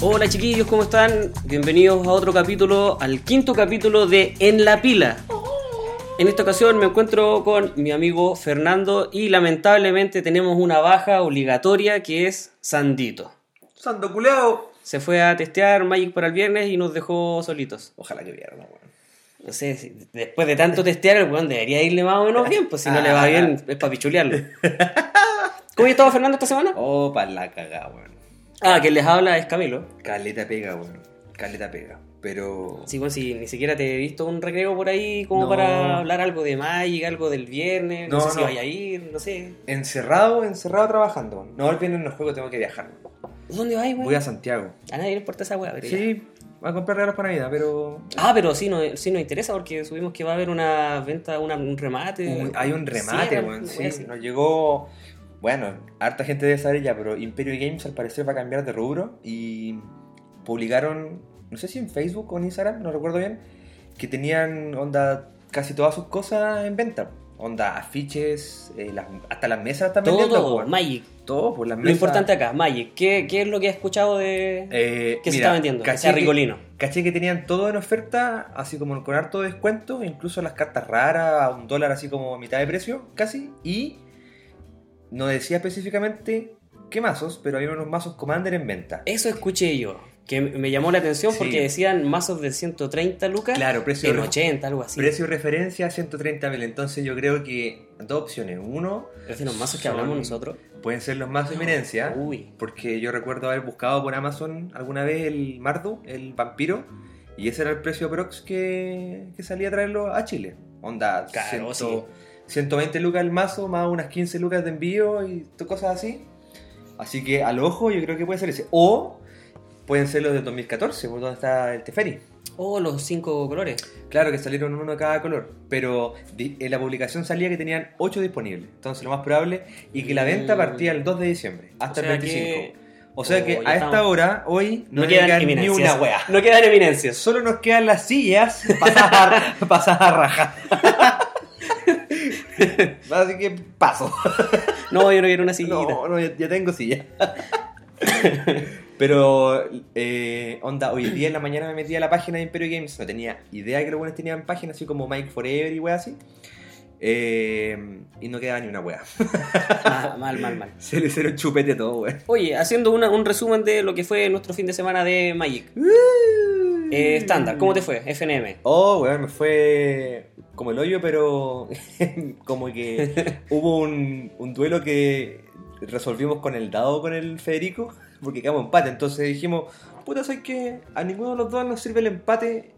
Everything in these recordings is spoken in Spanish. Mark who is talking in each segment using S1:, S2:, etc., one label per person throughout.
S1: Hola chiquillos, ¿cómo están? Bienvenidos a otro capítulo, al quinto capítulo de En la Pila. En esta ocasión me encuentro con mi amigo Fernando y lamentablemente tenemos una baja obligatoria que es Sandito.
S2: Santo culeado.
S1: Se fue a testear Magic para el viernes y nos dejó solitos.
S2: Ojalá que pierda, weón.
S1: No sé, si después de tanto testear, el weón debería irle más o menos bien, pues si no le va bien es para pichulearlo. ¿Cómo ha estado Fernando esta semana?
S2: Oh, pa' la cagada, weón.
S1: Ah, quien les habla es Camilo.
S2: Caleta pega, weón. Caleta pega. Pero.
S1: Sí, bueno, si ni siquiera te he visto un recreo por ahí como
S2: No.
S1: para hablar algo de Magic, algo del viernes, no,
S2: No,
S1: sé si
S2: no.
S1: vaya a ir, no sé.
S2: Encerrado, encerrado trabajando. weón. No, el viernes no juego, tengo que viajar.
S1: ¿Dónde vas,
S2: Voy
S1: güey?
S2: a Santiago.
S1: A nadie le importa esa weá, pero ya.
S2: Sí, voy a comprar regalos para Navidad, pero.
S1: Ah, pero sí, no, sí nos interesa porque subimos que va a haber una venta, una- un remate.
S2: Uy, hay un remate,
S1: Sí,
S2: weón.
S1: una
S2: Sí,
S1: weá así.
S2: nos llegó. Bueno, harta gente debe saber ya, pero Imperio Games al parecer va a cambiar de rubro y publicaron, no sé si en Facebook o en Instagram, no recuerdo bien, que tenían onda casi todas sus cosas en venta. Onda, afiches, eh, las- hasta las mesas también.
S1: Todo,
S2: vendiendo,
S1: todo,
S2: weón.
S1: Magic.
S2: Todo, por las mesas.
S1: Lo importante acá, Magic. ¿Qué, qué es lo que has escuchado de
S2: Eh,
S1: que se
S2: mira,
S1: está vendiendo? Que
S2: caché
S1: sea
S2: que-
S1: rigolino.
S2: Caché que tenían todo en oferta, así como con harto descuento, incluso las cartas raras a un dólar, así como a mitad de precio, casi. Y no decía específicamente qué mazos, pero había unos mazos Commander en venta.
S1: Eso escuché yo, que me llamó la atención
S2: Sí.
S1: porque decían mazos de 130 lucas
S2: Claro, precio
S1: en
S2: re-
S1: 80, algo así.
S2: Precio de referencia 130.000. Entonces yo creo que dos opciones. Uno,
S1: Es de los mazos que
S2: son-
S1: hablamos nosotros.
S2: pueden ser los mazos eminencia.
S1: Uy.
S2: Porque yo recuerdo haber buscado por Amazon alguna vez el Mardu, el vampiro, y ese era el precio prox que, que salía a traerlo a Chile. Onda,
S1: Claro, sí.
S2: 120 lucas el mazo, más unas 15 lucas de envío y to- cosas así. Así que al ojo yo creo que puede ser ese. O pueden ser los de 2014, por donde está el Teferi.
S1: Oh, los cinco colores.
S2: Claro que salieron uno de cada color, pero di- en la publicación salía que tenían 8 disponibles. Entonces lo más probable y que la venta
S1: Mm.
S2: partía el 2 de diciembre, hasta
S1: O sea
S2: el 25.
S1: que-
S2: O sea que
S1: Oh, ya
S2: a esta
S1: estamos.
S2: hora, hoy, no,
S1: No,
S2: quedan,
S1: quedan
S2: ni
S1: eminencias.
S2: una wea.
S1: No quedan eminencias.
S2: Solo nos quedan las sillas pasadas a, pasadas a raja. Así que paso.
S1: No, yo no quiero una sillita.
S2: No, no, ya, ya tengo silla. Pero, eh, onda, hoy día en la mañana me metí a la página de Imperio Games. No tenía idea que los buenos tenían página, así como Mike Forever y wea así. Eh, y no quedaba ni una wea.
S1: Ma- Mal, mal, mal.
S2: Se le hicieron chupete todo, wea.
S1: Oye, haciendo una- un resumen de lo que fue nuestro fin de semana de Magic.
S2: Mm.
S1: Eh, Estándar, ¿cómo te fue? FNM.
S2: Oh, weón, me fue como el hoyo, pero como que hubo un, un duelo que resolvimos con el dado con el Federico, porque quedamos empate. Entonces dijimos, puta, ¿sabes que A ninguno de los dos nos sirve el empate,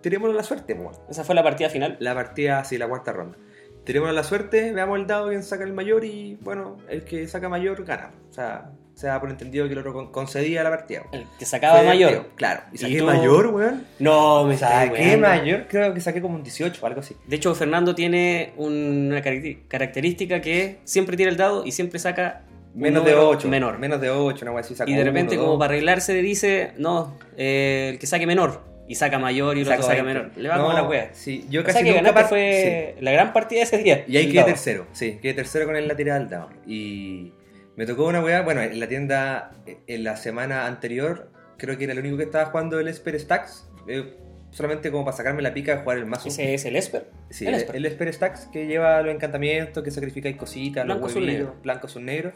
S2: tenemos la suerte, po".
S1: Esa fue la partida final.
S2: La partida, así, la cuarta ronda. Tenemos la suerte, veamos el dado, quién saca el mayor y, bueno, el que saca mayor gana. O sea, se da por entendido que el otro con- concedía la partida. po.
S1: El que sacaba
S2: Fue
S1: mayor.
S2: divertido, Claro. ¿Y saqué
S1: tú?
S2: mayor, weón?
S1: No, me
S2: Saqué
S1: saqué
S2: mayor, creo que saqué como un 18 o algo así.
S1: De hecho, Fernando tiene una caracter- característica que es siempre tira el dado y siempre saca un
S2: Menos de
S1: número
S2: 8.
S1: Menor.
S2: Menos de 8, una wea así. sacó
S1: y de repente,
S2: uno,
S1: como
S2: dos.
S1: para arreglarse, dice: No, eh, el que saque menor. Y saca mayor y el otro
S2: Sacó
S1: saca
S2: 20.
S1: menor. Le va
S2: No,
S1: como la wea.
S2: Sí, yo
S1: O
S2: casi
S1: sea que
S2: nunca
S1: ganaste
S2: par-
S1: fue la gran partida de ese día.
S2: sí. Y ahí
S1: El
S2: quedé
S1: dado.
S2: tercero. Sí, quedé tercero con el lateral down. Y me tocó una wea. Bueno, en la tienda, eh, en la semana anterior, creo que era el único que estaba jugando el Esper Stacks. eh, solamente como para sacarme la pica de jugar el mazo.
S1: Ese es el Esper.
S2: Sí,
S1: el
S2: el,
S1: Esper.
S2: el Esper Stacks que lleva los encantamientos, que sacrificáis cositas,
S1: Blanco,
S2: los
S1: azul,
S2: huevillos,
S1: negro.
S2: blanco, azul, negro.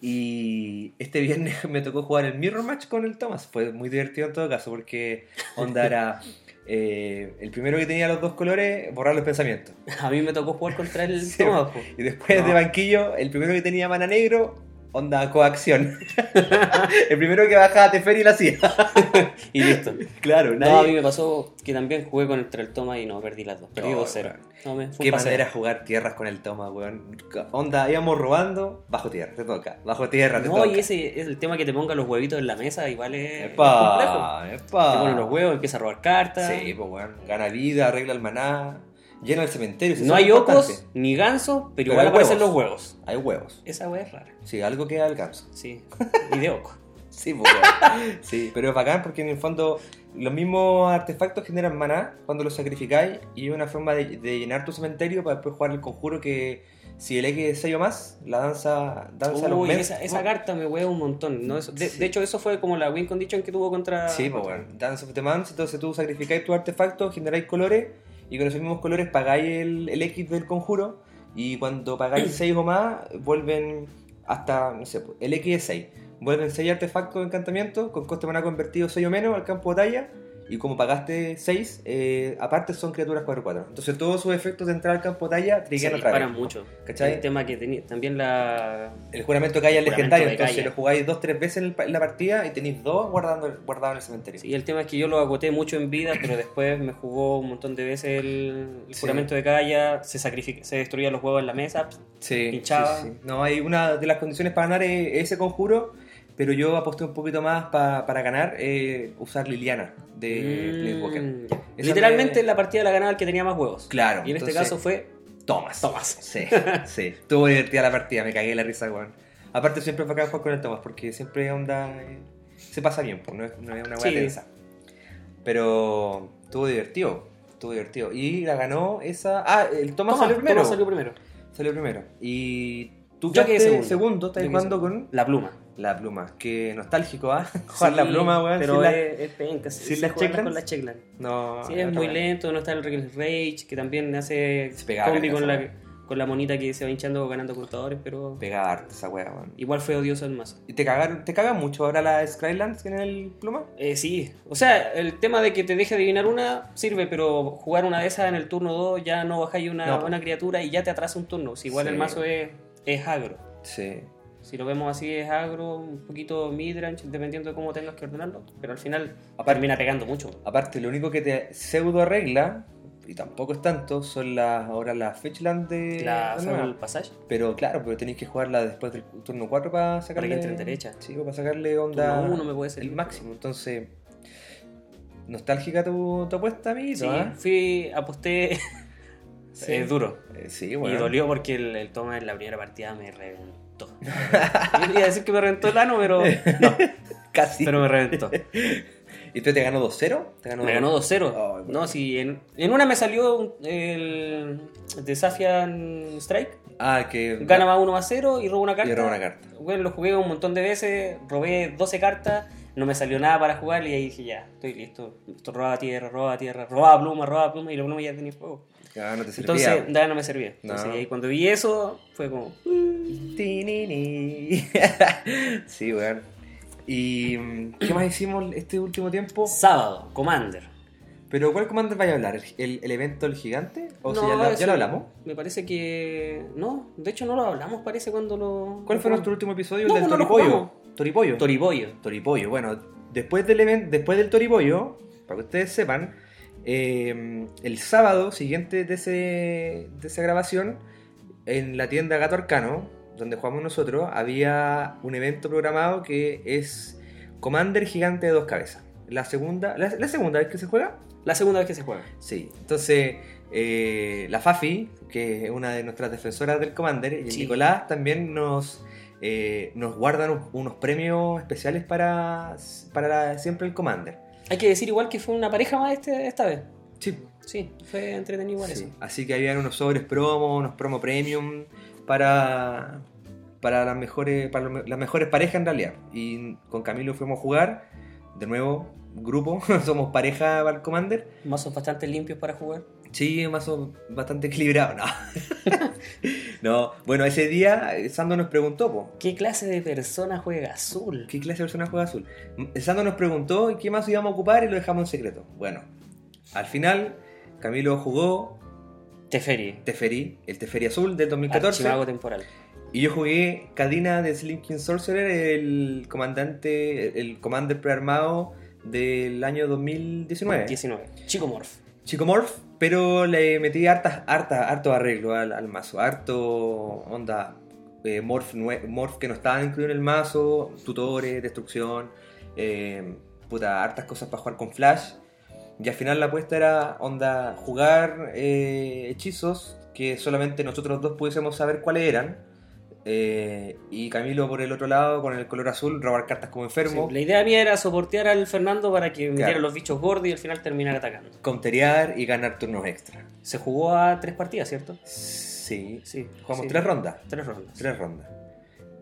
S2: Y este viernes me tocó jugar el Mirror Match con el Thomas. Fue muy divertido en todo caso, porque onda era eh, el primero que tenía los dos colores, borrar los pensamientos.
S1: A mí me tocó jugar contra el
S2: Sí.
S1: Thomas, po.
S2: Y después
S1: No.
S2: de banquillo, el primero que tenía mana negro, onda coacción. el primero que bajaba a Teferi la hacía.
S1: Y listo.
S2: Claro,
S1: No, a mí
S2: nadie.
S1: me pasó que también jugué contra el Thomas y no, perdí las dos. Perdí
S2: No,
S1: 2-0.
S2: weón.
S1: No, me- fue un
S2: Qué
S1: paseo.
S2: manera jugar tierras con el Thomas, weón. Onda, íbamos robando, bajo tierra, te toca. Bajo tierra, te
S1: No,
S2: toca.
S1: y ese es el tema que te pongan los huevitos en la mesa, igual es complejo.
S2: Epa, epa.
S1: Te ponen los huevos, empieza a robar cartas.
S2: Sí, pues weón. Gana vida, arregla el maná, llena el cementerio. si
S1: no
S2: pues, eso es
S1: hay ocos
S2: importante.
S1: ni gansos, pero,
S2: Pero
S1: igual
S2: hay
S1: aparecen
S2: huevos.
S1: los huevos.
S2: Hay huevos.
S1: Esa hueá es rara.
S2: Sí, algo que alcanza.
S1: Sí. Y de oco.
S2: Sí, pues weón. sí, pero es bacán porque en el fondo los mismos artefactos generan maná cuando los sacrificáis y es una forma de, de llenar tu cementerio para después jugar el conjuro que Si el X es 6 o más, la danza, danza los
S1: Uy,
S2: mens.
S1: esa, esa carta me hueó un montón. ¿no? Eso- de,
S2: Sí.
S1: de hecho, eso fue como la win condition que tuvo contra.
S2: Sí, pues bueno, Dance of the Mans, entonces tú sacrificáis tu artefacto, generáis colores y con esos mismos colores pagáis el, el X del conjuro y cuando pagáis 6 o más vuelven hasta, no sé, pues, el X es 6. Vuelven 6 artefactos de encantamiento con coste maná convertido 6 o menos al campo de batalla y como pagaste 6, aparte son criaturas 4-4. Entonces todos sus efectos de entrar al campo de batalla
S1: se
S2: triggean otra vez.
S1: disparan mucho.
S2: ¿Cachai?
S1: El tema que tenía también la.
S2: El juramento que haya es
S1: Juramento
S2: legendario,
S1: de
S2: entonces
S1: Gaia.
S2: lo jugáis 2-3 veces en, el pa- en la partida y tenéis 2 guardando, guardado en el cementerio.
S1: Sí, el tema es que yo lo agoté mucho en vida, pero después me jugó un montón de veces el, el
S2: Sí.
S1: juramento de Gaia, se, sacrific- se destruían los huevos en la mesa.
S2: Sí,
S1: pinchaba.
S2: sí, sí. No, hay una de las condiciones para ganar es ese conjuro, pero yo aposté un poquito más pa- para ganar eh, usar Liliana de
S1: Mm,
S2: Planeswalker.
S1: ya.
S2: Esa
S1: Literalmente
S2: me-
S1: la partida la ganaba el que tenía más huevos.
S2: Claro.
S1: Y en este
S2: entonces,
S1: caso fue
S2: Thomas.
S1: Thomas.
S2: Sí, sí. Estuvo divertida la partida, me cagué la risa, weón. Aparte siempre fue acá jugar con el Thomas, porque siempre onda. eh, se pasa bien, pues, no es, no es una weá
S1: Sí.
S2: tensa. Pero estuvo divertido. Estuvo divertido. Y la ganó esa. Ah, el Thomas,
S1: Thomas,
S2: salió primero.
S1: Thomas salió primero.
S2: Salió primero. Y tú
S1: Yo quedé
S2: quedaste
S1: segundo.
S2: segundo,
S1: Yo
S2: estás
S1: quedé
S2: jugando
S1: segundo.
S2: con
S1: La pluma.
S2: la pluma. Qué nostálgico, ¿ah? Jugar la
S1: Sí,
S2: pluma, weón.
S1: Pero
S2: sin la-
S1: es, es penca. si-
S2: sin
S1: si
S2: las
S1: juegas
S2: checklands.
S1: con la checkland.
S2: No,
S1: Sí, es
S2: otra
S1: muy
S2: weá.
S1: lento, no está el Reckless Rage, que también hace
S2: Se pegaba
S1: combi
S2: en la
S1: con la,
S2: zona.
S1: con la monita que se va hinchando ganando cortadores, pero
S2: Pegaba harto esa weá, weón.
S1: igual fue odioso el mazo.
S2: ¿Y te cagaron, te cagan mucho ahora las Skylands que en el pluma?
S1: Eh, sí, o sea, el tema de que te deje adivinar una sirve, pero jugar una de esas en el turno 2 ya no bajáis una,
S2: No.
S1: una criatura y ya te atrasa un turno. Si igual
S2: Sí.
S1: el mazo es, es agro.
S2: Sí.
S1: Si lo vemos así, es agro, un poquito midrange, dependiendo de cómo tengas que ordenarlo. Pero al final
S2: Aparte-
S1: termina pegando mucho.
S2: Aparte, lo único que te pseudo arregla, y tampoco es tanto, son las ahora las Fetchland de.
S1: La
S2: de
S1: Feudal
S2: nuevo.
S1: Passage.
S2: Pero claro, pero tenéis que jugarla después del turno 4 para sacarle.
S1: entre en derecha.
S2: Sí, o para sacarle onda.
S1: Turno uno me puede servir,
S2: El máximo, entonces. Nostálgica tu, tu apuesta, amigo.
S1: Sí,
S2: ¿ah?
S1: fui, aposté.
S2: Sí.
S1: Es duro.
S2: Eh, sí, bueno.
S1: Y dolió porque el, el toma en la primera partida me reventó. Yo iba a decir que me reventó el ano, pero, no,
S2: Casi.
S1: pero me reventó.
S2: ¿Y tú te ganó 2-0? Te ganó
S1: Me ganó 2-0.
S2: Ay, bueno.
S1: No, si en, en una me salió un- el Desafian Strike.
S2: Ah, que.
S1: Ganaba 1 a 0 y robó una carta.
S2: Y robó una carta.
S1: Bueno, lo jugué un montón de veces, robé 12 cartas, no me salió nada para jugar y ahí dije ya, estoy listo. Esto roba tierra, roba tierra, roba pluma, roba pluma y la pluma ya tenía fuego.
S2: Ah, no te
S1: Entonces,
S2: servía.
S1: nada, no me servía. Entonces,
S2: No.
S1: y ahí cuando vi eso, fue como,
S2: Tinini. sí, weón. ¿Y mm, qué más hicimos este último tiempo?
S1: sábado, Commander.
S2: ¿Pero cuál comandante vaya a hablar? ¿El, el- el evento del gigante? ¿O si
S1: No,
S2: ya, lo, ya
S1: eso-
S2: lo hablamos?
S1: Me parece que. No, de hecho no lo hablamos, parece cuando lo.
S2: ¿Cuál
S1: lo
S2: fue
S1: jugamos.
S2: nuestro último episodio?
S1: No,
S2: el del
S1: no lo
S2: Toripollo.
S1: jugamos.
S2: Toripollo.
S1: Toribollo.
S2: Toripollo. Bueno, después del, event- después del Toripollo, para que ustedes sepan, eh, el sábado siguiente de, ese, de esa grabación, en la tienda Gato Arcano, donde jugamos nosotros, había un evento programado que es Commander Gigante de Dos Cabezas. La segunda, la, la segunda vez que se juega.
S1: La segunda vez que se juega.
S2: Sí. Entonces, eh, la Fafi, que es una de nuestras defensoras del Commander, y el
S1: Sí.
S2: Nicolás también nos, eh, nos guardan un- unos premios especiales para, para la- siempre el Commander.
S1: Hay que decir igual que fue una pareja más este, esta vez.
S2: Sí.
S1: Sí, fue entretenido igual
S2: Sí.
S1: eso.
S2: Así que habían unos sobres promo, unos promo premium para, para, las, mejores, para lo- las mejores parejas en realidad. Y con Camilo fuimos a jugar, de nuevo, grupo, somos pareja para el Commander.
S1: Mazos bastante limpios para jugar.
S2: Sí, más o bastante equilibrado, no. no, bueno, ese día eh, Sando nos preguntó, po,
S1: ¿Qué clase de persona juega azul?
S2: ¿qué clase de persona juega azul? M- el Sando nos preguntó qué más íbamos a ocupar y lo dejamos en secreto. Bueno, al final Camilo jugó
S1: Teferi.
S2: Teferi, el Teferi azul del 2014,
S1: Archimago temporal.
S2: y yo jugué Cadina de Slinking Sorcerer, el comandante, el commander prearmado del año 2019.
S1: 19. Chico Morph.
S2: Chico Morph, pero le metí hartas, harta, harto arreglo al, al mazo, harto onda. eh, morph, nue- morph que no estaba incluido en el mazo, tutores, destrucción, eh, puta, hartas cosas para jugar con flash. Y al final la apuesta era onda jugar eh, hechizos que solamente nosotros dos pudiésemos saber cuáles eran. Eh, y Camilo por el otro lado, con el color azul, robar cartas como enfermo.
S1: Sí, La idea mía era soportear al Fernando para que metiera
S2: Claro.
S1: los bichos gordos y al final terminar atacando.
S2: counterear y ganar turnos extra.
S1: Se jugó a tres partidas, ¿cierto?
S2: Sí,
S1: Sí,
S2: Jugamos
S1: sí.
S2: tres rondas.
S1: Tres rondas.
S2: Tres rondas.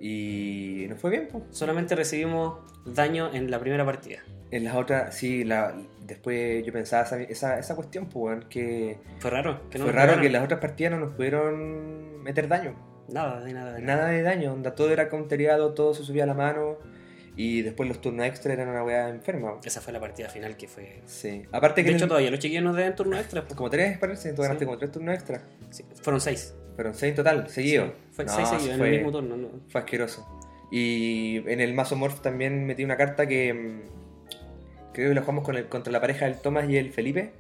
S2: Y nos fue bien, pues.
S1: Solamente recibimos daño en la primera partida.
S2: En las otras, sí, la, después yo pensaba esa, esa, esa cuestión, pues, weón, que
S1: Fue raro. Que no
S2: fue
S1: nos
S2: raro
S1: pegaron.
S2: que en las otras partidas no nos pudieron meter daño.
S1: Nada, de nada. de
S2: Nada de daño, onda, todo era countereado, todo se subía a la mano. Y después los turnos extra eran una weá enferma. weón.
S1: Esa fue la partida final que fue...
S2: Sí. Aparte que
S1: De
S2: en
S1: hecho,
S2: el-
S1: todavía los chiquillos nos deben turno extra. pues.
S2: como tres, parece, tú ganaste
S1: Sí.
S2: como tres turnos extra.
S1: Sí, fueron seis.
S2: Pero en seis en total, seguido.
S1: Fue
S2: No,
S1: seis seguidos,
S2: fue-
S1: en el mismo turno. ¿no?
S2: Fue asqueroso. Y en el Mazo Morph también metí una carta que mm, creo que la jugamos con el- contra la pareja del Tomás y el Felipe.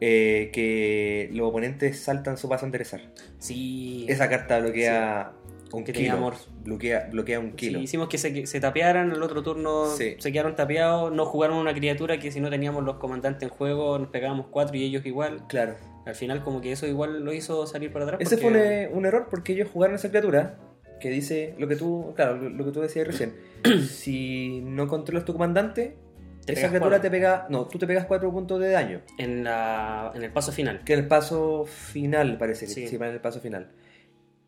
S2: eh, que los oponentes saltan su paso a enderezar.
S1: Sí.
S2: Esa carta bloquea un
S1: Que tenía
S2: kilo.
S1: Morph.
S2: Bloquea, bloquea un
S1: Sí,
S2: kilo.
S1: hicimos que se, se tapearan, el otro turno
S2: Sí.
S1: se quedaron tapeados, no jugaron una criatura que si no teníamos los comandantes en juego nos pegábamos cuatro y ellos igual.
S2: Claro.
S1: Al final como que eso igual lo hizo salir para atrás.
S2: Ese
S1: porque-
S2: fue un, eh, un error porque ellos jugaron esa criatura que dice lo que tú, claro, lo, lo que tú decías recién. si no controlas tu comandante,
S1: Te
S2: esa
S1: pegas
S2: criatura
S1: cuatro.
S2: te pega, no, tú te pegas 4 puntos de daño.
S1: en, la, en el paso final.
S2: Que el paso final, parece que
S1: Sí.
S2: sí, va en el paso final.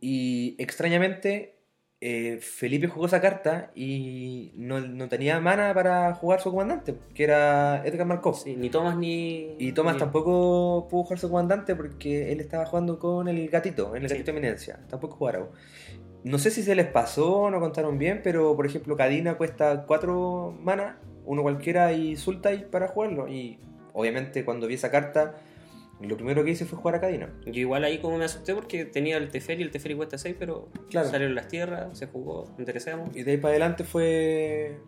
S2: Y extrañamente, eh, Felipe jugó esa carta y no, no tenía mana para jugar su comandante, que era Edgar Markov.
S1: Sí, ni Tomás ni...
S2: Y Thomas
S1: ni-
S2: tampoco pudo jugar su comandante porque él estaba jugando con el gatito, en el
S1: Sí.
S2: gatito Eminencia. Tampoco jugaron. No sé si se les pasó, no contaron bien, pero por ejemplo, Cadina cuesta 4 mana, uno cualquiera y Sultai para jugarlo. Y obviamente, cuando vi esa carta, lo primero que hice fue jugar a Cadina.
S1: Yo igual ahí como me asusté porque tenía el Teferi, el Teferi cuesta 6, pero
S2: Claro.
S1: salieron las tierras, se jugó, interesamos.
S2: Y de ahí para adelante fue.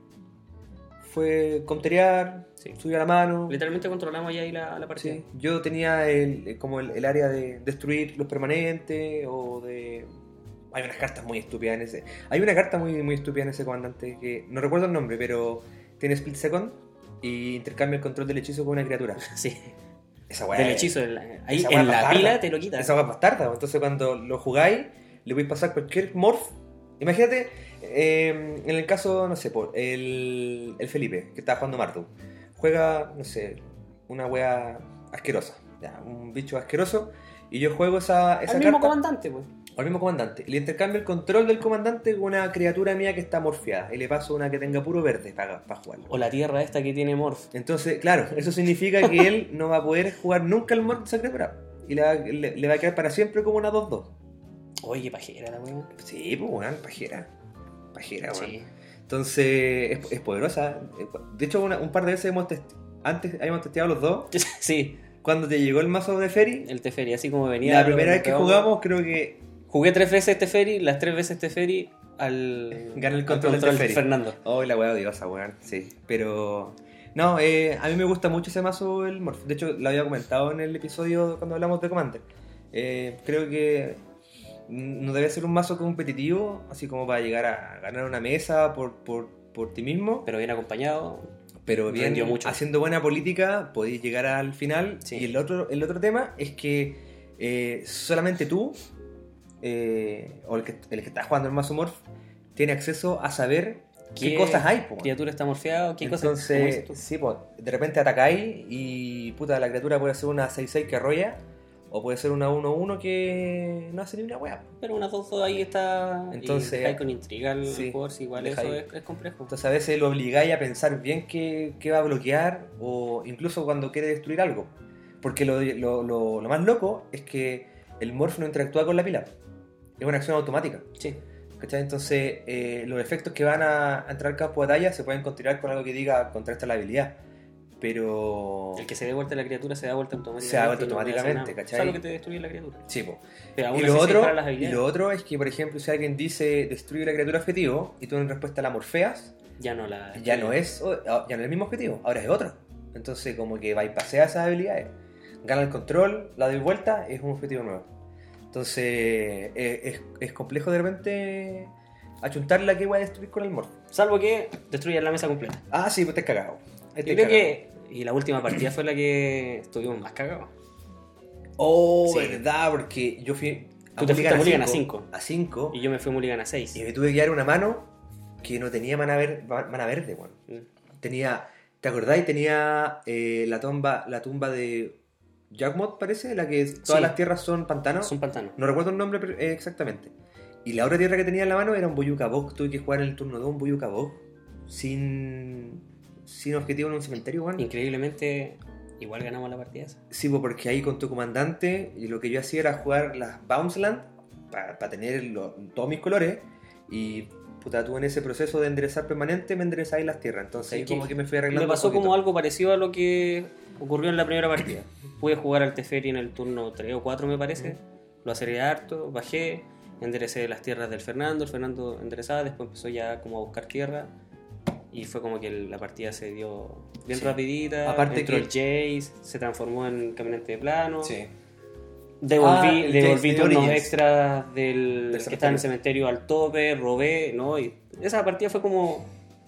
S2: fue conterear,
S1: Sí.
S2: subir a la mano.
S1: Literalmente controlamos ya ahí la, la partida.
S2: Sí, yo tenía el, eh, como el, el área de destruir los permanentes o de... Hay unas cartas muy estúpidas en ese... Hay una carta muy, muy estúpida en ese comandante que no recuerdo el nombre, pero tiene split second y intercambia el control del hechizo con una criatura.
S1: Sí.
S2: Esa weá
S1: Del
S2: es-
S1: hechizo, en la- ahí
S2: esa weá
S1: en la
S2: bastarda.
S1: pila te lo quitas.
S2: Esa weá es bastarda. Entonces cuando lo jugáis, le podéis pasar cualquier morph. Imagínate, eh, en el caso, no sé, por el, el Felipe, que estaba jugando Martu. Juega, no sé, una wea asquerosa. ya, un bicho asqueroso. Y yo juego esa, esa
S1: Al mismo
S2: carta
S1: comandante, pues.
S2: al mismo comandante. Y le intercambio el control del comandante con una criatura mía que está morfeada. Y le paso una que tenga puro verde para, para jugarlo.
S1: O la tierra esta que tiene Morph.
S2: Entonces, claro, eso significa que él no va a poder jugar nunca el Mortal Sacrifice Y le va, le- le va a quedar para siempre como una 2-2.
S1: Oye, pajera la weá.
S2: Sí, pues, weón, pajera. Pajera, weón.
S1: Sí.
S2: Entonces, es, es poderosa. De hecho, una- un par de veces hemos test- antes habíamos testeado los dos.
S1: sí,
S2: Cuando te llegó el mazo de Ferry,
S1: el Teferi, así como venía.
S2: la
S1: lo-
S2: primera
S1: lo
S2: vez que
S1: pegamos.
S2: jugamos, creo que
S1: Jugué tres veces Teferi, las tres veces Teferi al.
S2: Gana el
S1: al
S2: control del Teferi.
S1: Fernando.
S2: Oh, la weá odiosa, weón. Sí. Pero. No, eh, a mí me gusta mucho ese mazo el Morph. De hecho, lo había comentado en el episodio cuando hablamos de Commander. Eh, creo que no debe ser un mazo competitivo, así como para llegar a ganar una mesa por, por, por ti mismo.
S1: Pero bien acompañado.
S2: Pero bien,
S1: Rindió mucho.
S2: haciendo buena política, podéis llegar al final.
S1: Sí.
S2: Y el otro, el otro tema es que eh, solamente tú, eh, o el que, el que está jugando el mazo Morph, tiene acceso a saber qué, cosas hay. po, weón.
S1: Criatura está morfeado, qué cosas. como dices
S2: Entonces,
S1: tú.
S2: sí, po, de repente atacáis y puta, la criatura puede ser una 6-6 que arrolla o puede ser una 1-1 que no hace ni una wea.
S1: Pero una dos dos ahí está.
S2: Entonces-
S1: y dejáis con intriga al
S2: Sí,
S1: jugador, si igual
S2: dejáis.
S1: eso es, es complejo.
S2: Entonces a veces lo obligáis a pensar bien qué, qué va a bloquear o incluso cuando quiere destruir algo. Porque lo, lo- lo- lo más loco es que el morph no interactúa con la pila. Es una acción automática.
S1: Sí.
S2: ¿cachai? Entonces, eh, los efectos que van a, a entrar al campo de batalla se pueden continuar con algo que diga contrarrestar la habilidad. Pero...
S1: El que se dé vuelta a la criatura se da vuelta automáticamente.
S2: Se da vuelta
S1: y no puede hacer
S2: automáticamente,
S1: nada.
S2: ¿cachai?
S1: Salvo que te destruye la criatura.
S2: Sí, po.
S1: Pero aún
S2: Y
S1: así
S2: lo,
S1: se
S2: otro,
S1: disparan las
S2: y
S1: habilidades.
S2: lo otro es que, por ejemplo, si alguien dice destruye la criatura objetivo y tú en respuesta la morfeas,
S1: Ya no la.
S2: ya no es o- ya no es el mismo objetivo, ahora es otro. Entonces, como que bypassea esas habilidades. Gana el control, la doy vuelta, es un objetivo nuevo. Entonces, es, es- es complejo de repente achuntar la que voy a destruir con el morfo.
S1: Salvo que destruyan la mesa completa.
S2: Ah, sí, pues te has cagado. Ahí te
S1: Yo
S2: has
S1: creo
S2: cagado.
S1: que. Y la última partida fue la que estuvimos más cagados.
S2: Oh,
S1: Sí.
S2: verdad, porque yo fui.
S1: Tú te fuiste a Mulligan a
S2: cinco,
S1: cinco.
S2: A 5.
S1: Y yo me fui a Mulligan a 6.
S2: Y me tuve que dar una mano que no tenía mana, ver- ma- mana verde, weón.
S1: Mm.
S2: Tenía. ¿Te acordáis? Tenía eh, la tumba, la tumba de Jagmod parece, la que todas
S1: Sí.
S2: las tierras son pantanos.
S1: Son pantanos.
S2: No recuerdo el nombre pero- eh, exactamente. Y la otra tierra que tenía en la mano era un Boyucabog. Tuve que jugar en el turno 2 un Boyucabog. Sin, sin objetivo en un cementerio, weón.
S1: Increíblemente, igual ganamos la partida esa.
S2: Sí, pues, porque ahí con tu comandante, y lo que yo hacía era jugar las Bounceland para tener lo- todos mis colores. Y puta, tú en ese proceso de enderezar permanente me enderezáis las tierras. Entonces
S1: Sí,
S2: ahí
S1: que
S2: como que me fui
S1: Me
S2: arreglando.
S1: pasó
S2: un poquito.
S1: como algo parecido a lo que ocurrió en la primera partida. Pude jugar al Teferi en el turno 3 o 4, me parece. Lo aceleré harto, bajé, enderecé las tierras del Fernando, el Fernando enderezaba, después empezó ya como a buscar tierra. Y fue como que el- la partida se dio bien
S2: Sí.
S1: rapidita.
S2: Aparte
S1: entró
S2: que-
S1: el Jace, se transformó en caminante de plano.
S2: Sí.
S1: Devolví,
S2: Ah, el
S1: devolví
S2: Jace de
S1: turnos
S2: Origins.
S1: extras del,
S2: Del
S1: que estaba en el
S2: cementerio.
S1: cementerio al tope, robé, ¿no? Y esa partida fue como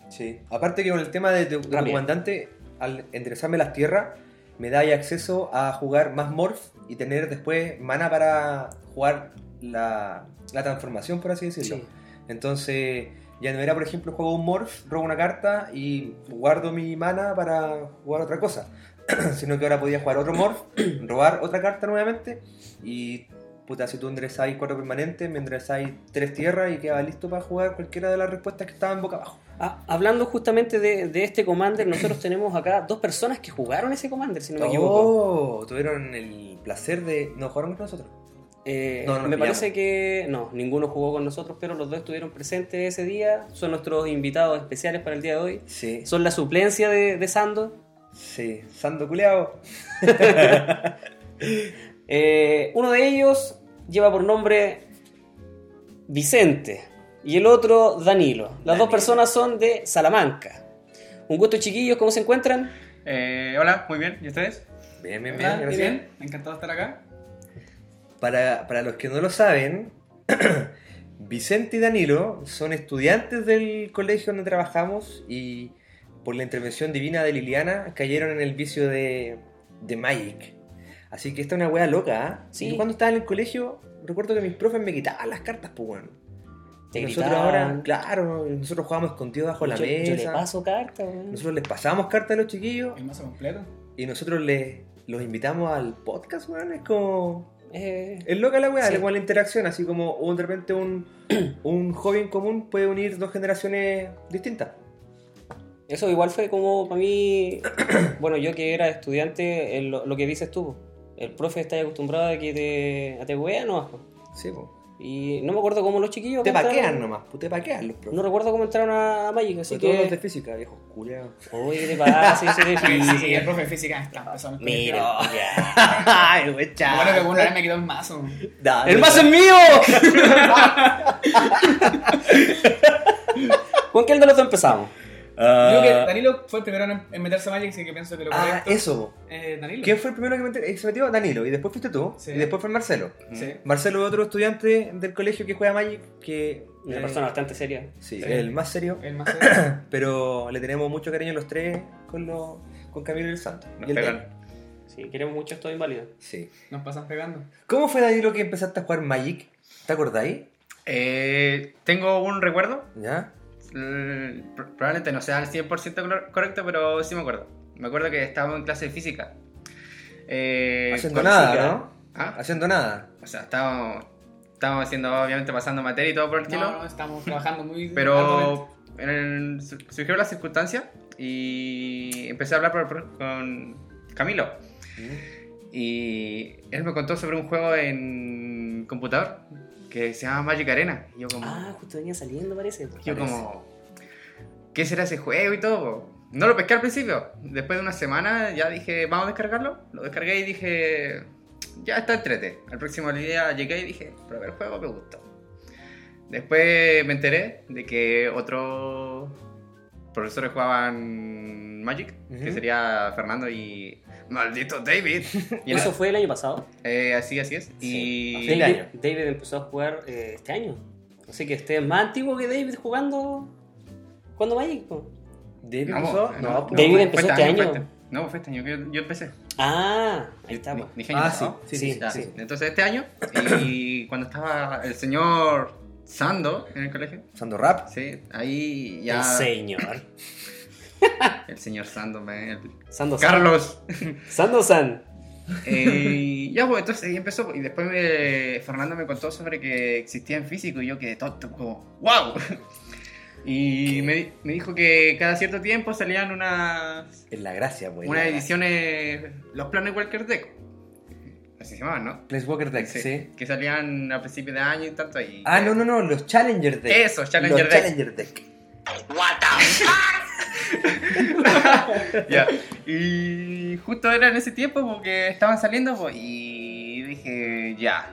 S2: Sí. Aparte que con el tema de, de- de
S1: Rápido.
S2: comandante, al enderezarme las tierras, me da ahí acceso a jugar más morph y tener después mana para jugar la, la transformación, por así decirlo.
S1: Sí.
S2: Entonces, ya no era, por ejemplo, juego un morph, robo una carta y guardo mi mana para jugar otra cosa. Sino que ahora podía jugar otro morph, robar otra carta nuevamente y... Puta, si tú enderezáis cuatro permanentes, me enderezáis tres tierras y quedaba listo para jugar cualquiera de las respuestas que estaban boca abajo.
S1: Ah, hablando justamente de, de este Commander, nosotros tenemos acá dos personas que jugaron ese Commander, si no me equivoco.
S2: Oh, tuvieron el placer de. No jugaron con nosotros.
S1: Eh,
S2: no, no,
S1: me
S2: pillamos.
S1: parece que no, ninguno jugó con nosotros, pero los dos estuvieron presentes ese día. Son nuestros invitados especiales para el día de hoy. Eh,
S2: Sí.
S1: Son la suplencia de, de Sando.
S2: Sí. Sando culeado.
S1: Eh, uno de ellos lleva por nombre Vicente y el otro Danilo. Las dos
S2: Danilo.
S1: personas son de Salamanca. Un gusto chiquillos, ¿cómo se encuentran?
S3: Eh, hola, muy bien. ¿Y ustedes?
S2: Bien, bien, bien,
S1: Ah,
S3: Hola,
S2: gracias.
S3: bien. Encantado de estar acá.
S2: Para, para los que no lo saben, Vicente y Danilo son estudiantes del colegio donde trabajamos y por la intervención divina de Liliana cayeron en el vicio de, de Magic. Así que esta es una wea loca, ¿ah?
S1: Sí.
S2: Yo cuando estaba en el colegio, recuerdo que mis profes me quitaban las cartas, pues, weón.
S1: Te
S2: Y nosotros
S1: gritaban.
S2: ahora, claro, nosotros jugábamos escondidos bajo la
S1: yo,
S2: mesa.
S1: yo le paso carta. weón.
S2: Nosotros les pasamos cartas a los chiquillos
S3: El mazo completo.
S2: y nosotros les, los invitamos al podcast, weón. Es como.
S1: Eh,
S2: Es loca la weá,
S1: Sí.
S2: es como la interacción, así como un- de repente un, un hobby en común puede unir dos generaciones distintas.
S1: Eso igual fue como para mí, bueno, yo que era estudiante, el- lo, lo que dices tú, el profe está acostumbrado a que te, a te wean nomás, po.
S2: Sí, po.
S1: Y no me acuerdo cómo los chiquillos...
S2: Te
S1: entraron-
S2: paquean nomás, po, te paquean los profes.
S1: No recuerdo cómo entraron a, a Magic, así
S2: Sobre todo los de
S1: que...
S2: física, viejos culeados.
S1: Oye, ¿qué te pasa? Yo soy de
S3: sí, el
S1: física.
S3: profe de física está empezando.
S1: Mira, ya.
S2: Ay, wey,
S3: Lo bueno que una vez me quitó el mazo.
S1: ¡El más em- es mío! ¿Con qué el de los dos empezamos?
S3: Digo que Danilo fue el primero en, en meterse a Magic, así que pienso que lo
S2: Ah,
S3: correcto.
S2: eso, po.
S3: Eh, Danilo.
S2: ¿Quién fue el primero que me enter- que se metió? Danilo, y después fuiste tú,
S3: Sí.
S2: y después fue Marcelo.
S3: Sí.
S2: Marcelo es otro estudiante del colegio que juega Magic, que...
S1: Una
S2: eh,
S1: persona bastante seria.
S2: Sí,
S3: Sí.
S2: el más serio.
S3: El mazo.
S2: Pero le tenemos mucho cariño los tres con, los con Camilo y el Santo.
S4: Nos
S2: y el
S4: pegan.
S2: Dani.
S1: Sí, queremos mucho a estos inválidos.
S2: Sí.
S3: Nos pasan pegando.
S2: ¿Cómo fue, Danilo, que empezaste a jugar Magic? ¿Te acordáis?
S4: Eh, tengo un recuerdo,
S2: ¿Ya?
S4: l- pr- probablemente no sea al 100% cor- correcto, pero sí me acuerdo. Me acuerdo que estábamos en clase de física. Eh,
S2: Haciendo
S4: con
S2: nada,
S4: física-
S2: ¿no?
S4: ¿Ah?
S2: Haciendo nada.
S4: O sea, estábamos, estábamos haciendo, obviamente, pasando materia y todo por el
S3: No,
S4: estilo.
S3: no, estamos trabajando muy. arduamente.
S4: pero en el- su- surgió la circunstancia y empecé a hablar por- por- con Camilo.
S2: Mm.
S4: Y él me contó sobre un juego en computador que se llama Magic Arena. Y yo como...
S1: Ah, justo venía saliendo, parece.
S4: Yo como, ¿qué será ese juego y todo? po? No lo pesqué al principio. Después de una semana ya dije, vamos a descargarlo. Lo descargué y dije, ya está entrete. Al próximo día llegué y dije, probé el juego, me gustó. Después me enteré de que otros profesores jugaban Magic, que
S2: Ujú.
S4: sería Fernando y maldito David. Y
S1: ¿Y eso fue el año pasado?
S4: eh, así, así es.
S1: Sí, a
S4: Y
S2: fin de
S1: David,
S2: año.
S1: David empezó a jugar eh, este año. Así que este es más antiguo que David jugando. ¿Cuándo Magic? po.
S2: ¿David
S4: No,
S2: empezó?
S4: no,
S2: No,
S4: no,
S2: pues.
S1: David
S4: fue
S1: empezó
S4: este
S1: este
S4: año, fue
S1: año.
S4: este- No, fue este año que yo, yo empecé.
S1: Ah, ahí está. po.
S4: Dije
S2: Ah,
S4: año
S2: sí,
S4: pasado.
S2: sí,
S1: Sí,
S2: sí.
S4: Ya,
S2: sí.
S4: Entonces este año, y cuando estaba el señor Sando en el colegio,
S2: Sando Rap.
S4: sí, ahí ya...
S1: El señor.
S4: El señor Sando, me- el-
S1: Sando San.
S4: Carlos.
S1: Sando San.
S4: Eh, ya, pues entonces ahí empezó. Y después me- Fernando me contó sobre que existía en físico y yo quedé tonto, como, ¡wow! Y me, di- me dijo que cada cierto tiempo salían unas,
S2: Es la gracia, güey.
S4: unas
S2: La
S4: ediciones, los planes Walker Deco. Así se llamaban, ¿no?
S2: gracia. Place Walker Deck, sí.
S4: Que salían a principios de año y tanto. Y
S2: Ah, no, no, no, los Challenger Deck.
S4: Eso, Challenger
S2: los
S4: Deck.
S2: Challenger Deck.
S1: Ah,
S4: Ya. Y justo era en ese tiempo porque estaban saliendo po, y dije, ya.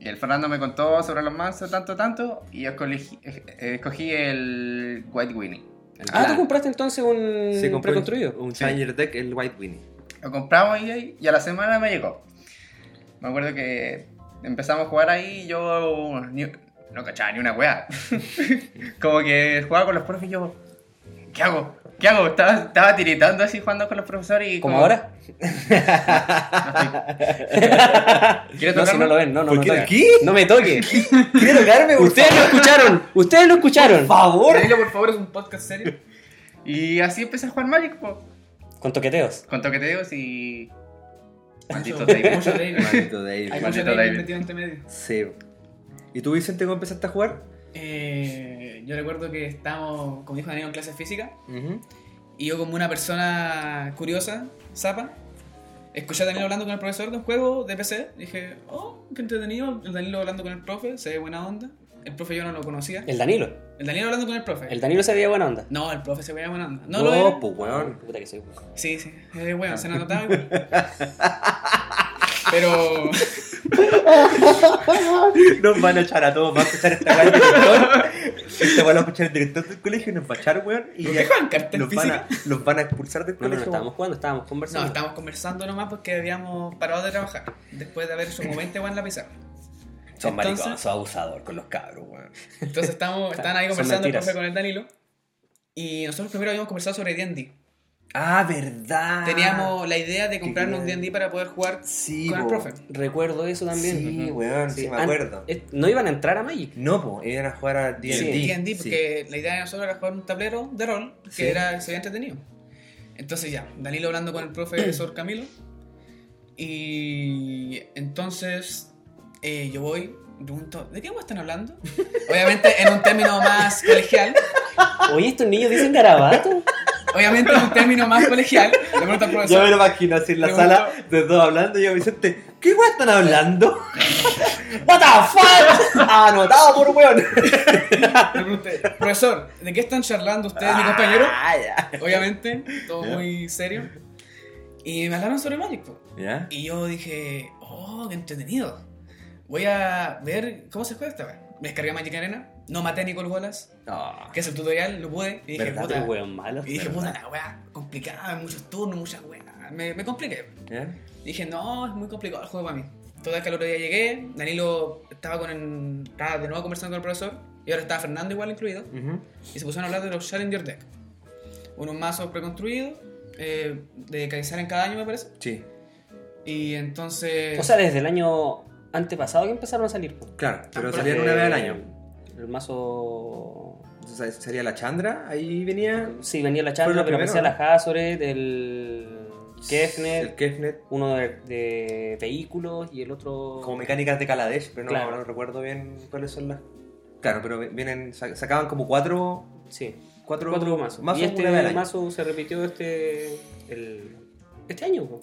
S4: Y el Fernando me contó sobre los mansos tanto, tanto, y yo escogí, eh, escogí el White Winnie. El
S1: Ah, tú
S4: blanco.
S1: compraste entonces un
S2: Se compró
S1: preconstruido.
S2: Un Challenger Deck, el White Winnie.
S4: Lo compramos y, ahí- y a la semana me llegó. Me acuerdo que empezamos a jugar ahí y yo ni- no cachaba ni una wea. Como que jugaba con los profes y yo, ¿qué hago? ¿Qué hago? Estaba, estaba tiritando así jugando con los profesores y...
S1: ¿Como
S4: como-
S1: ahora?
S4: ¿Quieres
S1: No, si
S4: tocarlo?
S1: no lo ven, no, no,
S2: ¿Por
S1: no.
S2: qué?
S1: toquen.
S2: ¿Qué?
S1: No me toque.
S2: Quiero tocarme, por
S1: Ustedes lo escucharon, ustedes lo escucharon.
S2: favor.
S3: Danilo, por favor, es un podcast serio.
S4: Y así empecé a jugar Magic, po.
S1: Con toqueteos.
S4: Con toqueteos y. Maldito
S3: Mucho-
S4: David.
S3: Mucho David.
S2: Maldito
S3: Hay
S2: David.
S4: Maldito
S3: mucho
S4: David.
S3: David metido entre medio.
S2: Sí. ¿Y tú, Vicente, cómo empezaste a jugar?
S3: Eh, yo recuerdo que estábamos, como dijo Danilo, en clase de física. Y yo como una persona curiosa, zapa, escuché a Danilo hablando con el profesor de un juego de PC. Dije, oh, qué entretenido. El Danilo hablando con el profe, se ve buena onda. El profe yo no lo conocía.
S1: El Danilo.
S3: El Danilo hablando con el profe.
S1: El Danilo se veía buena onda.
S3: No, el profe se veía buena onda. No, lo era.
S2: pues, weón.
S1: Puta que soy. weón.
S3: Sí, sí. Eh, bueno, se notaba igual. Pero...
S2: Nos van a echar a todos, va a escuchar esta weá el director. Esta weá la va a escuchar el director del colegio y nos va a echar, weón. Y
S3: ¿Por
S2: ya-
S3: qué juegan carta en
S2: los van, a, los van a expulsar del
S1: No, no, no
S2: colegio.
S1: estábamos jugando, estábamos
S3: No,
S1: conversando.
S3: estábamos conversando nomás porque habíamos parado de trabajar. Después de haber hecho como 20 weón en la pizarra.
S2: Son maricones,
S3: Entonces-
S2: son abusadores con los cabros, weón.
S3: Entonces estamos, están ahí
S1: Son
S3: conversando el
S1: mentiras.
S3: profe con el Danilo. Y nosotros primero habíamos conversado sobre D&D.
S2: Ah, verdad.
S3: Teníamos la idea de comprarnos un
S2: bien.
S3: D&D para poder jugar
S2: Sí,
S3: con el
S2: po.
S3: profe.
S1: Recuerdo eso también.
S2: Sí,
S1: Ujú.
S2: weón, sí, me
S1: an-
S2: acuerdo.
S1: es- No iban a entrar a Magic.
S2: No, pues, iban a jugar a D&D.
S1: Sí,
S3: D&D, porque la idea de nosotros era jugar un tablero de rol que
S2: Sí.
S3: era, se había entretenido. Entonces ya, Danilo hablando con el profesor Camilo. Y entonces eh, yo voy, pregunto, ¿de qué hueá están hablando? Obviamente en un término más colegial.
S1: Oye, estos niños dicen garabato.
S3: Obviamente en un término más colegial. Le pregunto al
S2: Yo me
S3: profesor.
S2: lo imagino así en la
S3: Me
S2: sala, de todos hablando, y yo, Vicente, ¿qué weón están hablando? What the fuck? Anotado por weón.
S3: Le pregunté, profesor, ¿de qué están charlando ustedes, mi compañero?
S2: Ah, ya.
S3: Obviamente, todo
S2: Ya.
S3: muy serio. Y me hablaron sobre Magic. po.
S2: ¿Ya?
S3: Y yo dije, oh, qué entretenido. Voy a ver cómo se juega esta vez. Me descargué Magic Arena, no maté a Nicole Wallace,
S2: No.
S3: que es el tutorial, lo pude. Y dije,
S2: ¿Verdad,
S1: Qué
S3: puta,
S1: weón malo.
S3: y dije,
S2: ¿verdad?
S3: puta, la weá, complicada, muchos turnos, muchas weas. Me, me compliqué.
S2: ¿Ya?
S3: Dije, no, es muy complicado el juego para mí. Total que al otro día llegué, Danilo estaba con el- estaba de nuevo conversando con el profesor, y ahora estaba Fernando igual incluido,
S2: Ujú.
S3: y se pusieron a hablar de los Challenger Deck. Unos mazos preconstruidos, eh, de que salen cada año me parece.
S2: Sí,
S3: Y entonces...
S2: eh".
S1: O sea, desde el año antepasado que empezaron a salir. po.
S2: claro, pero
S3: Tampoco
S2: salían
S1: Porque
S2: una vez al año.
S1: El mazo.
S2: O sea, salía la Chandra, ahí venía
S1: Sí, venía la
S2: Fue
S1: charla,
S2: lo
S1: pero
S2: primero,
S1: empecé
S2: ¿no?
S1: la Hazoret, el
S2: el
S1: Kefnet,
S2: Kefnet,
S1: uno de, de vehículos y el otro.
S2: como mecánicas de Kaladesh, pero no,
S1: Claro.
S2: no recuerdo bien cuáles son las. Claro, pero vienen, sa- sacaban como cuatro,
S1: Sí,
S2: cuatro,
S1: cuatro mazos.
S2: mazos
S1: y
S2: una vez al
S1: este
S2: año.
S1: mazo se repitió este. El, este año, po.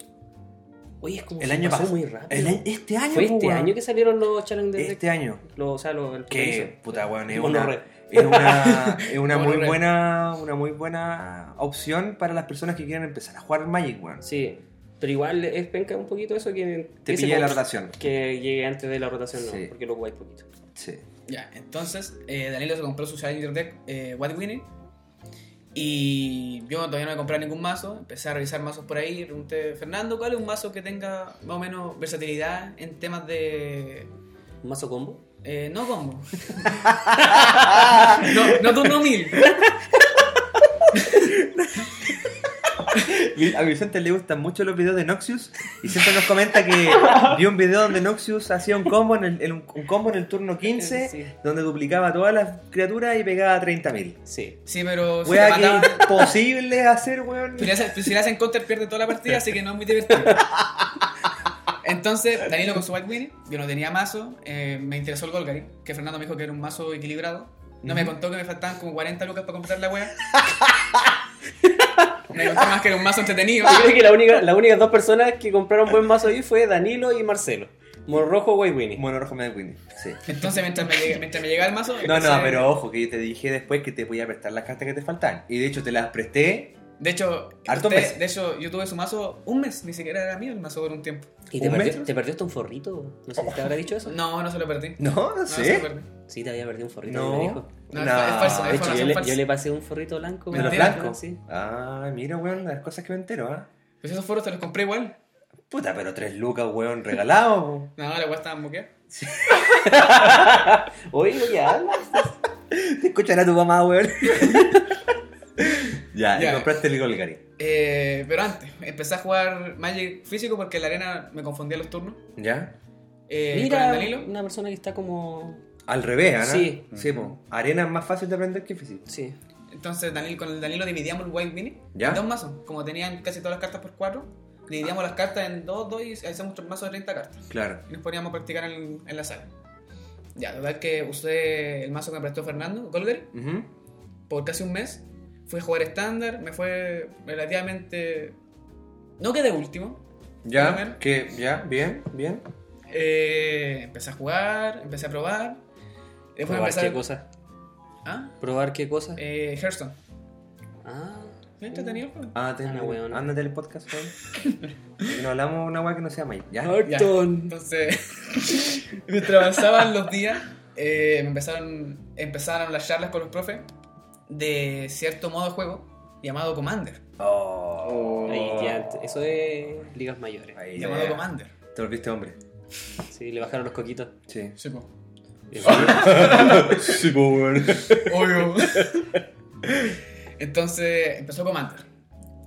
S1: Oye, es como.
S2: El
S1: se
S2: año
S1: pasó
S2: pasado.
S1: muy rápido.
S2: El año- este año,
S1: Fue
S2: po,
S1: este
S2: weón.
S1: año que salieron los Challenger Deck.
S2: Este año.
S1: Lo- o sea, lo, el
S2: Que puta weón, es
S1: Con los
S2: una,
S1: re-
S2: es una, es una
S3: Con
S2: muy
S3: los re-
S2: buena, una muy buena opción para las personas que quieren empezar a jugar Magic, weón.
S1: Sí, pero igual es penca un poquito eso que.
S2: Te
S1: que se
S2: pilla la
S1: con-
S2: rotación.
S1: Que llegue antes de la rotación, no,
S2: Sí.
S1: porque lo jugáis poquito.
S2: Sí.
S3: Ya, entonces eh, Danilo se compró su Challenger Deck eh, White Winnie. Y yo todavía no he comprado ningún mazo. Empecé a revisar mazos por ahí. Pregunté, Fernando, ¿cuál es un mazo que tenga más o menos versatilidad en temas de.
S1: Un mazo combo.
S3: eh, no combo. no, no turno mil.
S2: A Vicente le gustan mucho los videos de Noxius y siempre nos comenta que vio un video donde Noxius hacía un combo en el, en un, un combo en el turno 15
S1: Sí.
S2: donde duplicaba a todas las criaturas y pegaba 30.000.
S1: Sí.
S3: Sí, pero si le,
S2: Wea
S3: mataban,
S2: que es imposible hacer, weón.
S3: Pues si le hacen, si le hacen counter, pierde toda la partida, así que no es muy divertido. Entonces, Danilo con su White Winnie, yo no tenía mazo, eh, me interesó el Golgari, que Fernando me dijo que era un mazo equilibrado. No me contó que me faltaban como 40 lucas para completar la wea. me contó más que era un mazo entretenido.
S1: Yo creo que la única, las únicas dos personas que compraron buen mazo ahí fue Danilo y Marcelo. Morrojo Way Winnie.
S2: Mono rojo me da Winnie. Sí.
S3: Entonces, mientras me, llegue- mientras me llegaba el mazo...
S2: No, no,
S3: empecé-
S2: pero ojo, que yo te dije después que te voy a prestar las cartas que te faltan. Y de hecho te las presté.
S3: De hecho,
S2: Harto
S3: usted-
S2: mes.
S3: de hecho, yo tuve su mazo un mes, ni siquiera era mío el mazo por un tiempo.
S1: ¿Y te
S2: ¿Un
S1: perdió,
S2: metro?
S1: te perdió hasta un forrito? No sé si te habrá dicho eso.
S3: No, no se lo perdí.
S2: No, no
S3: No, se lo
S2: sé.
S3: perdí.
S1: Sí, te había perdido un forrito. me
S2: No.
S1: dijo.
S3: No, es fa- es falso,
S1: De
S3: es
S1: hecho,
S3: falso.
S1: yo le,
S3: Información
S1: yo le pasé un forrito blanco.
S2: De los
S3: Mentira,
S2: blancos.
S1: Sí.
S2: Ah, mira, weón, las cosas que me entero, ¿ah?
S3: Pues esos foros te los compré igual.
S2: Puta, pero tres lucas, weón, regalado.
S3: No, la weá estaba moqueada.
S1: Oye, oye, habla.
S2: Te escuchará tu mamá, weón. ya,
S3: Ya.
S2: y compraste el Golgari.
S3: Eh, pero antes, empecé a jugar Magic físico porque en la arena me confundía los turnos.
S2: ¿Ya?
S3: Eh, con el
S1: Mira,
S3: Danilo.
S1: una persona que está como.
S2: Al revés, ¿ah?
S1: Sí.
S2: Sí, po. Arena es más fácil de aprender que físico.
S1: Sí.
S3: Entonces Danilo, con el Danilo dividíamos el White Mini
S2: ¿Ya?
S3: en dos mazos. Como tenían casi todas las cartas por cuatro, dividíamos las cartas en dos, dos y hacíamos un mazo de 30 cartas.
S2: Claro.
S3: y nos poníamos a practicar en, en la sala. Ya, la verdad que usé el mazo que me prestó Fernando, Golder,
S2: Ujú.
S3: por casi un mes. Fui a jugar estándar, me fue relativamente. No quedé último.
S2: Ya,
S3: Primer.
S2: que, ya, bien, bien.
S3: Eh, empecé a jugar, empecé a probar. Después
S1: Probar
S3: empecé
S1: qué
S3: a.
S1: cosa.
S3: ¿Ah?
S1: Probar qué cosa.
S3: Eh, Hearthstone.
S1: Ah.
S3: ¿Me entretenido el juego?
S2: Ándate,
S1: Ah, no, weón.
S2: ándate del podcast, weón. no hablamos una weá que no sea Mike. Ya.
S3: Ya,
S1: Horton.
S3: Entonces, mientras avanzaban los días, eh, me empezaron, empezaron las charlas con los profes de cierto modo de juego llamado Commander.
S2: Oh.
S1: Ahí, ya, eso es ligas mayores.
S2: Ahí,
S3: Llamado
S2: ya.
S3: Commander.
S2: Te volviste hombre.
S1: Sí, le bajaron los coquitos.
S2: Sí.
S3: Sí, po.
S2: sí, po, weón.
S3: Obvio. Entonces empezó Commander.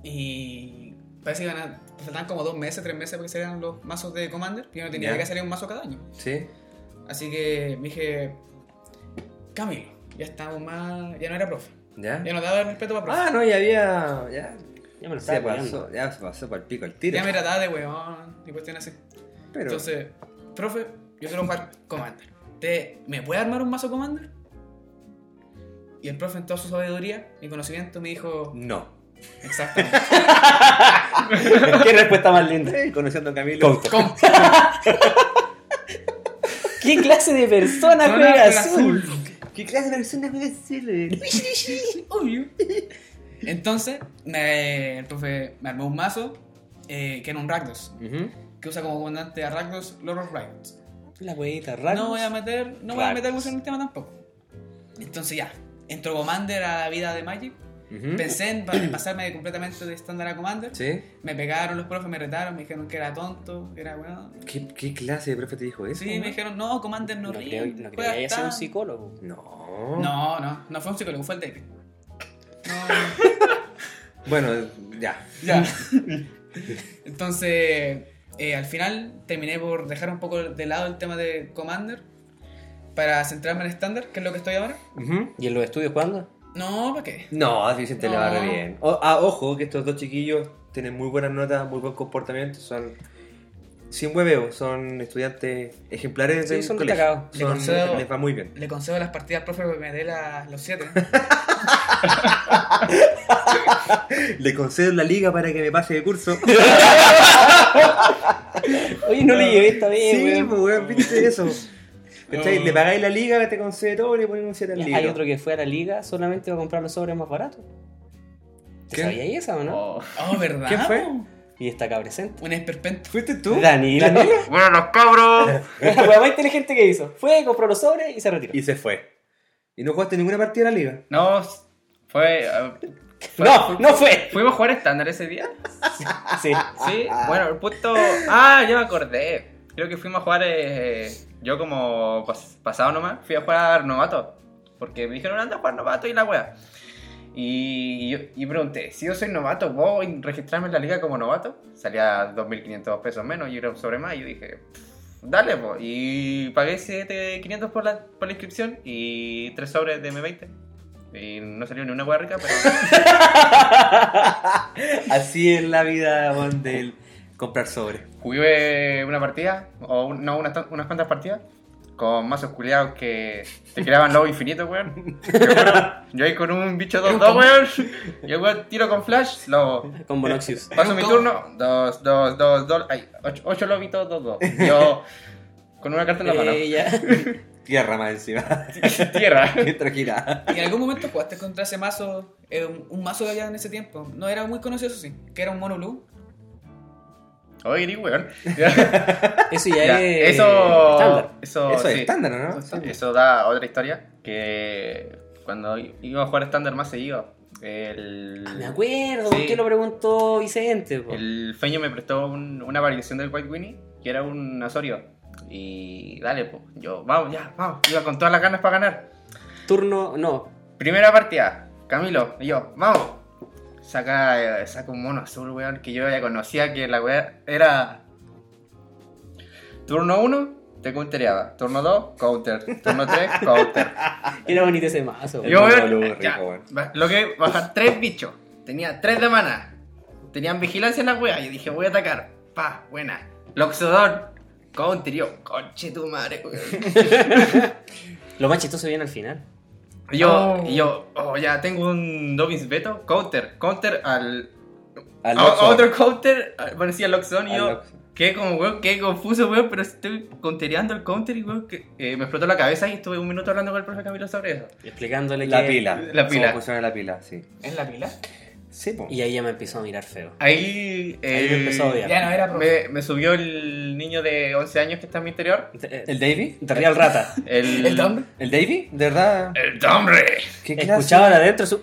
S3: Y parece que iban a. Faltan como dos meses, tres meses para que salieran los mazos de Commander. Y yo no tenía
S2: Ya.
S3: que salir un mazo cada año.
S2: Sí.
S3: Así que me dije, Camilo, ya estamos más. Ya no era profe.
S2: ¿Ya?
S3: Ya no daba el respeto para profe.
S2: Ah, no, ya había. Ya.
S1: Ya me lo
S2: Se
S1: estaba poniendo.
S2: pasó, ya se pasó para el pico el tiro.
S3: ya me trataba de weón y cuestiones así.
S2: Pero.
S3: Entonces, profe, yo quiero jugar Commander. ¿Te, ¿Me puede armar un mazo Commander? Y el profe, en toda su sabiduría y conocimiento, me dijo,
S2: No.
S3: exactamente.
S1: Qué respuesta más linda.
S2: Eh, conociendo a Camilo.
S3: Con-
S1: ¿Qué clase de persona
S3: Zona
S1: juega
S3: juega
S1: azul?
S2: ¿Qué clase de persona juega Silver?
S3: Obvio. Entonces, me, el profe me armó un mazo eh, que era un Rakdos, que usa como comandante a Rakdos, Lord of Rakdos.
S1: La huevita rara.
S3: No voy a meter, no voy a meter
S1: Rakdos.
S3: mucho en el tema tampoco. Entonces ya, entró Commander a la vida de Magic.
S1: Mm.
S3: Pensé en pa- en pasarme de completamente de estándar a Commander.
S2: ¿Sí?
S3: Me pegaron los profes, me retaron, me dijeron que era tonto, que era bueno.
S2: ¿Qué, qué clase de profe te dijo eso?
S3: Sí, me dijeron, no, Commander no,
S1: No
S3: ríe,
S1: creo, no creo que
S3: juega
S1: haya sido un
S3: tan-
S1: psicólogo.
S2: No.
S3: No, no, no fue un psicólogo, fue el David. No, no.
S2: Bueno, ya.
S3: Ya. Entonces, eh, al final terminé por dejar un poco de lado el tema de Commander para centrarme en estándar, que es lo que estoy ahora.
S1: ¿Y en los estudios cuándo?
S3: No, ¿para qué?
S2: No, así se te
S3: No.
S2: le va re bien. O- ah, ojo, que estos dos chiquillos tienen muy buenas notas, muy buen comportamiento, son sin hueveo, son estudiantes ejemplares
S1: Sí,
S2: del
S1: son
S2: colegio.
S1: destacados.
S2: Son-
S3: Le concedo-
S2: les va muy bien.
S3: Le concedo las partidas, profe, que me dé la- los siete.
S2: Le concedo la liga para que me pase de curso.
S1: Oye, no le llevé esta vez,
S2: sí,
S1: weón.
S2: pues, weón, viste eso. ¿Cachai?
S3: No.
S2: Le pagáis la liga, te concede todo y le ponen un 7 al
S1: Ya,
S2: libro.
S1: Hay otro que fue a la liga solamente para comprar los sobres más baratos. ¿Te
S2: ¿Qué?
S1: sabías esa o no?
S3: Oh, ¿verdad?
S1: Ah,
S2: ¿Quién fue?
S3: po?
S1: Y está acá presente.
S3: Un esperpento.
S2: ¿Fuiste tú?
S1: Danilo.
S4: Bueno, los cabros.
S1: La wea más inteligente que hizo. Fue, compró los sobres y se retiró.
S2: Y se fue. Y no jugaste ninguna partida de la liga.
S4: No, fue. eh, fue-
S1: No, no fue.
S4: ¿Fuimos a jugar estándar ese día?
S1: Sí.
S4: Sí, bueno, el punto. Ah, ya me acordé. Creo que fuimos a jugar. eh, yo, como pas- pasado nomás, fui a jugar novato. Porque me dijeron, anda a jugar novato y la wea. Y, yo- y pregunté, si yo soy novato, ¿puedo in- registrarme en la liga como novato? Salía 2.500 pesos menos y era un sobre más. Y yo dije, dale, po. Y pagué 7.500 por la, por la inscripción y tres sobres de M20. Y no salió ni una wea rica, pero.
S2: Así es la vida, weón, del comprar sobre.
S4: Jugué una partida, o un- no, unas, tan- unas cuantas partidas, con mazos culiados que te creaban lobo infinito, weón. Yo, weón, Yo ahí con un bicho 2-2, weón. Yo, weón, tiro con flash, lobo.
S1: Con Bonoxius.
S4: Paso
S3: un
S4: mi
S3: combo.
S4: turno, 2, 2, 2, 2, ay, 8 lobitos, 2, 2. Yo, con una carta en la mano.
S1: Eh, ya.
S2: Tierra más encima.
S4: Tierra.
S2: Qué tranquila.
S3: ¿Y en algún momento jugaste contra ese mazo? eh, un, un mazo que había en ese tiempo. No era muy conocido, eso sí. Que era un mono blue.
S4: Oye, gris, weón.
S1: Eso ya,
S4: Ya,
S1: es.
S4: eso,
S1: estándar.
S4: eso,
S2: Eso es
S4: sí.
S2: estándar, ¿no?
S4: Sí, Eso da otra historia que cuando i- iba a jugar estándar más seguido, el,
S1: Ah, Me acuerdo, ¿por
S4: Sí.
S1: qué lo preguntó Vicente? po?
S4: el Feño me prestó un- una variación del White Winnie que era un Asorio. Y dale, pues, yo, vamos, ya, vamos, iba con todas las ganas para ganar.
S1: Turno, no.
S4: Primera partida, Camilo y yo, vamos. Saca, eh, saca un mono azul, weón, que yo ya conocía que la weá era. Turno 1, te countereaba. Turno 2, counter. Turno 3, counter.
S1: Era bonito ese mazo.
S2: El
S4: Yo,
S2: mono
S4: weón,
S2: boludo,
S4: ya,
S2: rico, weón.
S4: ba- lo que bajar tres bichos. Tenía tres de mana. Tenían vigilancia en la wea. Yo dije, voy a atacar. Pa, buena. Loxodon. Counter, yo, conche tu madre, weón.
S1: Lo más chistoso viene al final.
S4: Y Yo,
S3: Oh.
S4: y yo, oh, ya tengo un Dobbins Beto. Counter, counter al.
S2: Al
S4: a-
S2: Luxor.
S4: a Ah, otro counter. al- Parecía Loxodon y
S2: Al
S4: yo.
S2: Luxor.
S4: Qué como, weón, qué confuso, weón, pero estoy countereando el counter y, weón, que, eh, me explotó la cabeza y estuve un minuto hablando con el profe Camilo sobre eso.
S1: Explicándole
S2: La
S1: que-
S2: pila.
S4: La pila.
S2: ¿Cómo funciona la pila? Sí.
S3: ¿En la pila?
S2: Sí, po.
S1: Y ahí ya me empezó a mirar feo.
S4: Ahí,
S1: Ahí
S4: eh,
S1: me empezó a odiar.
S3: Ya no era profe.
S4: Me, me subió el niño de 11 años que está en mi interior.
S2: ¿El
S1: ¿El
S2: Davy?
S1: de Real Rata.
S4: El,
S3: ¿El hombre?
S2: ¿El Davy? De verdad.
S4: ¡El hombre!
S2: ¿Qué clase?
S1: Escuchaba de adentro su.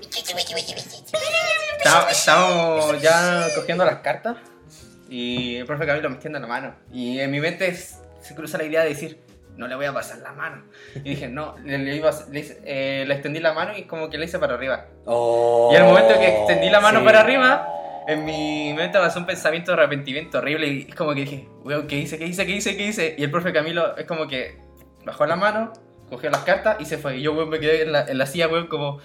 S4: Está- Estamos ya cogiendo las cartas y el profe Camilo me extiende la mano. Y en mi mente es- se cruza la idea de decir, no le voy a pasar la mano. Y dije, no, le, le iba a- le hice- eh, le extendí la mano y como que le hice para arriba.
S2: Oh,
S4: Y al momento que extendí la mano
S1: sí.
S4: para arriba, en mi mente pasó un pensamiento de arrepentimiento horrible y es como que dije, weón, ¿qué hice? ¿Qué hice? ¿Qué hice? ¿Qué hice? Y el profe Camilo es como que bajó la mano, cogió las cartas y se fue. Y yo, weón, me quedé en la, en la silla, weón, como,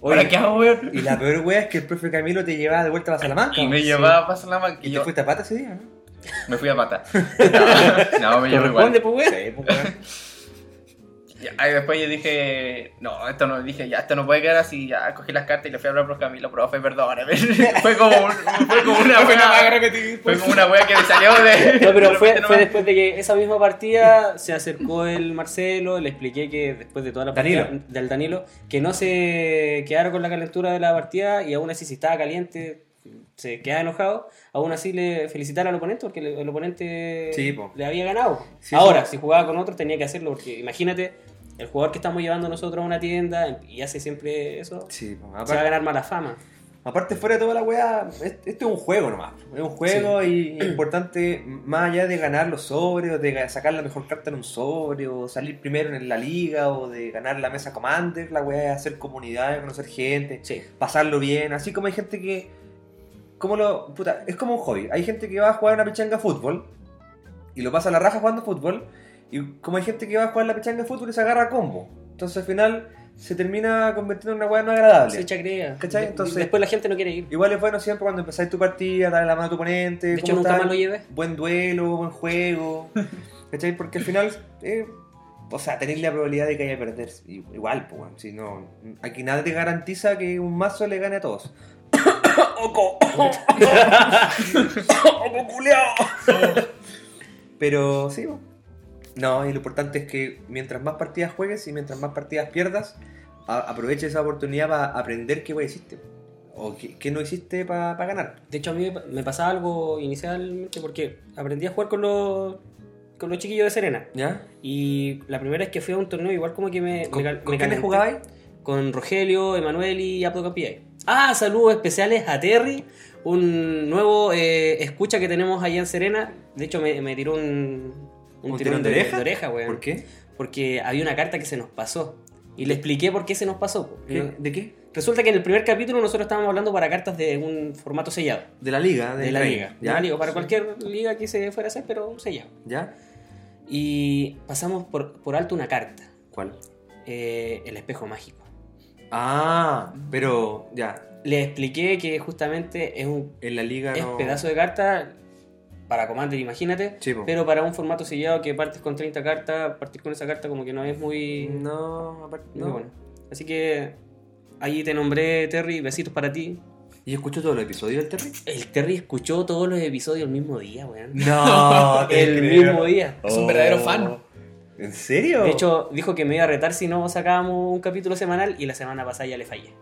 S2: Oye.
S4: ¿ahora qué hago, weón?
S2: Oh. Y la peor wea es que el profe Camilo te llevaba de vuelta a la Salamanca.
S4: Y me
S2: Sí.
S4: llevaba a pasar la mano
S2: Y te
S4: y yo
S2: fuiste a pata ese día, ¿no?
S4: me fui a pata. No, no, me llevó
S1: Corresponde,
S4: igual.
S1: pues, weón.
S2: Sí, po, weón.
S4: Y ahí después yo dije, no, esto no, dije, ya, esto no puede quedar así. Ya cogí las cartas y le fui a hablar al profe Camilo, profe, perdóname. fue, como un- fue como una
S3: Fue una vaga
S4: buena.
S3: repetida.
S4: Fue como una wea que me salió de.
S1: No, pero
S4: de
S1: fue,
S4: repente
S1: fue
S4: nomás.
S1: después de que esa misma partida se acercó el Marcelo, le expliqué que después de toda la partida
S2: Danilo.
S1: del Danilo, que no se quedara con la calentura de la partida y aún así si estaba caliente se quedaba enojado, aún así le felicitara al oponente porque le- el oponente
S2: Sí, po.
S1: le había ganado.
S2: Sí,
S1: Ahora, si
S2: sí.
S1: jugaba con otros tenía que hacerlo porque imagínate, el jugador que estamos llevando nosotros a una tienda y hace siempre eso,
S2: Sí, po.
S1: se va a
S2: Aparte,
S1: ganar mala fama.
S2: aparte, fuera de toda la wea, es- esto es un juego nomás. Es un juego y es importante, más allá de ganar los sobres, o de ga- sacar la mejor carta en un sobre, o salir primero en la liga, o de ganar la mesa commander, la wea es hacer comunidad, conocer gente,
S1: Sí.
S2: pasarlo bien. Así como hay gente que. Como lo. Puta, es como un hobby. Hay gente que va a jugar una pichanga de fútbol y lo pasa a la raja jugando fútbol. Y como hay gente que va a jugar la pichanga de fútbol y se agarra a combo. Entonces al final se termina convirtiendo en una hueá no agradable.
S1: Se chacrea.
S2: ¿Cachai?
S1: De-
S2: Entonces- eh,
S1: Después la gente no quiere ir.
S2: Igual es bueno siempre cuando empezáis tu partida, darle la mano a tu oponente.
S1: De
S2: ¿cómo
S1: hecho, nunca
S2: estás?
S1: más lo lleves.
S2: Buen duelo, buen juego. ¿Cachai? Porque al final. eh, o sea, tenéis la probabilidad de que haya perder. I- Igual, pues, weón, si no. Aquí nadie te garantiza que un mazo le gane a todos. ¡Oco! ¡Oco culeado! Pero sí, po. No, y lo importante es que mientras más partidas juegues y mientras más partidas pierdas, a- aprovecha esa oportunidad para aprender qué wey hiciste. O qué, qué no hiciste para ganar.
S1: De hecho, a mí me pa- me pasaba algo inicialmente porque aprendí a jugar con los, con los chiquillos de Serena.
S2: ¿Ya?
S1: Y la primera vez que fui a un torneo, igual como que me.
S2: ¿Con,
S1: me cal-
S2: ¿con
S1: me
S2: quiénes
S1: calenté.
S2: jugabais?
S1: Con Rogelio, Emanuel y Apto Campiay. Ah, saludos especiales a Terry, un nuevo eh, escucha que tenemos allá en Serena. De hecho, me, me tiró un.
S2: ¿Un tirón de oreja?
S1: weón.
S2: ¿Por qué?
S1: Porque había una carta que se nos pasó. Y le expliqué por qué se nos pasó. po.
S2: ¿Qué- ¿De qué?
S1: Resulta que en el primer capítulo nosotros estábamos hablando para cartas de un formato sellado.
S2: Ah, De la liga.
S1: de
S2: del
S1: la
S2: rey.
S1: liga.
S2: ¿Ya?
S1: De la liga, para cualquier liga que se fuera a hacer, pero sellado.
S2: ¿Ya?
S1: Y pasamos por, por alto una carta,
S2: ¿Cuál?
S1: eh, el espejo mágico.
S2: Ah, pero ya.
S1: Le expliqué que justamente es un
S2: En la liga
S1: es
S2: no.
S1: pedazo de carta para Commander, imagínate.
S2: Sí, po.
S1: Pero para un formato sellado que partes con 30 cartas, partir con esa carta como que no es muy,
S2: No, aparte.
S1: muy bueno. Así que ahí te nombré, Terry, besitos para ti.
S2: ¿Y escuchó todo el episodio del Terry?
S1: El Terry escuchó todos los episodios el mismo día, weón.
S2: No, te
S1: El
S2: creo. Oh.
S1: mismo día.
S3: Es un verdadero fan.
S2: ¿En serio?
S1: De hecho, dijo que me iba a retar si no sacábamos un capítulo semanal y la semana pasada ya le fallé.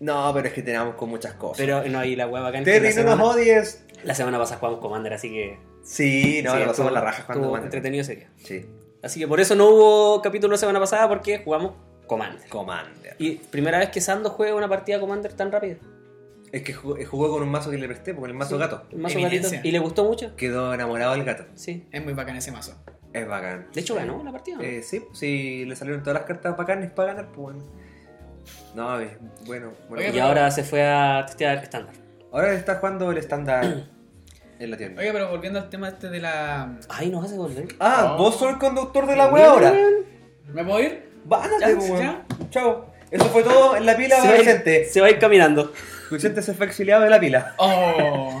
S2: No, pero es que tenemos con muchas cosas.
S1: Pero no, ahí la hueva acá
S2: Terry, no nos odies.
S1: La semana pasada jugamos Commander, así que.
S2: Sí, no,
S1: sí,
S2: lo
S1: estuvo-
S2: pasamos la raja
S1: estuvo
S2: cuando
S1: entretenido ese día.
S2: Sí,
S1: Así que por eso no hubo capítulo la semana pasada, porque jugamos Commander.
S2: Commander.
S1: Y primera vez que Sando juega una partida Commander tan rápida.
S2: Es que jugó, jugó con un mazo que le presté, con el mazo
S1: Sí,
S2: gato.
S1: el mazo
S3: Evidencia.
S1: gatito. ¿Y le gustó mucho?
S2: Quedó enamorado del gato.
S1: Sí.
S3: Es muy bacán ese mazo.
S2: Es bacán.
S1: De hecho, ganó la partida. ¿no?
S2: Eh, sí, sí, le salieron todas las cartas bacanes para ganar, pues bueno. No, eh, bueno, bueno.
S3: Oiga,
S1: y ahora se fue a testear estándar.
S2: Ahora está jugando el estándar en la tienda.
S3: Oiga, pero volviendo al tema este de la.
S1: Ay, nos hace ¿eh? volver.
S2: Ah,
S4: Oh.
S2: vos sos el conductor de la wea ahora.
S3: ¿Me puedo ir?
S2: Bánate,
S3: Ya,
S2: weón. Chao. Eso fue todo en la pila de
S1: ir,
S2: Vicente.
S1: se va a ir caminando.
S2: Vicente se fue exiliado de la pila.
S3: Oh.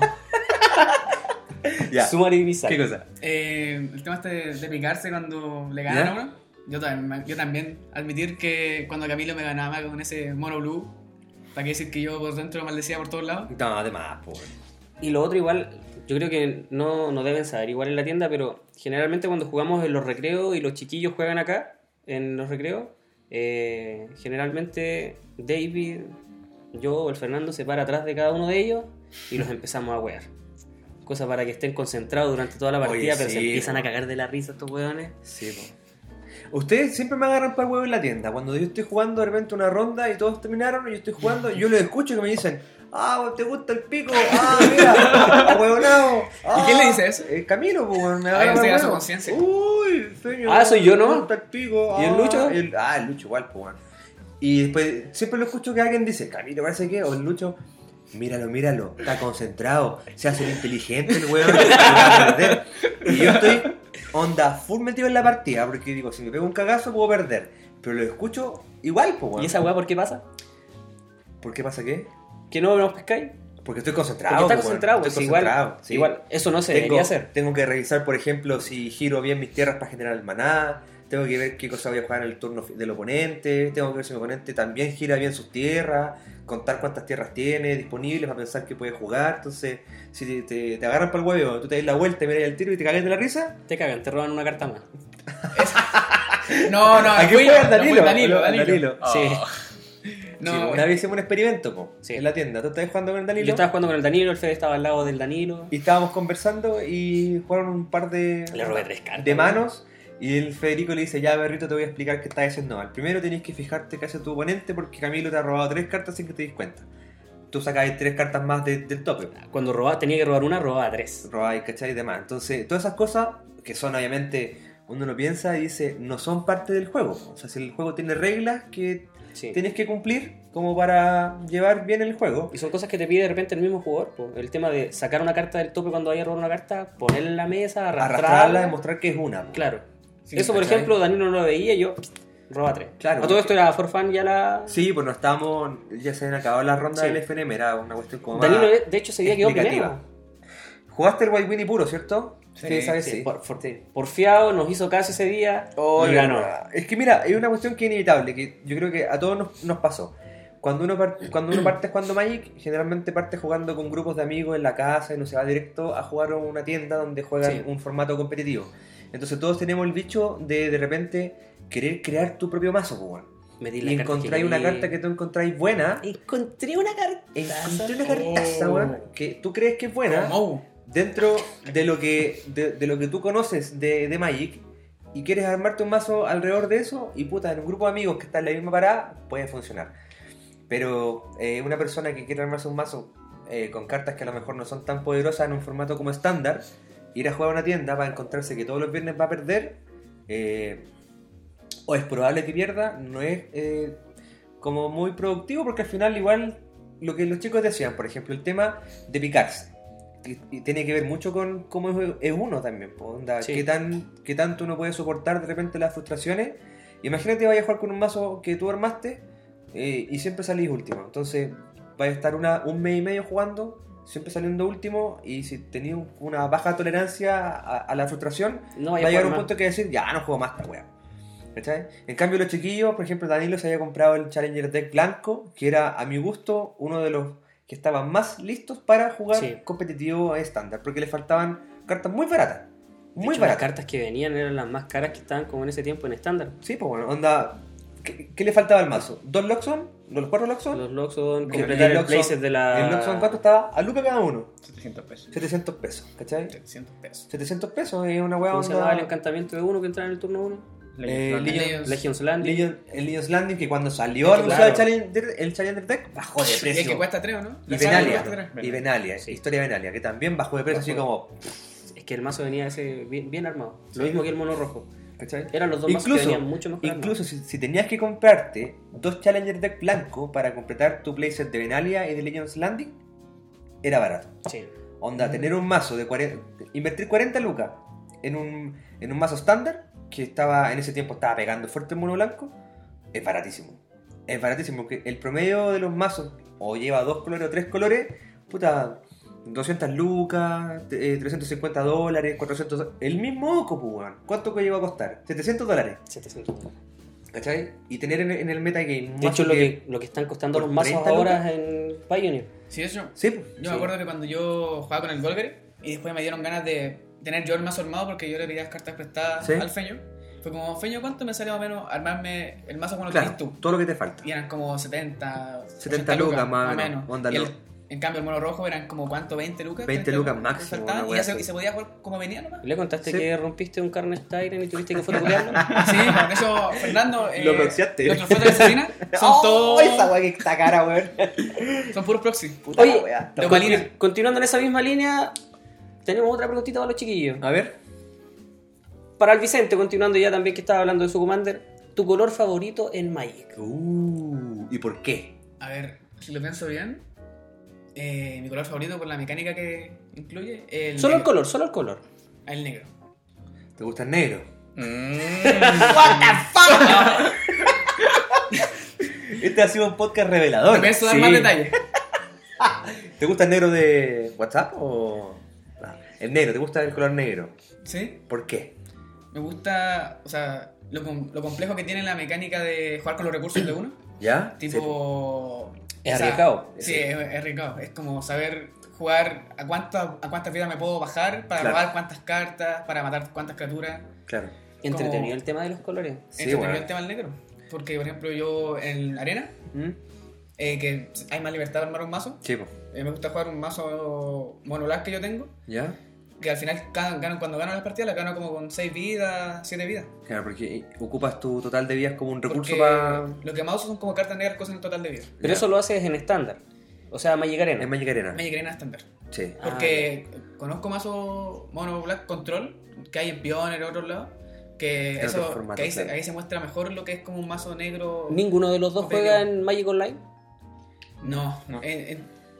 S2: Ya.
S1: Sumar y bizar.
S2: ¿Qué cosa?
S3: Eh, el tema este de, de picarse cuando le ganan a
S2: ¿Ya?
S3: uno. Yo también, yo también admitir que cuando Camilo me ganaba con ese mono blue, para que decir que yo por dentro lo maldecía por todos lados.
S2: No, de más, pues.
S1: Y lo otro igual, yo creo que no, no deben saber igual en la tienda, pero generalmente cuando jugamos en los recreos y los chiquillos juegan acá, en los recreos, eh, generalmente David, yo o el Fernando se para atrás de cada uno de ellos y los empezamos a wear. Cosa para que estén concentrados durante toda la
S2: Oye,
S1: partida, pero se
S2: sí,
S1: empiezan a
S2: po.
S1: cagar de la risa estos weones.
S2: Sí, po. Ustedes siempre me agarran para el huevo en la tienda. Cuando yo estoy jugando de repente una ronda y todos terminaron y yo estoy jugando, yo les escucho que me dicen, ah, te gusta el pico, ah, mira, huevonao. Ah,
S3: ¿Y quién le dice eso?
S2: El Camilo, pues, weón, me
S3: Ah,
S2: agarra
S3: ese
S2: para el
S3: era su
S2: huevo.
S3: conciencia.
S2: Uy, sueño.
S1: Ah, soy yo, ¿no?
S2: Me gusta el pico,
S1: ¿Y el
S2: ah,
S1: Lucho?
S2: el- ah, el Lucho igual, pues, weón. Y después siempre lo escucho que alguien dice, Camilo, parece que, o el Lucho... Míralo, míralo, está concentrado, se hace el inteligente el weón, se va a perder. Y yo estoy onda full metido en la partida, porque digo, si me pego un cagazo puedo perder. Pero lo escucho igual, pues weón.
S1: ¿Y esa weá por qué pasa?
S2: ¿Por qué pasa qué?
S1: ¿Que no nos pescáis?
S2: Porque
S1: Porque
S2: estoy concentrado.
S1: está
S2: pues, weón.
S1: concentrado,
S2: Estoy
S1: pues, igual,
S2: concentrado, sí.
S1: igual, eso no se
S2: tengo,
S1: debería hacer.
S2: tengo que revisar, por ejemplo, si giro bien mis tierras para generar el maná. Tengo que ver qué cosa voy a jugar en el turno fi- del oponente. Tengo que ver si mi oponente también gira bien sus tierras. Contar cuántas tierras tiene disponibles para pensar que puede jugar. Entonces, si te, te- te agarran para el huevo, tú te das la vuelta, miras el tiro y te cagas de la risa.
S1: Te cagan, te roban una carta más.
S3: No,
S1: Ah,
S3: no,
S2: Aquí fue
S3: fui yo,
S2: el
S3: no, fue
S2: Danilo.
S3: Danilo,
S2: el
S3: Danilo.
S2: Danilo.
S1: Sí.
S3: No,
S2: Sí, una vez hicimos un experimento po,
S1: Sí.
S2: en la tienda. Tú estabas jugando con el Danilo
S1: Yo estaba jugando con el Danilo, el Fede estaba al lado del Danilo.
S2: y estábamos conversando y jugaron un par de,
S1: Le robé tres cartas.
S2: de manos. Y el Federico le dice, ya Berrito te voy a explicar qué estás haciendo mal. Primero tenés que fijarte qué hace tu oponente porque Camilo te ha robado tres cartas sin que te des cuenta. Tú sacáis tres cartas más de- del tope.
S1: Cuando robaba, tenía que robar una, robaba tres.
S2: Robáis, ¿cachai? Y demás. Entonces, todas esas cosas que son obviamente, uno lo piensa y dice, no son parte del juego. O sea, si el juego tiene reglas que
S1: Sí.
S2: tienes que cumplir como para llevar bien el juego.
S1: Y son cosas que te pide de repente el mismo jugador. po. El tema de sacar una carta del tope cuando vaya a robar una carta, ponerla en la mesa, arrastrarla.
S2: Arrastrarla, demostrar que es una. po.
S1: Claro.
S3: Sí,
S1: Eso, por
S2: ¿cachai?
S1: ejemplo, Danilo no lo veía, yo roba tres. A
S2: Claro,
S1: todo
S2: porque-
S1: esto era for fun ya la.
S2: Sí, pues no estábamos, ya se habían acabado las rondas
S1: Sí.
S2: del FNM, era una cuestión como más
S1: Danilo, eh. de de hecho, ese día quedó
S2: explicativa.
S1: primero.
S2: Jugaste el White Winnie puro, ¿cierto?
S3: Sí,
S2: Ustedes saben,
S1: Sí, por- por- Porfiado, nos hizo caso ese día y
S2: Oiga,
S1: ganó.
S2: no. Es que mira, es una cuestión que es inevitable, que yo creo que a todos nos, nos pasó. Cuando uno, par- cuando uno parte jugando Magic, generalmente parte jugando con grupos de amigos en la casa y no se va directo a jugar a una tienda donde juegan
S1: Sí.
S2: un formato competitivo. Entonces todos tenemos el bicho de de repente querer crear tu propio mazo, pues, weón.
S1: Metí la
S2: Y
S1: carta
S2: encontráis una carta que tú encontráis buena.
S1: Encontré una carta.
S2: Encontré una cartaza,
S3: Oh.
S2: weón, que tú crees que es buena
S3: Mou.
S2: dentro de lo que de, de lo que tú conoces de, de Magic y quieres armarte un mazo alrededor de eso y puta, en un grupo de amigos que están en la misma parada puede funcionar. Pero eh, una persona que quiere armarse un mazo eh, con cartas que a lo mejor no son tan poderosas en un formato como estándar, ir a jugar a una tienda para encontrarse que todos los viernes va a perder eh, o es probable que pierda, no es eh, como muy productivo porque al final igual lo que los chicos decían, por ejemplo, el tema de picarse. Y, y tiene que ver mucho con cómo es, es uno también, po, onda,
S1: Sí.
S2: qué, tan, qué tanto uno puede soportar de repente las frustraciones. Imagínate vayas a jugar con un mazo que tú armaste eh, y siempre salís último. Entonces, vais a estar una, un mes y medio jugando siempre saliendo último y si tenía un- una baja tolerancia a, a la frustración,
S1: No
S2: va
S1: vaya
S2: a llegar
S1: por
S2: un
S1: más.
S2: punto que decir, ya no juego más esta wea. ¿Cachai? En cambio, los chiquillos, por ejemplo, Danilo se había comprado el Challenger Deck blanco, que era, a mi gusto, uno de los que estaban más listos para jugar
S1: Sí.
S2: competitivo a estándar, porque le faltaban cartas muy baratas.
S1: De
S2: Muy
S1: hecho, las
S2: baratas.
S1: cartas que venían eran las más caras que estaban como en ese tiempo en estándar.
S2: Sí, pues bueno, onda. ¿Qué, qué le faltaba al mazo? ¿Dos Loxon? ¿Los cuatro Loxon?
S1: Los Loxodon,
S2: Y-
S1: completar
S2: y
S1: el,
S2: Loxodon-
S1: places de la...
S2: El Loxon, ¿cuánto estaba? A Luca cada uno.
S4: 700 pesos.
S2: 700 pesos, ¿cachai?
S3: 700 pesos.
S2: 700 pesos es una wea
S1: ¿Cómo se
S2: onda.
S1: llamaba el encantamiento de uno que entraba en el turno 1?
S2: Eh,
S4: Legends
S2: Legends-
S4: Landing.
S1: Legion's Landing.
S2: Legion- el Legion's Landing, que cuando salió
S1: Claro.
S2: anunciado el, Challenger, el Challenger Deck, bajó de
S3: Y es que
S2: precio.
S3: cuesta 3, ¿no?
S2: Y
S3: La saga
S2: Benalia,
S3: cuesta tres.
S2: y Benalia, historia de Benalia, que también bajó de precio, así como.
S1: Es que el mazo venía ese bien, bien armado. Lo mismo que el mono rojo.
S2: ¿cachai?
S1: Eran los dos mazos que
S2: Incluso,
S1: venían mucho mejor
S2: incluso si, si tenías que comprarte dos Challenger Deck blancos para completar tu playset de Benalia y de Legion's Landing, era barato.
S1: armados. Sí.
S2: Onda, tener un mazo de 40. Invertir 40 lucas en un, en un mazo estándar que estaba en ese tiempo estaba pegando fuerte el mono blanco es baratísimo. Es baratísimo, porque el promedio de los mazos o lleva dos colores o tres colores, puta, 200 lucas, eh, 350 dólares, 400. do- El mismo Oco, pues, weón. ¿Cuánto que lleva a costar? 700 dólares,
S1: 700 dólares.
S2: ¿cachai? Y tener en, en el metagame. un
S1: De hecho,
S2: mazo
S1: lo que, lo que están costando
S2: por
S1: los mazos
S2: 30
S1: ahora en Pioneer.
S3: Sí, eso.
S2: Sí, pues.
S3: Yo me acuerdo que cuando yo jugaba con el Golgari y después me dieron ganas de tener yo el mazo armado porque yo le pedía las cartas prestadas
S2: Sí.
S3: al Feño. Fue como, Feño, ¿cuánto me sale más o menos armarme el mazo con lo
S2: Claro,
S3: que tienes tú?
S2: todo lo que te falta.
S3: Y eran como 70,
S2: 70
S3: 80
S2: lucas, más o menos. Onda,
S3: Y el-
S2: lo-
S3: en cambio, el mono rojo eran como, ¿cuánto? ¿20 lucas?
S2: 20
S3: 30
S2: lucas
S3: que
S2: máximo,
S3: faltaban,
S2: una
S3: y,
S2: wea
S3: ya se,
S2: así.
S3: y se podía jugar como venía nomás.
S1: ¿Le contaste
S2: Sí.
S1: que rompiste un Carnage Tyrant y tuviste que fotocopiarlo?
S3: Sí, por eso, Fernando. eh,
S2: Lo proxiaste.
S3: Los trofeos de Sabrina son
S2: ¡Oh,
S3: todos.
S2: Esa weá que está cara, weón.
S3: Son puros proxy.
S2: Puta
S1: Oye,
S2: la weá.
S3: Lo
S1: Continu-
S3: valida.
S1: Continuando en esa misma línea, tenemos otra preguntita para los chiquillos.
S2: A ver.
S1: Para el Vicente, continuando ya también que estaba hablando de su Commander, ¿tu color favorito en Magic?
S2: Uh, ¿Y por qué?
S3: A ver, si lo pienso bien, eh, mi color favorito por la mecánica que incluye es el
S1: Solo el
S3: negro.
S1: color, solo el color.
S3: El negro.
S2: ¿Te gusta el negro?
S4: Mm.
S2: Este ha sido un podcast revelador.
S3: Pienso dar
S2: Sí.
S3: más detalles.
S2: ¿Te gusta el negro de WhatsApp o.? Ah, El negro, ¿te gusta el color negro?
S3: ¿Sí?
S2: ¿Por qué?
S3: Me gusta, o sea, lo, com- lo complejo que tiene la mecánica de jugar con los recursos de uno.
S2: ¿Ya?
S3: Tipo.
S1: Es
S3: o sea,
S1: arriesgado.
S3: Sí, es, es arriesgado. Es como saber jugar a, cuánto, a cuántas vidas me puedo bajar para
S2: Claro.
S3: robar cuántas cartas, para matar cuántas criaturas.
S2: Sí, claro.
S1: Entretenido
S3: Como-
S1: el tema de los colores.
S2: Sí,
S3: entretenido
S2: bueno.
S3: el tema del negro. Porque, por ejemplo, yo en Arena,
S2: ¿Mm?
S3: eh, que hay más libertad de armar un mazo,
S2: Chivo.
S3: eh, me gusta jugar un mazo monoblack que yo tengo,
S2: ¿Ya?
S3: que al final ca- gano, cuando gano las partidas las gano como con 6 vidas, 7 vidas.
S2: Claro, porque ocupas tu total de vidas como un recurso
S3: Porque
S2: para.
S3: Lo que más uso son como cartas negras, cosas en el total de vida.
S1: Pero
S2: Ya.
S1: eso lo haces en estándar. O sea, Magic Arena.
S2: En Magic Arena.
S3: Magic Arena estándar.
S2: Sí.
S1: Ah,
S3: Porque conozco mazo mono black control que hay en Pioneer, otros lados. Que,
S2: En
S3: eso,
S2: otros formatos,
S3: que ahí, se,
S2: claro.
S3: ahí se muestra mejor lo que es como un mazo negro.
S1: ¿Ninguno de los dos
S3: Pequeño.
S1: juega en Magic Online?
S3: No, no.
S4: No.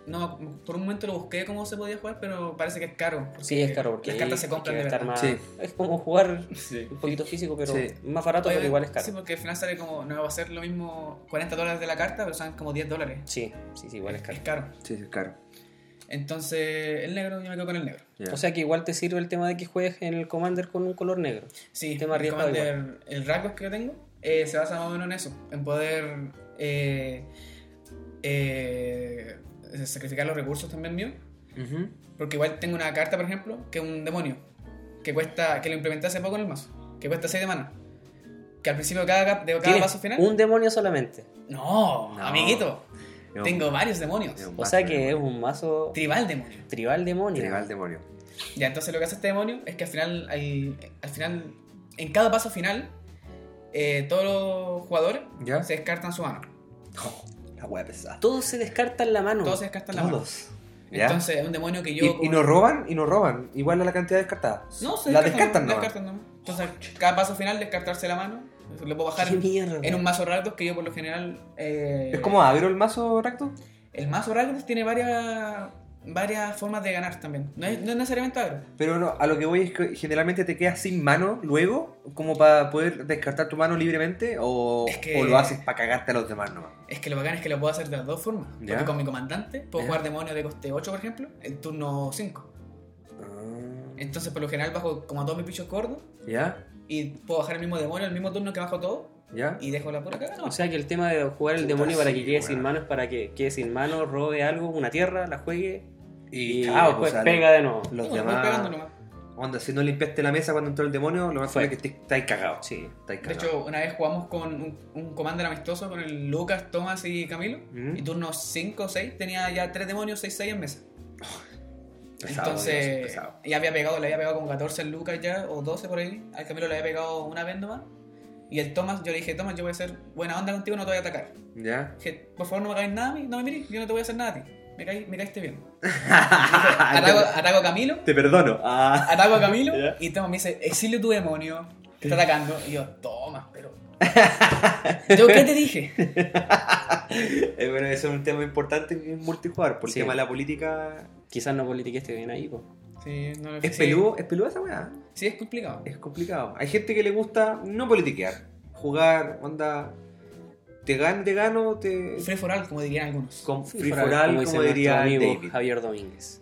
S3: no, por un momento lo busqué cómo se podía jugar, pero parece que es caro.
S1: Sí, es caro porque
S3: las cartas
S1: ahí
S3: se
S1: hay que
S3: compran de
S1: gastar
S3: verdad.
S1: más.
S2: Sí.
S1: Es como jugar
S4: Sí.
S1: un poquito físico, pero
S2: Sí.
S1: más barato, pero
S3: Obviamente,
S1: igual es caro.
S3: Sí, porque al final sale como, no va a ser lo mismo 40 dólares de la carta, pero son como 10 dólares.
S1: Sí, sí, sí, igual es caro.
S3: Es caro.
S2: Sí, es caro.
S3: Entonces, el negro, yo me quedo con el negro.
S2: Ya.
S1: O sea que igual te sirve el tema de que juegues en el Commander con un color negro.
S3: Sí,
S1: Tema
S3: el,
S1: arriesgado
S3: Commander- el rasgo que yo tengo eh, se basa más o menos en eso, en poder eh, eh, sacrificar los recursos también míos.
S2: Ujú.
S3: Porque igual tengo una carta, por ejemplo, que es un demonio, que cuesta que lo implementé hace poco en el mazo, que cuesta 6 de mana. Que al principio de cada, cap- de cada
S1: Tienes
S3: paso final...
S1: un demonio solamente.
S3: No,
S2: No.
S3: amiguito,
S2: Es un-
S3: tengo varios demonios.
S2: es un
S1: O sea
S2: mazo,
S1: que
S2: es
S1: es un mazo
S3: Tribal demonio.
S1: tribal
S2: un
S1: demonio.
S2: Tribal demonio.
S3: Ya, entonces lo que hace este demonio es que al final, al, al final en cada paso final, eh, todos los jugadores
S2: ¿Ya? Oh,
S3: se descartan su mano.
S2: La wea pesada.
S1: Todos se descartan la mano.
S3: Todos se descartan la mano.
S2: Todos. ¿Ya?
S3: Entonces es un demonio que yo.
S2: Y, y
S3: como-
S2: nos roban, y nos roban. Igual a la cantidad descartada.
S3: No, se
S2: la descartan,
S3: no.
S2: ¿no?
S3: descartan nomás. Entonces, cada paso final, descartarse la mano. eso Lo puedo bajar
S1: ¡Qué
S3: en,
S1: mierda!
S3: en un mazo Ragdos que yo por lo general. eh,
S2: ¿Es como abro el mazo, Racto?
S3: El mazo Ragdos tiene varias. varias formas de ganar también. No es, no es necesariamente agro.
S2: Pero no, a lo que voy es que generalmente te quedas sin mano luego, como para poder descartar tu mano libremente, o,
S3: Es que-
S2: o lo haces para cagarte a los demás nomás.
S3: Es que lo bacán es que lo puedo hacer de las dos formas.
S2: Ya.
S3: Porque con mi comandante puedo
S2: Ya.
S3: jugar demonio de coste 8, por ejemplo, en turno 5.
S2: Ah,
S3: Entonces, por lo general, bajo como a todos mis bichos gordos
S2: ¿Ya?
S3: y puedo bajar el mismo demonio el mismo turno que bajo todo
S2: ¿Ya?
S3: y dejo la pura cagada.
S1: O sea que el tema de jugar el
S2: Puta,
S1: demonio para que
S2: sí,
S1: quede
S2: weón.
S1: sin mano es para que quede sin mano, robe algo, una tierra, la juegue y,
S2: Y, chao,
S1: después
S2: pues, o sea,
S1: pega de nuevo.
S2: Los
S3: Bueno, voy pegando
S2: demás.
S3: nomás.
S2: Onda, si no limpiaste la mesa cuando entró el demonio, lo más
S1: Fue.
S2: probable es que estés- estáis cagados.
S1: Sí.
S2: Estáis
S3: De
S2: cagados.
S3: hecho, una vez jugamos con un, un commander amistoso con el Lucas, Thomas y Camilo.
S2: Mm.
S3: Y turno 5 o 6 tenía ya 3 demonios, 6-6 en mesa.
S2: Pesado, Dios,
S3: Entonces,
S2: pesado.
S3: ya había pegado, le había pegado como 14 al Lucas ya, o 12 por ahí. Al Camilo le había pegado una vez nomás. Y el Thomas, yo le dije, Thomas, yo voy a ser buena onda contigo, no te voy a atacar.
S2: ¿Ya?
S3: Dije, por favor, no me caes nada a mí, no me mires, yo no te voy a hacer nada a ti. Me, caí, me caíste bien. Ataco, ataco a Camilo,
S2: Te perdono. Ah.
S3: ataco a Camilo,
S2: Ya.
S3: y Thomas me dice, exilio tu demonio, te está atacando. Y yo, toma, pero. ¿Yo qué te dije?
S2: Eh, bueno, eso es un tema importante en multijugador, por el
S1: Sí.
S2: tema de la política.
S1: Quizás no politiqueste bien ahí, pues. po.
S3: Sí, no lo
S2: ¿Es
S3: sí.
S2: peludo? ¿Es peluda esa weá?
S3: Sí, es complicado.
S2: Es complicado. Hay gente que le gusta no politiquear, jugar, onda. Te gano, te gano, te.
S3: Free for all, como dirían algunos.
S2: Con
S1: Sí,
S2: free
S1: fuera-
S2: for all, como,
S1: dice nuestro
S2: diría
S1: amigo
S2: David.
S1: Javier Domínguez.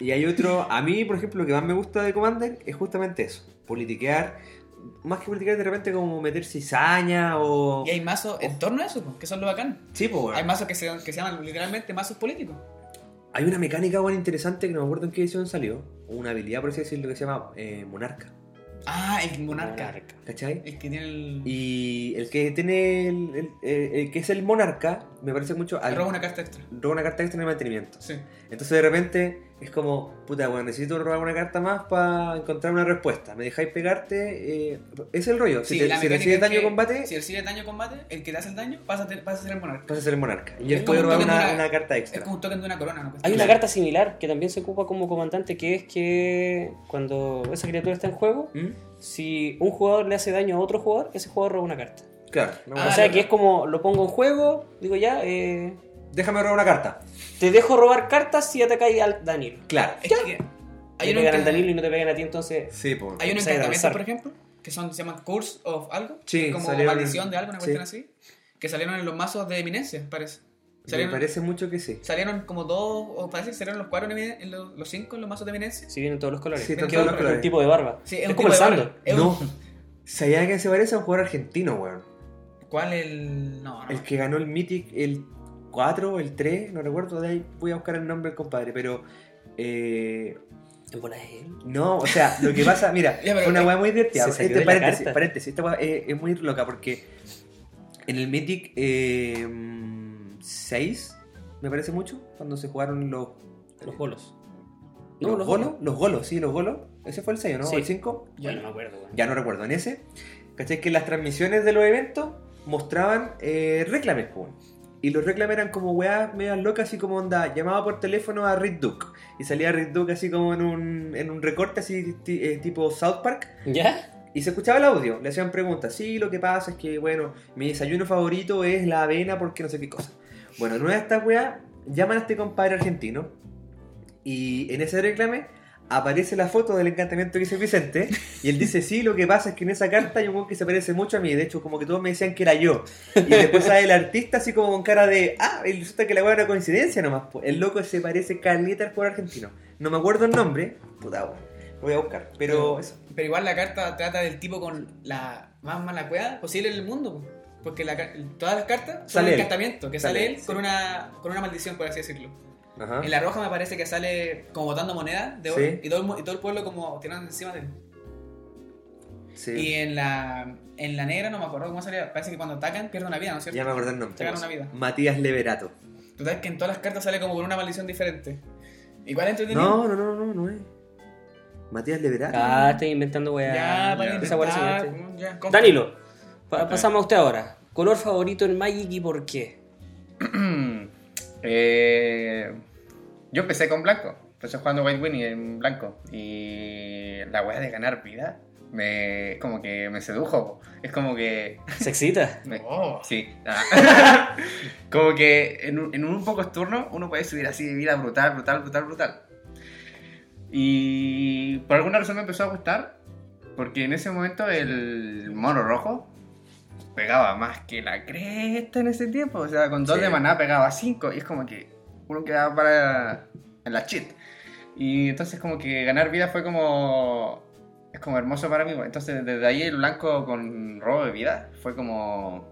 S2: Y hay otro, a mí, por ejemplo, lo que más me gusta de Commander es justamente eso: politiquear. Más que politiquear, de repente, como meter cizaña o.
S3: Y hay mazos en torno a eso, po, que son lo bacán.
S2: Sí, pues, weón.
S3: Hay mazos que se, que se llaman literalmente mazos políticos.
S2: Hay una mecánica buena interesante que no me acuerdo en qué edición salió, o una habilidad, por así decirlo, que se llama eh, Monarca,
S3: Ah, el monarca.
S1: Monarca.
S2: ¿cachai?
S3: El que tiene el.
S2: Y el que tiene el, el- el- el que es el Monarca, me parece mucho al.
S3: Roba una carta extra.
S2: roba una carta extra en el mantenimiento.
S3: Sí.
S2: Entonces de repente es como, puta, bueno, necesito robar una carta más para encontrar una respuesta. ¿Me dejáis pegarte? Eh, es el rollo. Si,
S3: Sí,
S2: te-
S3: la
S2: si
S3: mecánica
S2: recibes
S3: es
S2: daño
S3: que
S2: de combate,
S3: Si recibe daño combate, el que te hace el daño pasa a, tener- pasa a ser el monarca.
S2: vas a ser el monarca. Y
S3: Es
S2: él
S3: como
S2: puede
S3: un
S2: robar
S3: token de
S2: una,
S3: una-
S2: una carta
S3: Es
S2: extra.
S3: como un token de una corona, ¿no?
S1: Hay una
S2: Claro.
S1: carta similar que también se ocupa como comandante, que es que cuando esa criatura está en juego,
S2: ¿Mm?
S1: si un jugador le hace daño a otro jugador, ese jugador roba una carta.
S2: Claro. no,
S3: Ah,
S1: o
S2: bueno,
S1: sea
S3: ya.
S1: que es como lo pongo en juego, digo ya, eh,
S2: Déjame robar una carta.
S1: te dejo robar cartas si atacáis al Danilo.
S2: Claro.
S3: Es que
S1: Te
S3: hay uno
S1: pegan
S3: en
S1: al Danilo
S3: Hay
S1: y no te pegan a ti, entonces.
S2: Sí, pues.
S3: uno en
S1: Sabe
S3: Cartamesa,
S1: danzar.
S3: por ejemplo, que son, se llaman Curse of algo.
S2: Sí,
S3: como
S2: salieron-
S3: maldición de algo, una
S2: sí.
S3: cuestión así. Que salieron en los mazos de eminencia, parece.
S2: Me
S3: Salieron,
S2: parece mucho que sí.
S3: salieron como dos, o parece que salieron los cuatro, en Emine- en los, los cinco en los mazos de eminencia.
S1: Si vienen todos los colores.
S2: Sí,
S1: Que
S2: están
S1: es
S2: todos
S1: un-
S2: los colores.
S1: un tipo de barba.
S3: Sí,
S1: es,
S3: un
S1: como el
S3: tipo de
S1: Sando.
S3: barba. Es
S2: No.
S3: un-
S2: ¿Sabía que se parece a un jugador argentino, weón?
S3: ¿Cuál el.? No, no.
S2: El que ganó el Mythic, el 4 o el 3, no recuerdo, de ahí voy a buscar el nombre del compadre, pero... eh,
S1: En bola es él.
S2: no, o sea, lo que pasa, mira,
S3: Ya, pero
S2: fue una
S3: es-
S2: weá muy divertida.
S1: eh, se
S2: Este,
S1: salió de la
S2: paréntesis,
S1: carta.
S2: paréntesis, esta weá es, es muy loca porque en el Mythic eh, 6, me parece mucho, cuando se jugaron los...
S1: Los bolos.
S2: los
S1: No,
S2: golos, los golos, sí, los golos. Ese fue el 6, ¿no?
S1: Sí.
S2: El 5.
S1: Ya no me acuerdo, weón.
S2: ya no recuerdo, en ese, ¿cachai? Que las transmisiones de los eventos mostraban eh, reclames, po, weón. Y los reclames eran como weas medias locas, así como onda, llamaba por teléfono a Rick Duke. Y salía Rick Duke así como en un, en un recorte así ti- eh, tipo South Park.
S1: ¿Ya?
S2: Y se escuchaba el audio, le hacían preguntas. Sí, lo que pasa es que, bueno, mi desayuno favorito es la avena porque no sé qué cosa. Bueno, en una de estas weas, llaman a este compadre argentino. Y en ese reclame aparece la foto del encantamiento que hizo Vicente. Y él dice, sí, lo que pasa es que en esa carta hay un weón que se parece mucho a mí. De hecho, como que todos me decían que era yo. Y después sale el artista así como con cara de, ah, y resulta que la wea era una coincidencia nomás. po. El loco se parece caleta al jugador argentino. No me acuerdo el nombre. Puta, weón. Lo voy a buscar. Pero eso.
S3: Pero igual la carta trata del tipo con la más mala cueva posible en el mundo. po. Porque la ca- todas las cartas son
S2: Sale
S3: un
S2: él.
S3: encantamiento, que sale,
S2: Sale
S3: él
S2: él, sí.
S3: con, una, con una maldición, por así decirlo.
S2: Ajá.
S3: En la roja me parece que sale como botando monedas de oro
S2: Sí.
S3: y, todo el, mu- y todo el pueblo como tirando encima de él.
S2: Sí.
S3: Y en la, en la negra no me acuerdo cómo salía. Parece que cuando atacan pierden una vida, ¿no es cierto?
S2: Ya me acordé el nombre.
S3: Te gana una vida.
S2: Matías Leverato.
S3: Total que en todas las cartas sale como con una maldición diferente. Igual entretenido.
S2: No, no, no, no, no es. Matías Leverato.
S1: Ah, estoy inventando, weón.
S3: Ya, para
S1: Esa weá la
S3: intentar,
S1: señalaste.
S3: ya, compra.
S1: Danilo, pa- pasamos a usted ahora. ¿Color favorito en Magic y por qué?
S4: Eh, yo empecé con blanco. Empecé jugando White Winnie en blanco. Y la weá de ganar vida. me, como que me sedujo. po. Es como que
S1: Se excita.
S4: me-
S3: Oh.
S4: Sí. Ah. Como que en, un- en un pocos turnos uno puede subir así de vida brutal, brutal, brutal, brutal. Y por alguna razón me empezó a gustar, porque en ese momento el mono rojo pegaba más que la cresta en ese tiempo. O sea, con dos
S2: Sí.
S4: de maná pegaba cinco, y es como que uno quedaba para en la shit. Y entonces como que ganar vida fue como... Es como hermoso para mí. Entonces desde ahí el blanco con robo de vida fue como...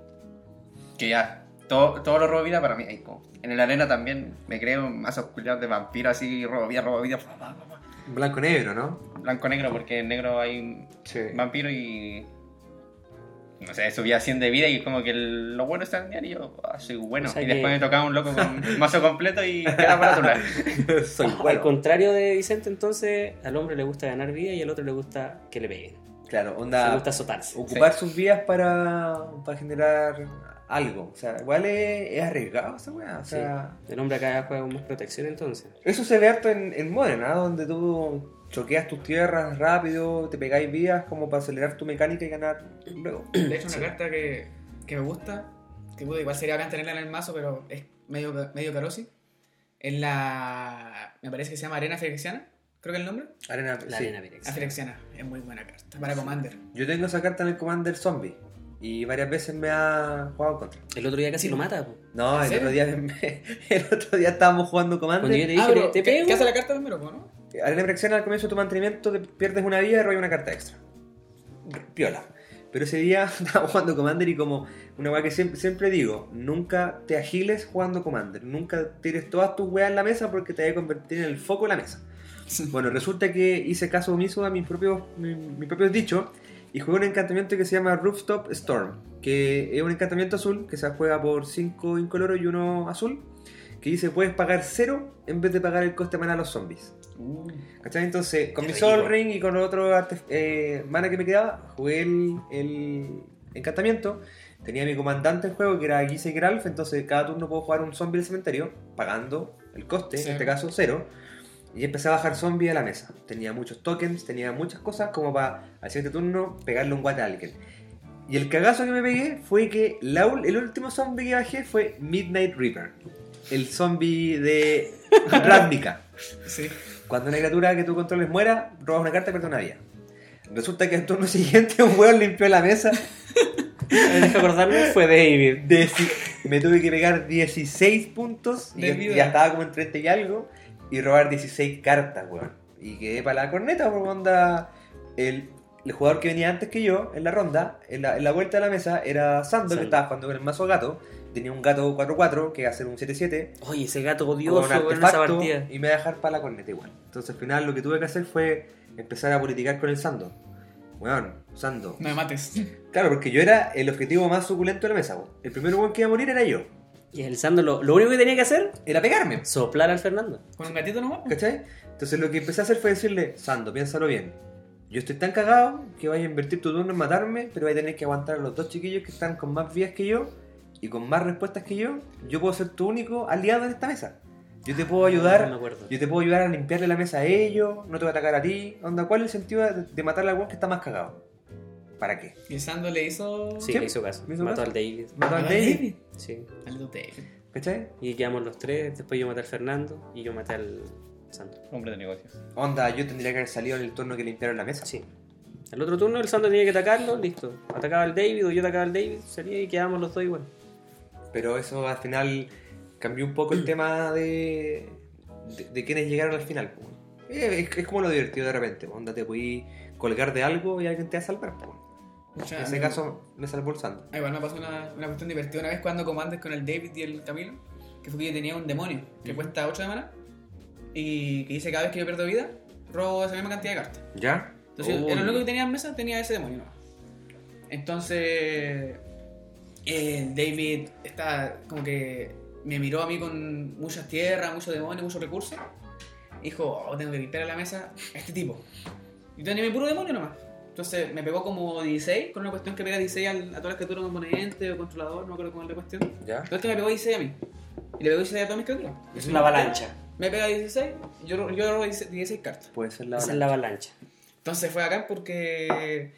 S4: Que ya, todo, todo lo robo de vida para mí. ay, como- En la arena también me creo más oscuridad de vampiro así, robo de vida, robo de vida. pa, pa, pa, pa.
S2: Blanco-negro, ¿no?
S4: Blanco-negro, porque en negro hay un
S2: Sí.
S4: vampiro y... No sé, subía a 100 de vida y como que el- lo bueno está en el y yo ah, soy bueno.
S1: O sea
S4: y
S1: que-
S4: después me tocaba un loco con un mazo completo y queda para tu lado.
S2: Soy
S1: Al
S2: bueno.
S1: contrario de Vicente, entonces, al hombre le gusta ganar vida y al otro le gusta que le peguen.
S2: Claro,
S3: Ah.
S1: Le
S2: onda.
S1: gusta
S3: Uh.
S1: azotarse.
S2: Ocupar sus vías para, para generar algo. O sea, igual es, es arriesgado esa weá. O
S1: Sí.
S2: sea,
S1: El hombre acá juega con más protección entonces.
S2: eso se ve harto en, en Modern, ¿ah? Donde tú choqueas tus tierras rápido, te pegáis vías como para acelerar tu mecánica y ganar luego.
S3: De hecho, una carta que, que me gusta, que puta, igual sería bacán tenerla en el mazo, pero es medio, medio carosi. Es la. Me parece que se llama Arena Firexiana, creo que es el nombre.
S2: Arena,
S1: La
S2: sí.
S1: arena pirex.
S3: Afirexiana, es muy buena carta. Para Commander.
S2: Yo tengo esa carta en el Commander Zombie y varias veces me ha jugado contra.
S1: El otro día casi lo mata. po.
S2: No,
S3: ¿En
S2: el
S3: serio?
S2: otro, día, el otro día estábamos jugando
S1: Cuando yo
S2: Commander.
S1: te dije,
S3: Ah, pero
S1: te
S3: ¿qué-
S1: pego.
S3: ¿Qué hace la carta primero, po, no?
S2: Arena Fracción al comienzo de tu mantenimiento te pierdes una vida y robas una carta extra. Piola. Pero ese día estaba jugando Commander y como una weá que siempre, siempre digo, nunca te agiles jugando Commander, nunca tires todas tus weas en la mesa porque te vas a convertir en el foco de la mesa. Bueno, resulta que hice caso omiso a mis propios, mi- mis propios dichos y jugué un encantamiento que se llama Rooftop Storm, que es un encantamiento azul que se juega por 5 incoloro y uno azul, que dice puedes pagar 0 en vez de pagar el coste de maná a los zombies.
S4: Uh,
S2: ¿Cachai? Entonces, con
S1: Qué
S2: mi
S1: rico.
S2: Soul Ring y con los otros arte- eh, mana que me quedaba, jugué el, el encantamiento. Tenía mi comandante en juego, que era Gise Gralf, entonces cada turno puedo jugar un zombie del cementerio, pagando el coste,
S3: Sí.
S2: en este caso cero. Y empecé a bajar zombies a la mesa. Tenía muchos tokens, tenía muchas cosas como para al siguiente turno pegarle un guate a alguien. Y el cagazo que me pegué fue que la ul- el último zombie que bajé fue Midnight Reaper. El zombie de Ravnica.
S3: Sí.
S2: Cuando una criatura que tú controles muera, robas una carta y pierdes una vida. Resulta que al turno siguiente un hueón limpió la mesa.
S1: Me deja acordarme, fue David.
S2: deci- me tuve que pegar 16 puntos y
S3: De
S2: yo-
S3: vida.
S2: ya estaba como en 30 y algo. Y robar 16 cartas, weón. Y quedé para la corneta, porque onda. El, el jugador que venía antes que yo en la ronda, en la, en la vuelta de la mesa, era Sando,
S1: Sando.
S2: que estaba jugando con el mazo gato. Tenía un gato 4-4 que iba a ser un 7-7
S1: Oye, ese gato
S2: con
S1: odioso
S2: un
S1: weón, en esa
S2: artefacto,
S1: partida.
S2: y me va a dejar para la corneta igual. Entonces al final lo que tuve que hacer fue empezar a politicar con el Sando. Weón, Sando.
S3: No me mates.
S2: Claro, porque yo era el objetivo más suculento de la mesa. po. El primero weón que iba a morir era yo.
S1: Y el Sando lo, lo único que tenía que hacer,
S2: Era pegarme.
S1: soplar al Fernando.
S3: Con un gatito nomás. po.
S2: ¿Cachai? Entonces lo que empecé a hacer fue decirle, Sando, piénsalo bien. Yo estoy tan cagado que vais a invertir tu turno en matarme, pero vais a tener que aguantar a los dos chiquillos que están con más vías que yo y con más respuestas que yo. Yo puedo ser tu único aliado en esta mesa. Yo te puedo ayudar
S1: No me acuerdo.
S2: Yo te puedo ayudar a limpiarle la mesa a ellos, no te voy a atacar a ti. Onda, ¿cuál es el sentido de, de matar al weón que está más cagado? ¿Para qué?
S3: Y el Sando le hizo.
S1: Sí,
S2: ¿Sí?
S1: le hizo caso.
S2: ¿Me hizo
S1: Mató
S2: caso?
S1: al David.
S2: Matar al David,
S1: Sí.
S3: Al David.
S2: ¿cachai?
S1: Y quedamos los tres. Después yo maté al Fernando y yo maté al Sando.
S4: Hombre de negocios.
S2: Onda, yo tendría que haber salido en el turno que limpiaron la mesa.
S1: Sí. Al otro turno el Sando tenía que atacarlo, listo. Atacaba al David o yo atacaba al David, salía y quedábamos los dos igual.
S2: Pero eso al final cambió un poco el tema de, de, de quienes llegaron al final. po. Eh, Es, es como lo divertido de repente. Onda, te podí colgar de algo y alguien te va a salvar. po.
S3: Pucha,
S2: En ese caso, me salvó el Sando.
S3: Ah, igual me pasó una, una cuestión divertida una vez cuando comandes con el David y el Camilo, que fue que yo tenía un demonio que cuesta 8 de mana y que dice cada vez que yo pierdo vida, robo esa misma cantidad de cartas.
S2: ¿Ya?
S3: Entonces,
S2: Uy.
S3: era lo único que tenía en mesa, tenía ese demonio nomás. Entonces, el David está como que me miró a mí con muchas tierras, muchos demonios, muchos recursos. Y dijo, "Oh, tengo que limpiar a la mesa a este tipo. Y tenía mi puro demonio nomás. Entonces me pegó como 16, con una cuestión que pega 16 al- a todas las criaturas componentes o controlador, no me acuerdo cómo es la cuestión.
S2: ¿Ya?
S3: Entonces me pegó 16 a mí. Y le pegó 16 a todas mis criaturas.
S1: Es una avalancha.
S3: Me pega 16, yo, yo robo 16 cartas.
S2: Puede ser la
S1: Esa es la avalancha.
S3: Entonces fue acá porque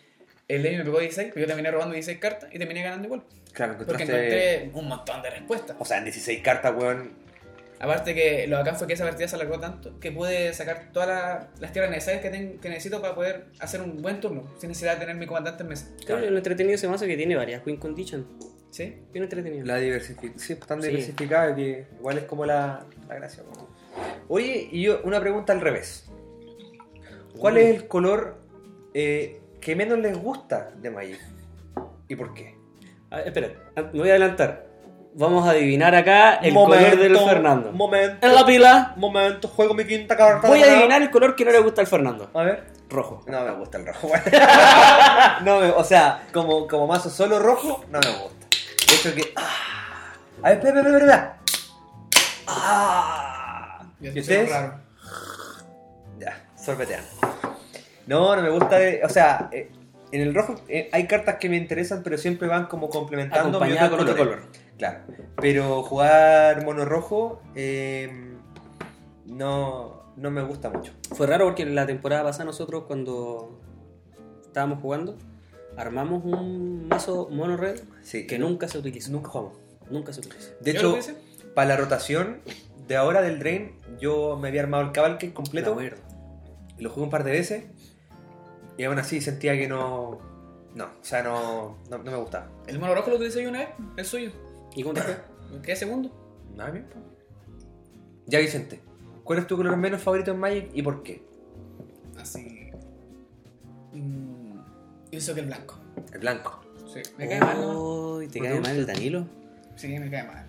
S3: el Demi me pegó 16, pero yo terminé robando 16 cartas y terminé ganando igual.
S2: Claro,
S3: Porque
S2: encontraste.
S3: encontré un montón de respuestas.
S2: O sea, en 16 cartas, weón.
S3: Aparte que lo acá fue que esa partida se alargó tanto que pude sacar todas la- las tierras necesarias que, ten- que necesito para poder hacer un buen turno, sin necesidad de tener mi comandante en mesa.
S1: Claro, lo entretenido ese mazo que tiene varias Queen Condition.
S3: ¿Sí?
S1: Bien entretenido.
S2: La diversificación. Sí, pues, tan
S1: Sí.
S2: diversificada que igual es como la, la gracia, weón. Oye, y yo, una pregunta al revés. ¿Cuál es el color eh, que menos les gusta de Magic? ¿Y por qué?
S1: A ver, Ah, espera, an- me voy a adelantar. Vamos a adivinar acá el color del Fernando.
S2: Momento.
S1: En la pila,
S2: Momento, juego mi quinta carta.
S1: voy a adivinar el color que no le gusta al Fernando.
S2: A ver.
S1: Rojo.
S2: No me gusta el rojo. weón. no me, o sea, como, como mazo solo rojo, no me gusta. De hecho que. ah. A ver, espera, espera, espera, espera. Ah. ¿Y ustedes? Ya, sorbetean. No, no me gusta. eh, o sea, eh, en el rojo eh, hay cartas que me interesan, pero siempre van como complementando mi
S1: Acompañada con otro
S2: colores.
S1: color.
S2: Claro. Pero jugar mono rojo eh, no, no me gusta mucho.
S1: Fue raro porque la temporada pasada nosotros cuando estábamos jugando, armamos un mazo mono red
S2: Sí.
S1: que nunca se utilizó.
S2: nunca jugamos.
S1: Nunca se utilizó.
S2: De
S3: ¿Yo
S2: hecho,
S3: lo hice?
S2: para la rotación de ahora del Drain, yo me había armado el Cavalcade completo.
S1: Me acuerdo.
S2: y lo jugué un par de veces. Y aún así sentía que no. No, o sea, no, no, no me gustaba.
S3: El mono rojo lo utilicé yo una vez, el suyo.
S1: ¿Y cómo te fue?
S3: Me quedé segundo.
S2: Nada bien, po. Ya, Vicente, ¿cuál es tu color menos favorito en Magic y por qué?
S3: Así. Mm, pienso que el blanco.
S2: El blanco.
S3: Sí. Me
S2: Oh.
S3: cae mal, ¿no?
S1: Uy, ¿Te
S2: ¿Por
S1: cae
S2: qué?
S1: mal el Danilo?
S3: Sí, me cae mal.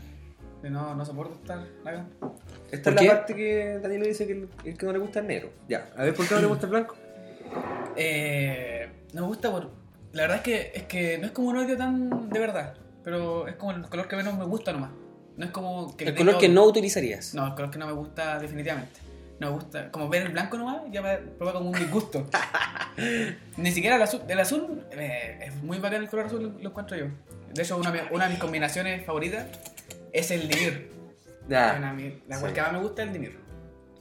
S3: No, no soporto estar acá.
S2: Esta es
S1: ¿Por
S2: la
S1: qué?
S2: parte que Danilo dice que el, el que no le gusta es negro. Ya, a ver, ¿por qué no le gusta el blanco?
S3: Eh, no me gusta por... La verdad es que, es que no es como un odio tan de verdad, pero es como el color que menos me gusta nomás. No es como que... le
S1: El
S3: tenga
S1: color que
S3: odio.
S1: no utilizarías.
S3: No, el color que no me gusta definitivamente. No me gusta... Como ver el blanco nomás ya me provoca como un disgusto. Ni siquiera el azul. El azul eh, es muy bacán el color azul, lo encuentro yo. De hecho, una, de mi- una de mis combinaciones favoritas es el Dimir. Una
S2: Ya.
S3: de mi- la
S2: sí.
S3: cual que más me gusta es el Dimir.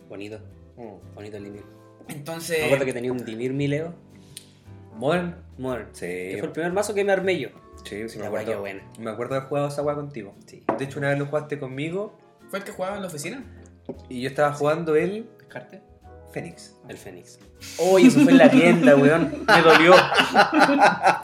S1: Bonito, Mm, bonito el Dimir.
S3: Eh, Entonces...
S1: Me acuerdo que tenía un Dimir Mileo
S2: Modern.
S1: Modern.
S2: Sí.
S1: Que fue el primer mazo que me armé yo.
S2: Sí, sí, me
S1: La
S2: acuerdo.
S1: guaya buena.
S2: Me acuerdo de haber jugado esa weá contigo.
S1: Sí.
S2: De hecho, una vez lo jugaste conmigo
S3: ¿Fue el que jugaba en la oficina?
S2: y yo estaba jugando el
S3: Descarte.
S2: Fénix.
S1: El Fénix. Oye, eso fue en la tienda, weón. Me dolió.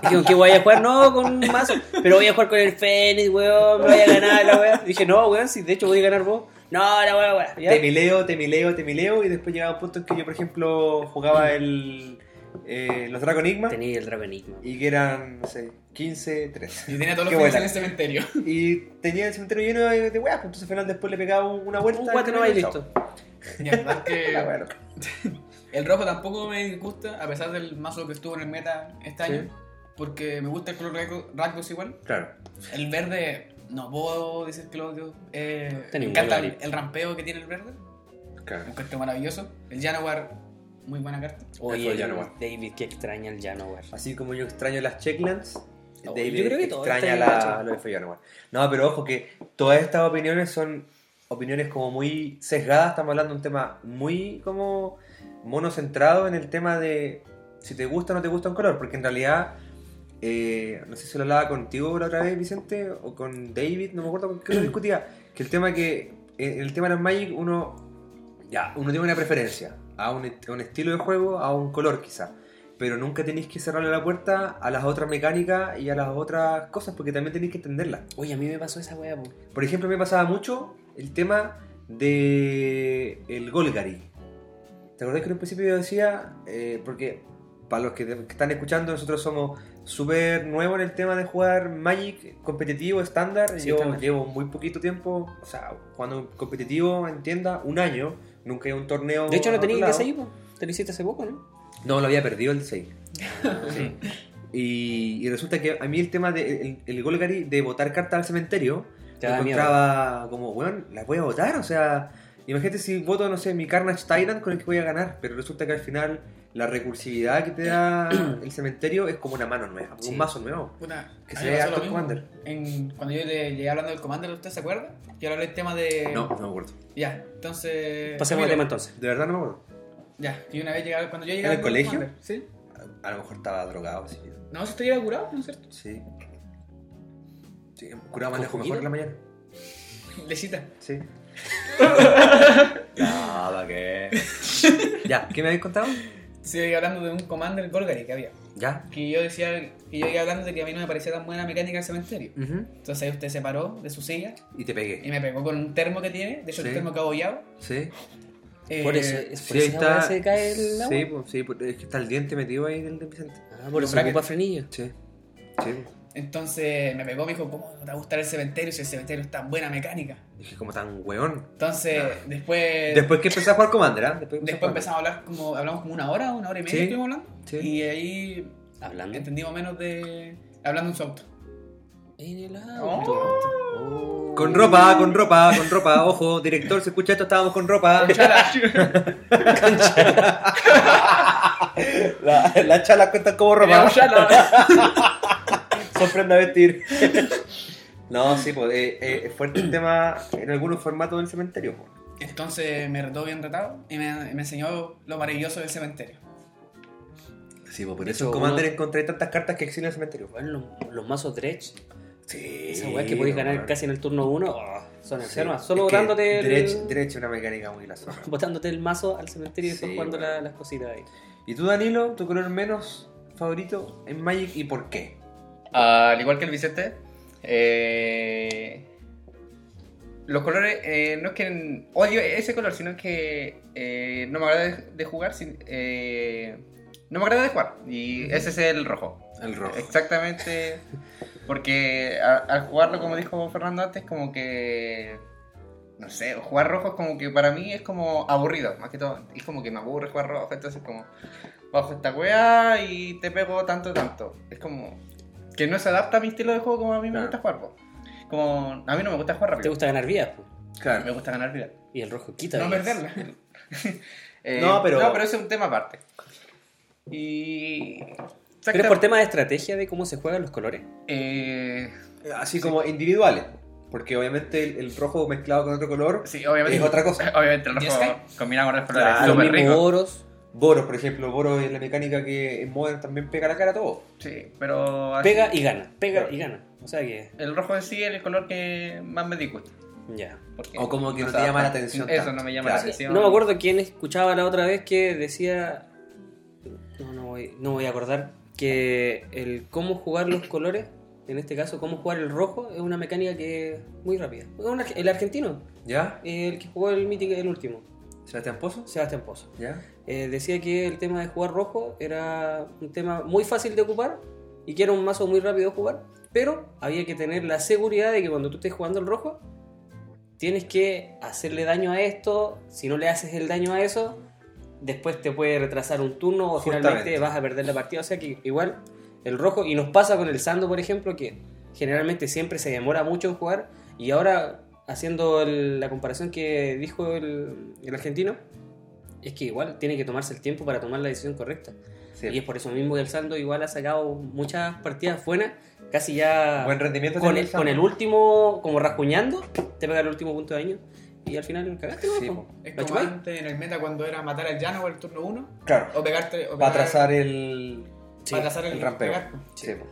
S1: Dije, ¿qué voy a jugar? No, con un mazo. Pero voy a jugar con el Fénix, weón. Me voy a ganar la weón. Dije, no, weón, si de hecho voy a ganar vos. No, la weón, weón.
S2: Te
S1: ¿Ya?
S2: mileo, te mileo, te mileo y después llegaba un punto en que yo, por ejemplo, jugaba el, eh, los Dragon Enigma
S1: Tenía el Dragonigma.
S2: y que eran, no sé, 15, 13.
S3: Yo tenía todos
S2: Qué
S3: los fines
S2: buena.
S3: en el cementerio.
S2: Y tenía el cementerio lleno de, de weas, pues, entonces al final después le pegaba un- una vuelta.
S1: Un cuatro no va y listo.
S3: Y además que
S2: La wea loca.
S3: el rojo tampoco me disgusta, a pesar del mazo que estuvo en el meta este
S1: Sí.
S3: año, porque me gusta el color Rakdos Rakdos igual.
S2: Claro.
S3: El verde, no puedo decir que lo odio. Eh,
S2: Este
S3: me
S1: Tenía un
S3: encanta
S1: Golgari.
S3: el, el rampeo que tiene el verde,
S2: claro.
S3: un cartel maravilloso. El Janowar, muy buena carta.
S1: Oye,
S2: Fue el
S1: el
S2: Janowar.
S1: David, qué extraña el Janowar.
S2: Así como yo extraño las Checklands,
S1: Oh,
S2: David
S1: yo creo que todos
S2: extraña
S1: extrañan las
S2: la,
S1: Checklands.
S2: lo de Feyenoord, weón. No, pero ojo que todas estas opiniones son opiniones como muy sesgadas. Estamos hablando de un tema muy como monocentrado en el tema de si te gusta o no te gusta un color, porque en realidad. eh, no sé si lo hablaba contigo la otra vez, Vicente, o con David, no me acuerdo con qué lo discutía. Que el tema que. eh, En el tema de los Magic, uno. Ya, uno tiene una preferencia a un, a un estilo de juego, a un color quizá. Pero nunca tenéis que cerrarle la puerta a las otras mecánicas y a las otras cosas, porque también tenéis que entenderlas.
S1: Oye, a mí me pasó esa weá, po.
S2: Por ejemplo, me pasaba mucho el tema de el Golgari. ¿Te acordás que en un principio yo decía? eh, porque para los que, que están escuchando, nosotros somos súper nuevos en el tema de jugar Magic competitivo, estándar.
S1: Sí,
S2: yo
S1: estándar.
S2: llevo muy poquito tiempo, o sea, jugando competitivo, entienda, un año. Nunca he ido a un torneo.
S1: De hecho, no
S2: a otro
S1: tenía que
S2: lado.
S1: seguir, po. Te lo hiciste hace poco, ¿no?
S2: No, lo había perdido el 6. Y, y resulta que a mí el tema de el, el Golgari de votar cartas al cementerio
S1: Te
S2: lo
S1: da miedo.
S2: encontraba como, weón, las voy a votar, o sea, imagínate si voto, no sé, mi Carnage Tyrant con el que voy a ganar, pero resulta que al final la recursividad que te da el cementerio es como una mano nueva, como
S1: Sí.
S2: un mazo nuevo.
S3: Puta,
S2: Que
S3: a
S2: se
S3: mí me
S2: vea
S3: pasó
S2: harto
S3: lo mismo.
S2: Commander.
S3: En- cuando yo le llegué hablando del Commander, ¿usted se acuerda? Yo le hablé el tema de.
S2: No, no me acuerdo.
S3: Ya, entonces.
S1: Pasemos al tema
S3: Camilo,
S1: entonces.
S2: De verdad no me acuerdo.
S3: Ya, que una vez llegaba, cuando yo
S2: ¿En
S3: llegaba...
S2: el
S3: al World
S2: colegio?
S3: Commander, Sí.
S2: A- A lo mejor estaba drogado, sí.
S3: No, si estuviera curado, ¿no es cierto?
S2: Sí. Sí, curaba
S1: ¿Con
S2: manejo mejor
S1: juguito?
S2: en la mañana.
S3: Lecita.
S2: Sí. Nada, que. Ya, ¿qué me habéis contado?
S3: Sí, hablando de un Commander Golgari que había.
S2: Ya.
S3: Que yo decía, que yo iba hablando de que a mí no me parecía tan buena la mecánica del cementerio.
S2: Ujú.
S3: Entonces ahí usted se paró de su silla
S2: Y te
S3: y
S2: pegué.
S3: me pegó con un termo que tiene, de hecho
S2: Sí.
S3: el termo que ha abollado.
S2: Sí.
S3: Eh,
S1: Por eso, es por
S2: Sí, ahí
S1: esa weá
S2: está.
S1: se cae el agua.
S2: Sí, pues, sí, pues, es que está el diente metido ahí del de Vicente.
S1: Ah, por
S3: Los
S1: eso ocupa
S3: brackets.
S1: frenillo.
S2: Sí. Sí. pues.
S3: Entonces me pegó, me dijo, ¿cómo no te va a gustar el cementerio si el cementerio es tan buena mecánica?
S2: Dije, como tan weón.
S3: Entonces
S1: Eh,
S3: después, después,
S2: Después que empecé a jugar Commander, ¿ah? Después, empecé a
S3: empezamos a hablar como, hablamos como una hora, una hora y media
S2: Sí.
S3: estuvimos hablando.
S2: Sí.
S3: Y ahí
S1: Hablando.
S3: entendimos menos de... Hablando en su auto.
S1: En el auto.
S3: Oh.
S1: Oh.
S2: Con ropa, con ropa, con ropa, ojo, director, se escucha esto, estábamos con ropa. La, la chala cuenta como ropa.
S3: Teníamos ya la-
S2: Sorprenda vestir. No, sí, pues eh, eh, es fuerte el tema en algunos formatos del cementerio. pues.
S3: Entonces me retó bien retado y me, me enseñó lo maravilloso del cementerio.
S2: Sí, pues por
S1: De
S2: eso en
S1: hecho,
S2: Commander
S1: uno-
S2: encontré tantas cartas que exilian el cementerio.
S1: Bueno, los, los mazos Dredge,
S2: Sí.
S1: esa weá que podéis ganar casi en el turno 1, son enfermas. Solo botándote
S2: botándote
S1: el,
S2: Derecho es una mecánica muy la zorra.
S1: botándote el mazo al cementerio y después
S2: Sí,
S1: jugando
S2: weón.
S1: la- las cositas ahí.
S2: ¿Y tú, Danilo, tu color menos favorito en Magic y por qué?
S4: Ah, Al igual que el Vicente, eh, los colores, eh, no es que en- odio ese color, sino que eh, no me agrada de, de jugar, sin- eh, no me agrada de jugar, y ese es el rojo.
S2: El
S4: Exactamente, porque a- al jugarlo, como dijo Fernando antes, como que, no sé, jugar rojo es como que para mí es como aburrido, más que todo, es como que me aburre jugar rojo, entonces como, bajo esta wea y te pego tanto, tanto, es como, que no se adapta a mi estilo de juego como a mí me
S2: Claro.
S4: gusta jugar, po. como, a mí no me gusta jugar
S1: Ah. ¿Te
S4: rápido,
S1: gusta ganar vidas? po?
S4: me
S2: Claro.
S4: gusta ganar vida.
S1: Y el rojo quita.
S3: No
S1: vidas.
S3: perderla.
S4: Eh,
S2: No, pero-
S4: No, pero ese es un tema aparte. Y...
S1: Pero es por tema de estrategia de cómo se juegan los colores.
S4: Eh,
S2: Así como individuales. Porque obviamente el, el rojo mezclado con otro color.
S4: Sí, obviamente.
S2: Es otra cosa.
S4: Obviamente, el
S3: ¿Y
S4: rojo combina con los colores.
S2: Claro,
S1: Los
S4: Ah, súper
S1: mismos
S4: rico.
S1: oros.
S2: Boros, por ejemplo. Boros es la mecánica que en Modern también pega la cara a todo.
S4: Sí, pero. así-
S1: Pega y gana, pega
S2: Claro.
S1: y gana. O sea que,
S4: El rojo en sí es el color que más me disgusta.
S1: ya.
S4: porque
S2: O como que no
S4: se
S2: te llama
S4: adapta.
S2: la atención
S4: Eso
S2: tanto.
S4: no me llama
S2: Claro.
S4: la atención.
S1: No me acuerdo quién escuchaba la otra vez que decía. No, no voy, no voy a acordar. Que el cómo jugar los colores, en este caso, cómo jugar el rojo, es una mecánica que es muy rápida. Es un arge- el argentino,
S2: ¿Ya?
S1: el que jugó el meeting, el último,
S2: ¿Sebastián Pozo?
S1: Sebastián Pozo.
S2: ¿Ya?
S1: eh, decía que el tema de jugar rojo era un tema muy fácil de ocupar y que era un mazo muy rápido de jugar, pero había que tener la seguridad de que cuando tú estés jugando el rojo, tienes que hacerle daño a esto, si no le haces el daño a eso, después te puede retrasar un turno o finalmente
S2: Justamente.
S1: vas a perder la partida, o sea que igual el rojo, y nos pasa con el Sando, por ejemplo, que generalmente siempre se demora mucho en jugar, y ahora haciendo el- la comparación que dijo el, el argentino, es que igual tiene que tomarse el tiempo para tomar la decisión correcta.
S2: Sí.
S1: Y es por eso mismo que el Sando igual ha sacado muchas partidas buenas, casi ya
S2: Buen rendimiento.
S1: con,
S2: tiene
S1: el, con el
S2: Sandro.
S1: último, como rascuñando, te pega el último punto de daño y al final cagaste. ¿no?
S2: Sí,
S1: Po.
S2: po.
S3: Es
S1: ¿La
S3: como
S1: chupai?
S3: antes en el meta cuando era matar al llano el turno 1
S2: Claro.
S3: o pegarte. O
S2: Para
S3: pegar-
S2: atrasar el.
S1: Sí,
S3: para atrasar el,
S2: el rampeo.
S3: pegar, po.
S2: Sí, po.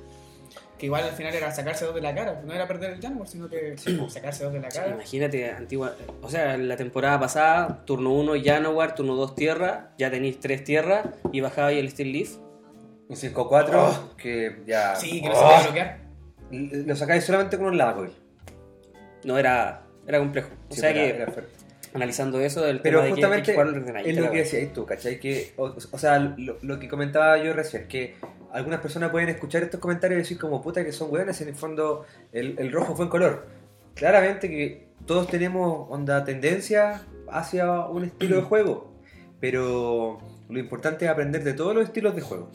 S3: Que igual al final era sacarse dos de la cara. No era perder el llano, sino que sacarse dos de la cara.
S1: Imagínate, antigua, o sea, la temporada pasada, turno 1 Janowar, turno 2 Tierra, ya tenéis 3 Tierras y bajabais el Steel Leaf.
S2: Un 5-4
S4: Oh.
S2: que ya.
S3: Sí, que no se
S2: Oh.
S3: puede bloquear.
S2: Lo sacáis solamente con un lavacoil.
S1: No era, era complejo. O
S2: Sí,
S1: sea
S2: era-
S1: que,
S2: era fuerte.
S1: analizando eso, el
S2: Pero
S1: tema de que
S2: justamente
S1: hay que jugarlo ordenadito,
S2: es lo
S1: la
S2: que
S1: wea.
S2: decías tú, ¿cachai? Que, o, o sea, lo, lo que comentaba yo recién, que algunas personas pueden escuchar estos comentarios y decir como puta que son hueones, en el fondo el, el rojo fue en color. Claramente que todos tenemos onda tendencia hacia un estilo de juego, pero lo importante es aprender de todos los estilos de juego.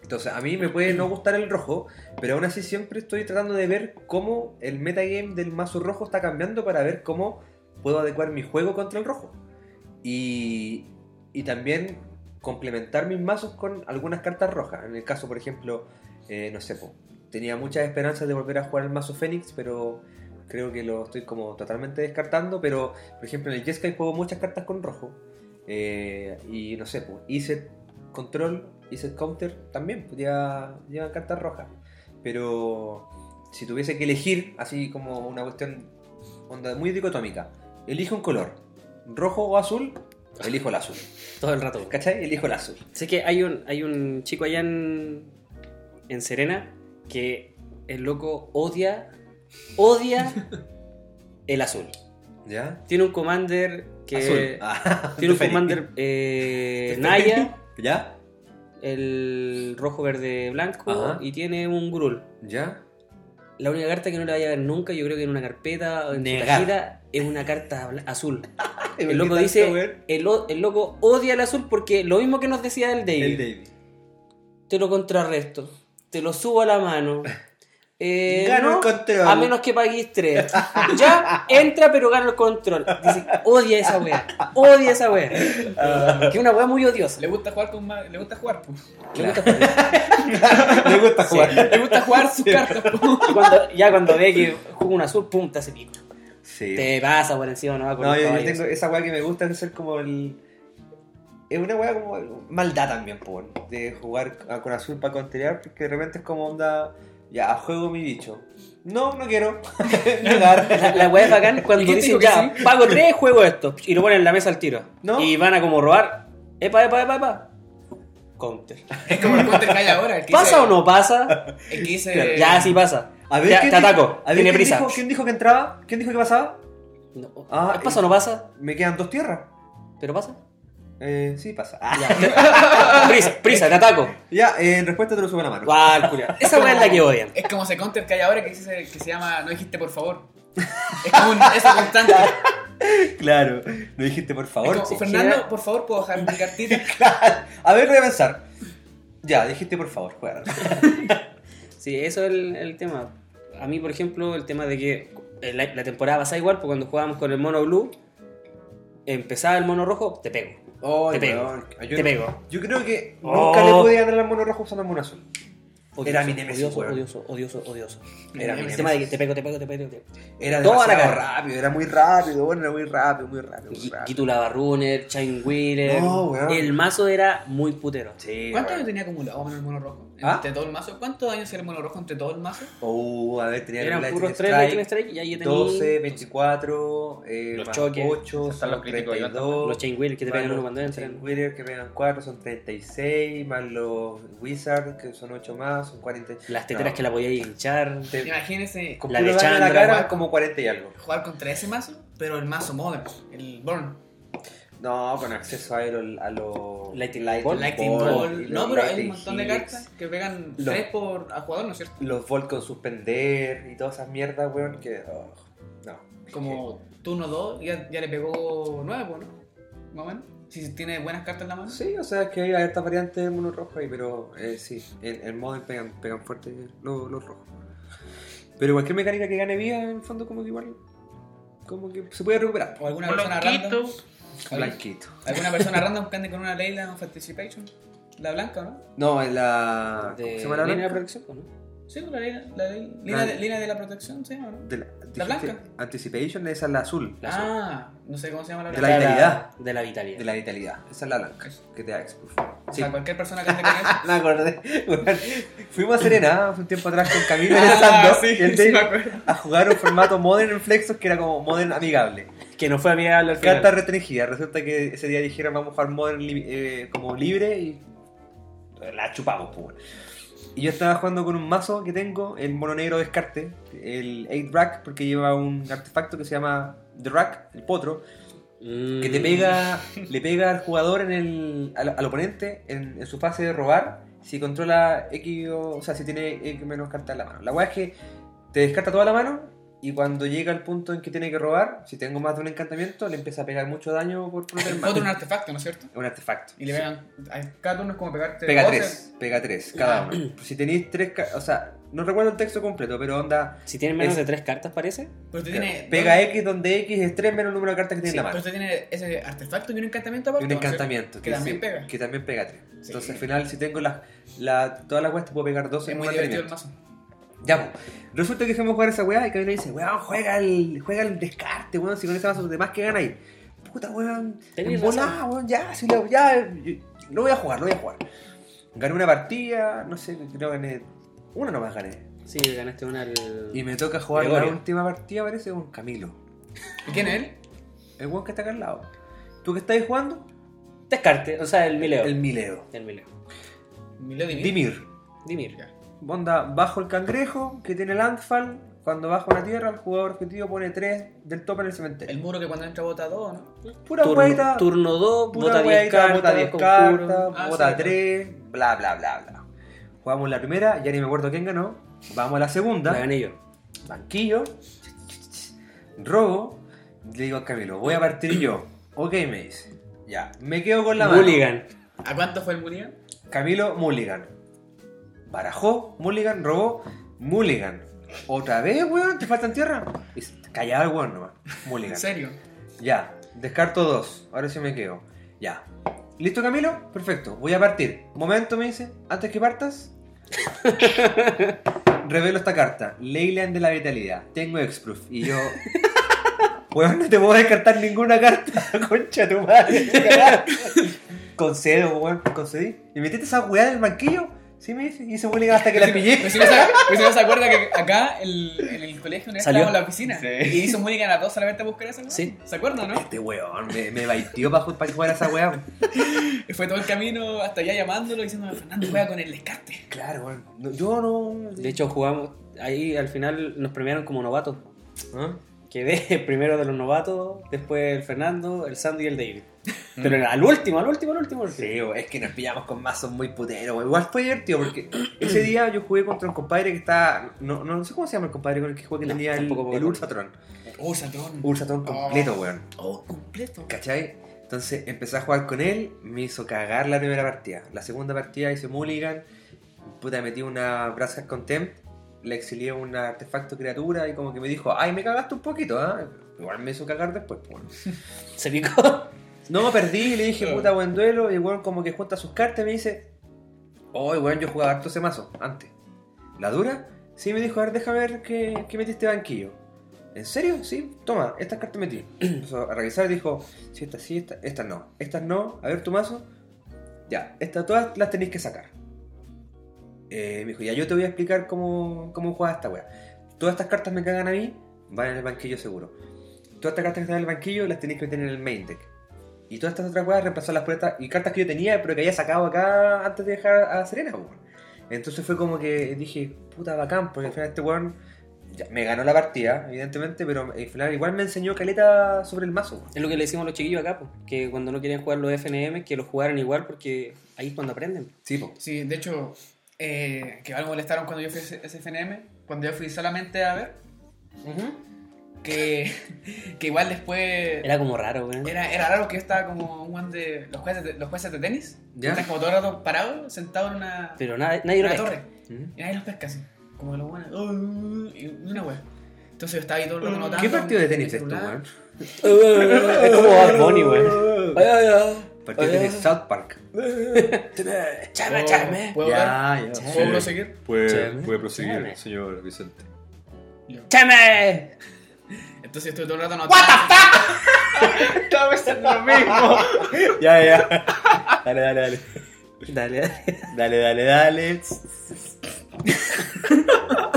S2: Entonces, a mí me puede no gustar el rojo, pero aún así siempre estoy tratando de ver cómo el metagame del mazo rojo está cambiando para ver cómo puedo adecuar mi juego contra el rojo. Y, y también complementar mis mazos con algunas cartas rojas. En el caso, por ejemplo, eh, no sé, po, tenía muchas esperanzas de volver a jugar el mazo Fénix, pero creo que lo estoy como totalmente descartando. Pero, por ejemplo, en el Jeskai juego muchas cartas con rojo. Eh, y no sé, pues, hice control, hice counter también, pues, lleva, llevan cartas rojas. Pero si tuviese que elegir, así como una cuestión onda muy dicotómica, elijo un color, rojo o azul, elijo el azul.
S1: Todo el rato.
S2: ¿Cachai? Elijo el azul.
S1: Sé que hay un, hay un chico allá en, en Serena que el loco odia, odia el azul.
S2: ¿Ya?
S1: Tiene un commander que...
S2: Azul. Ah,
S1: Tiene un
S2: preferí.
S1: commander eh, Naya,
S2: ¿Ya?
S1: el rojo, verde, blanco
S2: Ajá.
S1: y tiene un Grul.
S2: ¿Ya?
S1: La única carta que no la vaya a ver nunca, yo creo que en una carpeta o en su
S2: Negar.
S1: cajita, es una carta bla- azul.
S2: Me
S1: El loco
S2: metí tanto,
S1: dice,
S2: weón.
S1: el, o- el loco odia el azul porque lo mismo que nos decía el David.
S2: El David.
S1: te lo contrarresto, te lo subo a la mano. Eh,
S2: Gano
S1: no,
S2: el control.
S1: A menos que pagues tres. Ya, entra pero gana el control. Dice, odia esa wea, odia esa wea.
S2: Ah.
S1: que es una wea muy odiosa.
S3: Le gusta jugar con ma- Le gusta jugar, po.
S1: Le gusta jugar.
S2: Me gusta
S1: Sí.
S2: jugar.
S3: Le gusta jugar sus cartas, po.
S1: Y cuando- ya cuando ve que juega un azul, pum, te hace pico.
S2: Sí.
S1: Te pasa por encima, no va con
S2: No,
S1: los
S2: yo, yo
S1: caballos.
S2: tengo esa weá que me gusta de ser como el. Es una weá como maldad también, por De jugar a- con azul para contrear, porque de repente es como onda. Ya, juego mi bicho. No, no quiero.
S1: La,
S2: Negar.
S1: la wea es bacán cuando
S3: ¿Y quién te
S1: dicen,
S3: dijo que
S1: ya, pago tres, juego esto. Y lo ponen en la mesa al tiro.
S2: No.
S1: Y van a como robar. Epa, epa, epa, epa. Counter.
S3: Es como el counter que hay ahora. el que
S1: ¿Pasa
S3: dice-
S1: o no pasa?
S3: El que dice.
S1: Ya, sí pasa.
S2: A ver,
S1: Ya,
S2: ¿quién
S1: te
S2: dijo-
S1: ataco.
S2: a ver,
S1: Tiene
S2: ¿quién
S1: prisa.
S2: Dijo, ¿Quién dijo que entraba? ¿Quién dijo que pasaba?
S1: No. eh.
S2: Ah,
S1: ¿Pasa o no pasa?
S2: Me quedan dos tierras.
S1: ¿Pero pasa?
S2: Eh, sí, pasa. Ah,
S1: prisa, prisa, te ataco.
S2: ya, eh, en respuesta te lo subo a la mano.
S1: Guau, culiao. Esa weá es la que odian.
S3: Es como ese counter que hay ahora que, dice, que se llama No dijiste por favor. Es como un, esa constante. Es
S2: Claro, lo dijiste por favor.
S3: como,
S2: sí.
S3: Fernando, por favor, puedo bajar mi cartita.
S2: A ver, voy a pensar. Ya, dijiste por favor, juega.
S1: Sí, eso es el, el tema. A mí, por ejemplo, el tema de que eh, la, la temporada pasada igual, porque cuando jugábamos con el mono blue, empezaba el mono rojo, te pego.
S2: Ay,
S1: Te pego,
S2: weón,
S1: te
S2: no-
S1: pego.
S2: Yo creo que
S1: Oh.
S2: nunca le pude ganar al mono rojo usando el mono azul. Era mi nemesis,
S1: odioso,
S2: weón.
S1: odioso, odioso, odioso.
S2: Era mi
S1: el tema de que
S2: nemesis.
S1: te pego, te pego, te pego. Te pego.
S2: Era
S1: Toda la
S2: demasiado
S1: cara.
S2: rápido, era muy rápido, bueno, era muy rápido, muy rápido, muy
S1: Gui-
S2: rápido.
S1: Gitu Lavarruner, Chain Wheeler.
S2: No, weón.
S1: el mazo era muy putero.
S2: Sí,
S3: ¿Cuántos
S2: weón.
S3: años tenía acumulado con el mono rojo?
S2: ¿Ah?
S3: Entre todo el mazo. ¿Cuántos años era el mono rojo entre todo el mazo?
S2: Oh, a ver, tenía
S1: Eran
S2: Lightning
S1: puros 3
S2: Strike,
S1: Lightning Strike y ahí yo tenía
S2: 12, 24, eh,
S1: Los
S2: más
S1: choques.
S2: 8,
S4: Están
S2: son
S4: los críticos, yo
S2: 32.
S1: los Chain Wheeler que te
S2: más
S1: pegan
S2: los
S1: uno cuando entran.
S2: Chain Wheeler que pegan 4, son 36, más los Wizards que son 8 más, son 40.
S1: Las teteras
S2: No,
S1: que la podía hinchar.
S2: te-
S3: Imagínense
S2: con
S1: la
S2: puro
S1: de
S2: daño en la
S1: Chandra,
S2: cara,
S1: weón.
S2: como 40 y algo.
S3: jugar contra ese mazo, pero el mazo modern, el Burn.
S2: No, con acceso a, los a los
S1: Lightning
S2: Lightning
S1: Bolt.
S3: Lightning
S2: Bolt,
S3: Ball.
S2: y
S3: No,
S2: los
S3: pero hay un
S2: Lightning
S3: montón de
S2: Hits.
S3: cartas que pegan
S2: Lo-
S3: tres por a jugador, ¿no es cierto?
S2: los Volt con suspender y todas esas mierdas, weón, que. oh, no.
S3: Como turno 2, ya, ya le pegó 9, ¿no? Más o menos. Si tiene buenas cartas en la mano.
S2: Sí, o sea, es que hay hartas variantes del mono rojo ahí, pero eh, sí, en el modem pegan, pegan fuerte los, los rojos. Pero cualquier mecánica que gane vida, en el fondo, como que igual. Como que se puede recuperar.
S3: O alguna
S4: Un
S3: persona
S4: loquito.
S3: random. ¿Alguna,
S2: Blanquito.
S3: alguna persona random que ande con una Leila of Anticipation. La blanca, ¿no?
S2: No, en la. Ah, ¿Cómo
S1: De
S2: se llama la
S1: línea de
S2: blanca?
S1: protección, ¿no?
S3: Sí, pues la Leila. La Leila, línea, de,
S2: Nadie.
S3: línea de la protección, ¿sí o no?
S2: De la,
S3: ¿La
S2: dijiste
S3: blanca?
S2: Anticipation, esa es la azul.
S1: La azul.
S3: ah, no sé cómo se llama la
S2: De
S3: blanca.
S2: la vitalidad.
S1: De la vitalidad.
S2: De la vitalidad. Esa es la blanca. Que te da expulso.
S3: O sea, cualquier persona que ande con eso.
S2: Me acordé. weón. Fuimos a Serena hace un tiempo atrás con Camilo y
S3: Ah,
S2: el Sando
S3: sí,
S2: y el
S3: sí me
S2: Dave
S3: acuerdo.
S2: a jugar un formato modern en Flexos que era como modern amigable.
S1: Que no fue amigable al final.
S2: Carta restringida. Resulta que ese día dijeron vamos a jugar modern li- eh, como libre y la chupamos, pues. weón. Y yo estaba jugando con un mazo que tengo, el mono negro descarte, el 8 Rack, porque lleva un artefacto que se llama The Rack, el potro,
S1: Mm.
S2: que te pega, le pega al jugador en el, al, al oponente en, en su fase de robar si controla X o, o sea, si tiene X menos cartas en la mano. La weá es que te descarta toda la mano y cuando llega el punto en que tiene que robar, si tengo más de un encantamiento, le empieza a pegar mucho daño por por
S3: El
S2: mano.
S3: Otro un artefacto, ¿no es cierto?
S2: Un artefacto.
S3: Y le pegan. a- Cada turno es como pegarte.
S2: Pega
S3: 12.
S2: tres, pega tres, cada uno. Si tenéis tres, ca- o sea, no recuerdo el texto completo, pero onda,
S1: Si tienen menos
S2: Es-
S1: de tres cartas, parece.
S3: Pero te tiene.
S2: pega X donde X es tres menos el número de cartas que tiene
S1: Sí,
S2: en la
S3: Pero
S2: mano.
S3: usted tiene ese artefacto y un encantamiento
S2: Y
S3: aparte.
S2: un
S3: ¿no es cierto?
S2: encantamiento.
S3: Que también
S2: sí,
S3: pega.
S2: Que también pega 3.
S3: Sí.
S2: Entonces al final si tengo la, la, toda la cuesta puedo pegar 12
S3: Es
S2: en
S3: muy
S2: un
S3: divertido el
S2: mantenimiento.
S3: mazo.
S2: Ya, pues. Resulta que fuimos a jugar esa weá y Camilo dice, weón, juega el, juega el descarte, weón, si con ese mazo de más que ganáis. puta, weón,
S1: Tenés
S2: en volá,
S1: razón.
S2: weón, ya, sí, lo- ya, yo- lo voy a jugar, lo voy a jugar. Gané una partida, no sé, creo que gané, una nomás gané.
S1: Sí, ganaste una al...
S2: Y me toca jugar la
S1: Gregorio.
S2: última partida, parece, con Camilo.
S3: ¿Y quién es él?
S2: El weón que está acá al lado. ¿Tú qué estáis jugando?
S1: Descarte, o sea, el Mileo.
S2: El
S1: El,
S2: Mileo.
S1: Mileo.
S3: Milady Mead.
S2: Dimir.
S1: Dimir.
S2: Onda, bajo el cangrejo que tiene el Antfal. Cuando baja una tierra, el jugador objetivo pone 3 del tope en el cementerio.
S3: El muro que cuando entra bota dos, ¿no?
S2: Pura
S1: turno,
S2: hueita.
S1: turno 2,
S2: Puta
S1: bota 10
S2: weá,
S1: cartas,
S2: bota 10
S1: conjuro.
S2: cartas,
S3: Ah,
S2: bota
S3: sí,
S2: 3, bla bla bla bla. Jugamos la primera, ya ni me acuerdo quién ganó. Vamos a la segunda,
S1: La gané yo.
S2: banquillo, robo. Le digo a Camilo, voy a partir yo. Ok, me dice. Ya, me quedo con la mano.
S1: Mulligan.
S3: ¿A cuánto fue el Mulligan?
S2: Camilo Mulligan. Barajó, Mulligan, robó, Mulligan. ¿Otra vez, weón? ¿Te faltan tierra? Y se- Callado el weón nomás. Mulligan.
S3: ¿En serio?
S2: Ya, descarto dos. Ahora sí me quedo. Ya. ¿Listo, Camilo? Perfecto. Voy a partir. Momento, me dice. Antes que partas. revelo esta carta. Leyland de la Vitalidad. Tengo Exproof. Y yo. Weón, no te puedo descartar ninguna carta. Concha de tu madre. te cagaste. Concedo, weón. Concedí. ¿Y metiste esa weá del banquillo? Sí, me dice. Y se fue hasta que la pillé.
S3: Pero si no se, pero si no se acuerda que acá el- en el colegio una vez
S1: Salió.
S3: estábamos en la oficina
S4: Sí.
S3: y hizo Mulligan a dos solamente a buscar esa weá.
S1: Sí.
S3: ¿Se acuerda, no?
S2: Este weón me, me baiteó para jugar a esa weá.
S3: Y fue todo el camino hasta allá llamándolo diciendo Fernando juega con el descarte.
S2: Claro, weón. No, yo no.
S1: De hecho, jugamos. Ahí al final nos premiaron como novatos.
S2: ¿Ah?
S1: Quedé el primero de los novatos, después el Fernando, el Sandy y el David. Pero era al último, al último, al último. al último.
S2: Sí, bo, es que nos pillamos con mazos muy puteros. bo. Igual fue divertido porque ese día yo jugué contra un compadre que está. No, no, no sé cómo se llama el compadre con el que jugué que
S1: No,
S2: tenía el,
S1: tampoco me
S2: el
S1: acuerdo.
S2: Ursatron.
S3: Oh, Satón.
S2: Ursatron completo, weón.
S3: Oh, completo.
S2: ¿Cachai? Entonces empecé a jugar con él, me hizo cagar la primera partida. La segunda partida hice Mulligan, puta, metí una Brassard Contempt, le exilié un artefacto criatura y como que me dijo, ay, me cagaste un poquito, ¿ah? Igual me hizo cagar después, pues.
S1: Se picó.
S2: No, perdí y le dije,
S3: Claro.
S2: puta, buen duelo. Y el weón como que junta sus cartas y me dice, oh, weón, yo jugaba harto ese mazo antes. ¿La dura? Sí, me dijo, a ver, déjame ver qué, qué metiste banquillo. ¿En serio? Sí, toma, estas cartas metí. Empezó a revisar y dijo, sí, estas sí, estas estas no. Estas no, a ver tu mazo. Ya, estas todas las tenéis que sacar. Eh, me dijo, ya yo te voy a explicar cómo, cómo juega esta weá. Todas estas cartas me cagan a mí, van en el banquillo seguro. Todas estas cartas que están en el banquillo las tenéis que meter en el main deck. Y todas estas otras weas reemplazaron las puertas y cartas que yo tenía, pero que había sacado acá antes de dejar a Serena, weón. Entonces fue como que dije, puta bacán, porque al final este weón ya, me ganó la partida, evidentemente, pero al final igual me enseñó caleta sobre el mazo, weón.
S1: Es lo que le decimos a los chiquillos acá, po, que cuando no querían jugar los FNM, que los jugaran igual porque ahí es cuando aprenden.
S2: Sí, po.
S3: Sí, de hecho, eh, que igual me molestaron cuando yo fui a ese- ese FNM, cuando yo fui solamente a ver, que, que igual después
S1: Era como raro, weón.
S3: Era, era raro que yo estaba como un guante de los jueces de, los jueces de tenis.
S2: Ya.
S3: que Están como todo el rato parados, sentados en una,
S1: Pero nada, nadie
S3: en
S1: lo
S3: una
S1: pesca.
S3: torre. Y nadie los pesca así. Como los buenos. "Oh", y una wea. Entonces yo estaba ahí todo el rato anotando.
S2: Mm, ¿Qué partido de
S3: en el
S2: tenis es tú,
S3: celular.
S2: weón?
S1: es como Bad Bunny, weón. Ay, ay, ay.
S2: Partido de
S1: Ay,
S2: tenis South Park.
S1: ay. Chame, chame.
S3: ¿Puedo,
S2: Ya,
S3: hablar?
S2: ya.
S3: ¿Puedo proseguir?
S1: Chame.
S5: Puede, puede
S1: Chame.
S5: proseguir, señor Vicente.
S1: Chame.
S3: Entonces yo estuve todo el rato anotando. ¿What the fuck?
S4: Estaba pensando lo mismo.
S5: Ya, ya. Dale, dale, dale.
S1: Dale, dale.
S5: Dale, dale, dale.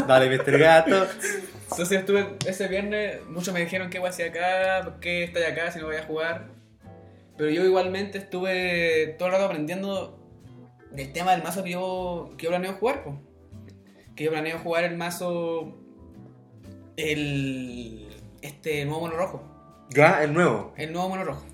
S2: Dale, Mr. Gato.
S3: Entonces estuve ese viernes. Muchos me dijeron que voy hacia acá, por qué estoy acá si no voy a jugar. Pero yo igualmente estuve todo el rato aprendiendo del tema del mazo que yo, que yo planeo jugar. po. Que yo planeo jugar el mazo. El. Este nuevo mono rojo.
S2: Ya, el nuevo.
S3: El nuevo mono rojo.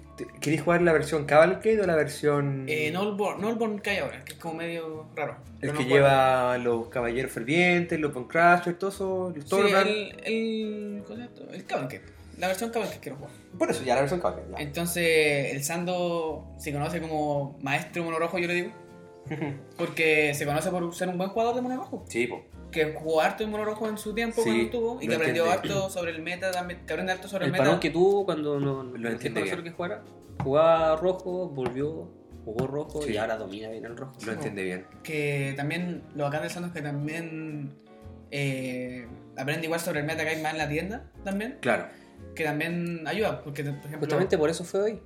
S2: ¿Querés jugar la versión Cavalcade o la versión...
S3: Eh, no el Born, no el Born que hay ahora, que es como medio raro.
S2: Mm. El
S3: Pero
S2: que
S3: no
S2: lleva los caballeros fervientes, los Crasher, todo eso, los
S3: juego. Sí,
S2: Torbrand.
S3: el. El. ¿cómo se llama? El Cavalcade. La versión Cavalcade quiero jugar.
S2: Por eso, ya la versión Cavalcade.
S3: Eh,
S2: ya.
S3: Entonces, el Sando se conoce como maestro mono rojo, yo le digo. Porque se conoce por ser un buen jugador de mono rojo.
S2: Sí, po.
S3: Que jugó harto en mono rojo en su
S2: Sí,
S3: tiempo cuando estuvo. Y
S2: lo
S3: que aprendió
S2: entiende.
S3: harto sobre el meta también. Que aprende harto sobre el,
S1: El
S3: meta.
S1: parón que tuvo cuando no, no
S2: Lo entiende
S1: sé
S2: bien.
S1: conocer que jugara. Jugaba rojo, volvió, jugó rojo
S2: Sí.
S1: y ahora domina bien el rojo.
S2: Lo entiende bien.
S3: que también lo bacán del Sando es que también eh, aprende igual sobre el meta que hay más en la tienda también.
S2: Claro.
S3: que también ayuda, porque por ejemplo...
S1: Justamente por eso fue hoy.